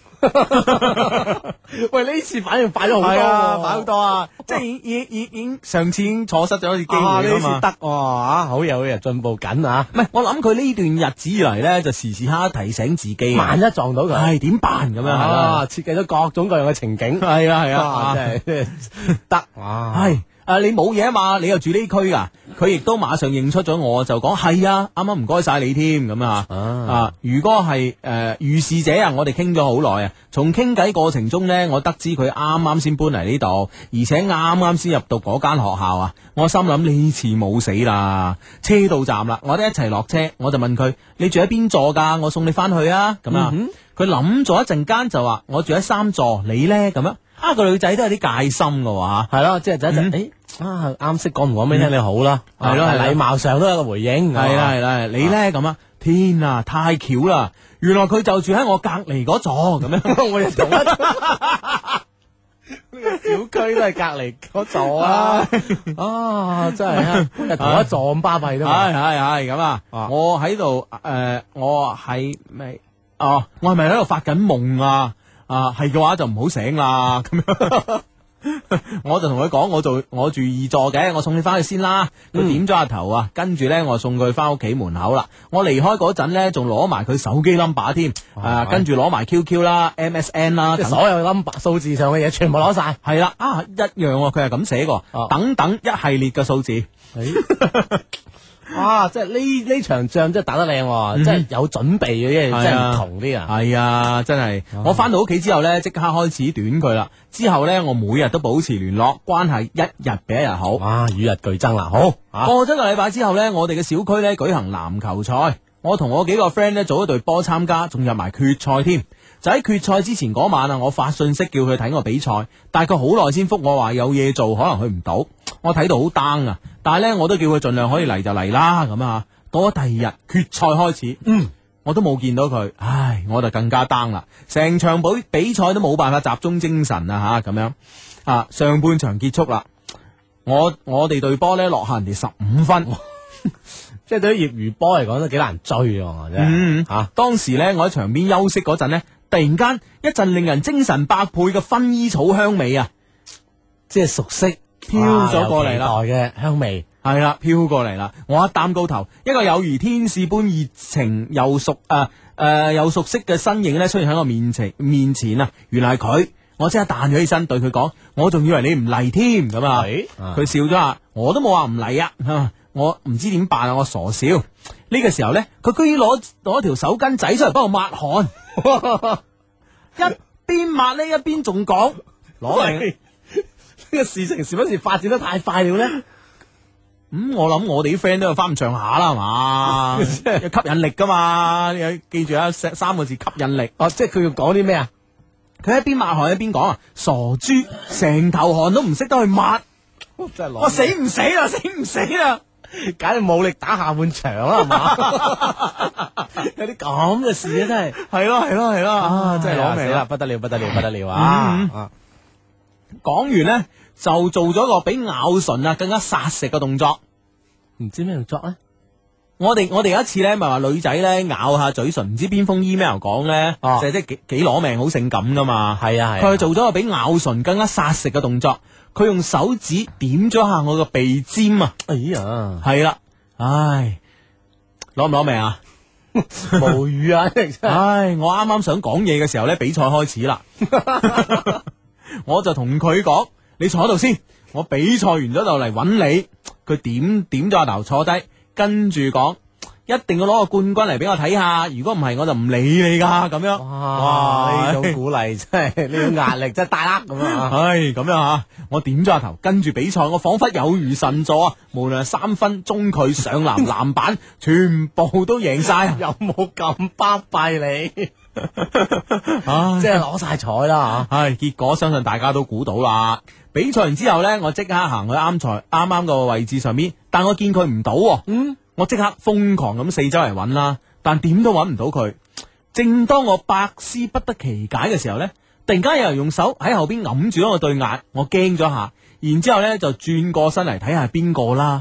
S3: 喂，呢次反應快咗好
S2: 係
S3: 多
S2: 啊
S3: 喎，
S2: 快好多啊！即係已已已已經上次已經錯失咗一次機
S3: 啊！呢
S2: 會啊
S3: 次
S2: 嘛。
S3: 得喎啊，好嘢好嘢，進步緊啊！
S2: 唔係，我諗佢呢段日子以嚟咧，就時時刻刻提醒自己啊，
S3: 萬一撞到佢，
S2: 係點辦咁樣係
S3: 啊，
S2: 啦，
S3: 設計咗各種各樣嘅情景，
S2: 係啊係
S3: 啊，
S2: 啊，
S3: 真係得 哇！
S2: 係啊！你冇嘢啊嘛，你又住呢區噶，佢亦都馬上認出咗我，就講係啊，啱啱唔該晒你添咁啊！
S3: 啊，
S2: 啊，如果係誒遇事者啊，我哋傾咗好耐啊。從傾偈過程中呢，我得知佢啱啱先搬嚟呢度，而且啱啱先入到嗰間學校啊。我心諗呢次冇死啦，車到站啦，我哋一齊落車，我就問佢：你住喺邊座㗎？我送你翻去啊！咁啊，佢諗咗一陣間就話：我住喺三座，你呢？咁樣啊，個女仔都有啲戒心㗎喎嚇
S3: 係咯，即係就一陣，誒啊，啱識講唔講俾你聽你好啦，
S2: 係咯
S3: 啊
S2: 係咯
S3: 禮 貌上都有個回應，
S2: 系啦
S3: 啊
S2: 系啦，你咧咁啊，天啊，太巧啦！原來佢就住喺我隔離嗰座咁 樣，我哋同一
S3: 小區都係隔離嗰座 啊，啊，真係 啊，同一座咁巴閉都
S2: 係係係咁啊！
S3: 啊
S2: 我喺度誒，我喺咪哦，我係咪喺度發緊夢啊？啊，係嘅話就唔好醒啦，咁樣。 我就同佢講，我做我住二座嘅，我送你翻去先啦。
S3: 嗯
S2: 佢點咗下頭啊，跟住呢，我送佢翻屋企門口啦。我離開嗰陣呢，仲攞埋佢手機 number 添，啊，跟住攞埋 QQ 啦、MSN 啦，
S3: 哦 即係
S2: 等
S3: 所有 number 數字上嘅嘢全部攞晒。
S2: 係啦，啊，一樣喎，佢係咁寫過
S3: 哦，
S2: 等等一系列嘅數字。
S3: 哎 哇！即係呢呢場仗真係打得靚喎，
S2: 嗯
S3: 真係有準備嘅，因為
S2: 係啊
S3: 真係唔同啲啊。
S2: 系啊，真係！我翻到屋企之後呢，即刻開始短佢啦。之後呢，我每日都保持聯絡，關係一日比一日好。
S3: 哇！與日俱增啦，好啊，
S2: 過咗個禮拜之後呢，我哋嘅小區呢舉行籃球賽，我同我幾個 friend 呢組一隊波參加，仲入埋決賽添。就喺決賽之前嗰晚啊，我發信息叫佢睇我比賽，但係佢好耐先覆我話有嘢做，可能去唔到。我睇到好 down 啊，但係呢，我都叫佢盡量可以嚟就嚟啦咁啊。到咗第二日決賽開始，嗯。我都冇見到佢，唉，我就更加 down 啦！成場比比賽都冇辦法集中精神啊吓，咁樣啊，上半場結束啦，我我哋隊波咧落下人哋十五分，
S3: 即係對於業餘波嚟講都幾難追喎，真
S2: 嗯
S3: 係嚇。
S2: 當時咧我喺場邊休息嗰陣咧，突然間一陣令人精神百倍嘅薰衣草香味啊，
S3: 即係熟悉
S2: 飄咗過嚟啦
S3: 有期待嘅香味。
S2: 係啦，飄過嚟啦，我一擔高頭，一個有如天使般熱情又熟啊誒、呃又熟悉嘅身影咧出現喺我面前面前啊，原來係佢。我即刻彈咗起身，對佢講：我仲以為你唔嚟添咁啊！
S3: 係
S2: 佢笑咗下，我都冇話唔嚟啊！我唔知點辦啊！我傻笑。呢、個時候呢，佢居然攞攞條手巾仔出嚟幫我抹汗，一邊抹呢一邊仲講 攞嚟。
S3: 喂呢個事情是不是發展得太快了咧？
S2: 咁、嗯我諗我哋啲 friend 都有翻咁上下啦，係 嘛？有吸引力噶嘛？你有記住啊，三三個字吸引力。
S3: 哦，即係佢要講啲咩啊？
S2: 佢一邊抹汗一邊講啊，傻豬，成頭汗都唔識得去抹，
S3: 真係
S2: 我死唔死啦？死唔死啊啦？
S3: 簡直冇力打下半場 啦，係嘛？有啲咁嘅事啊，真係
S2: 係咯係咯係咯，啊真係攞命
S3: 死啦！
S2: 啦！
S3: 不得了，不得了，不得了
S2: 嗯
S3: 啊！啊
S2: 講完呢，就做咗個比咬唇啊更加殺食嘅動作。
S3: 唔知咩動作咧？
S2: 我哋我哋有一次咧，咪話女仔咧咬下嘴唇，唔知邊封 email 講咧，
S3: 哦
S2: 就係即係幾幾攞命，好性感噶嘛。
S3: 係啊
S2: 佢做咗個比咬唇更加殺食嘅動作，佢用手指點咗下我個鼻尖啊，
S3: 哎 呀，
S2: 係啦，唉，攞唔攞命啊？
S3: 無語啊！真 係
S2: 唉，我啱啱想講嘢嘅時候呢，比賽開始啦， 我就同佢講：你坐喺度先，我比賽完咗就嚟揾你。佢點點咗下頭坐低，跟住講：一定要攞個冠軍嚟俾我睇下，如果唔係我就唔理你噶咁樣。哎
S3: 哇！呢種鼓勵真係呢種壓力真係大啦咁 啊！
S2: 唉，咁樣啊，我點咗下頭，跟住比賽，我仿佛有如神助啊！無論係三分、中距、上籃、籃板，全部都贏晒 啊。
S3: 有冇咁巴閉 你？
S2: 唉
S3: 即係攞晒彩啦
S2: 唉，結果相信大家都估到啦。比賽完之後呢，我即刻行去啱才啱啱個位置上面，但我見佢唔到喎，
S3: 嗯，
S2: 我即刻瘋狂咁四周嚟揾啦，但點都揾唔到佢。正當我百思不得其解嘅時候呢，突然間有人用手喺後邊揞住咗我對眼，我驚咗下，然之後呢就轉過身嚟睇下係邊個啦。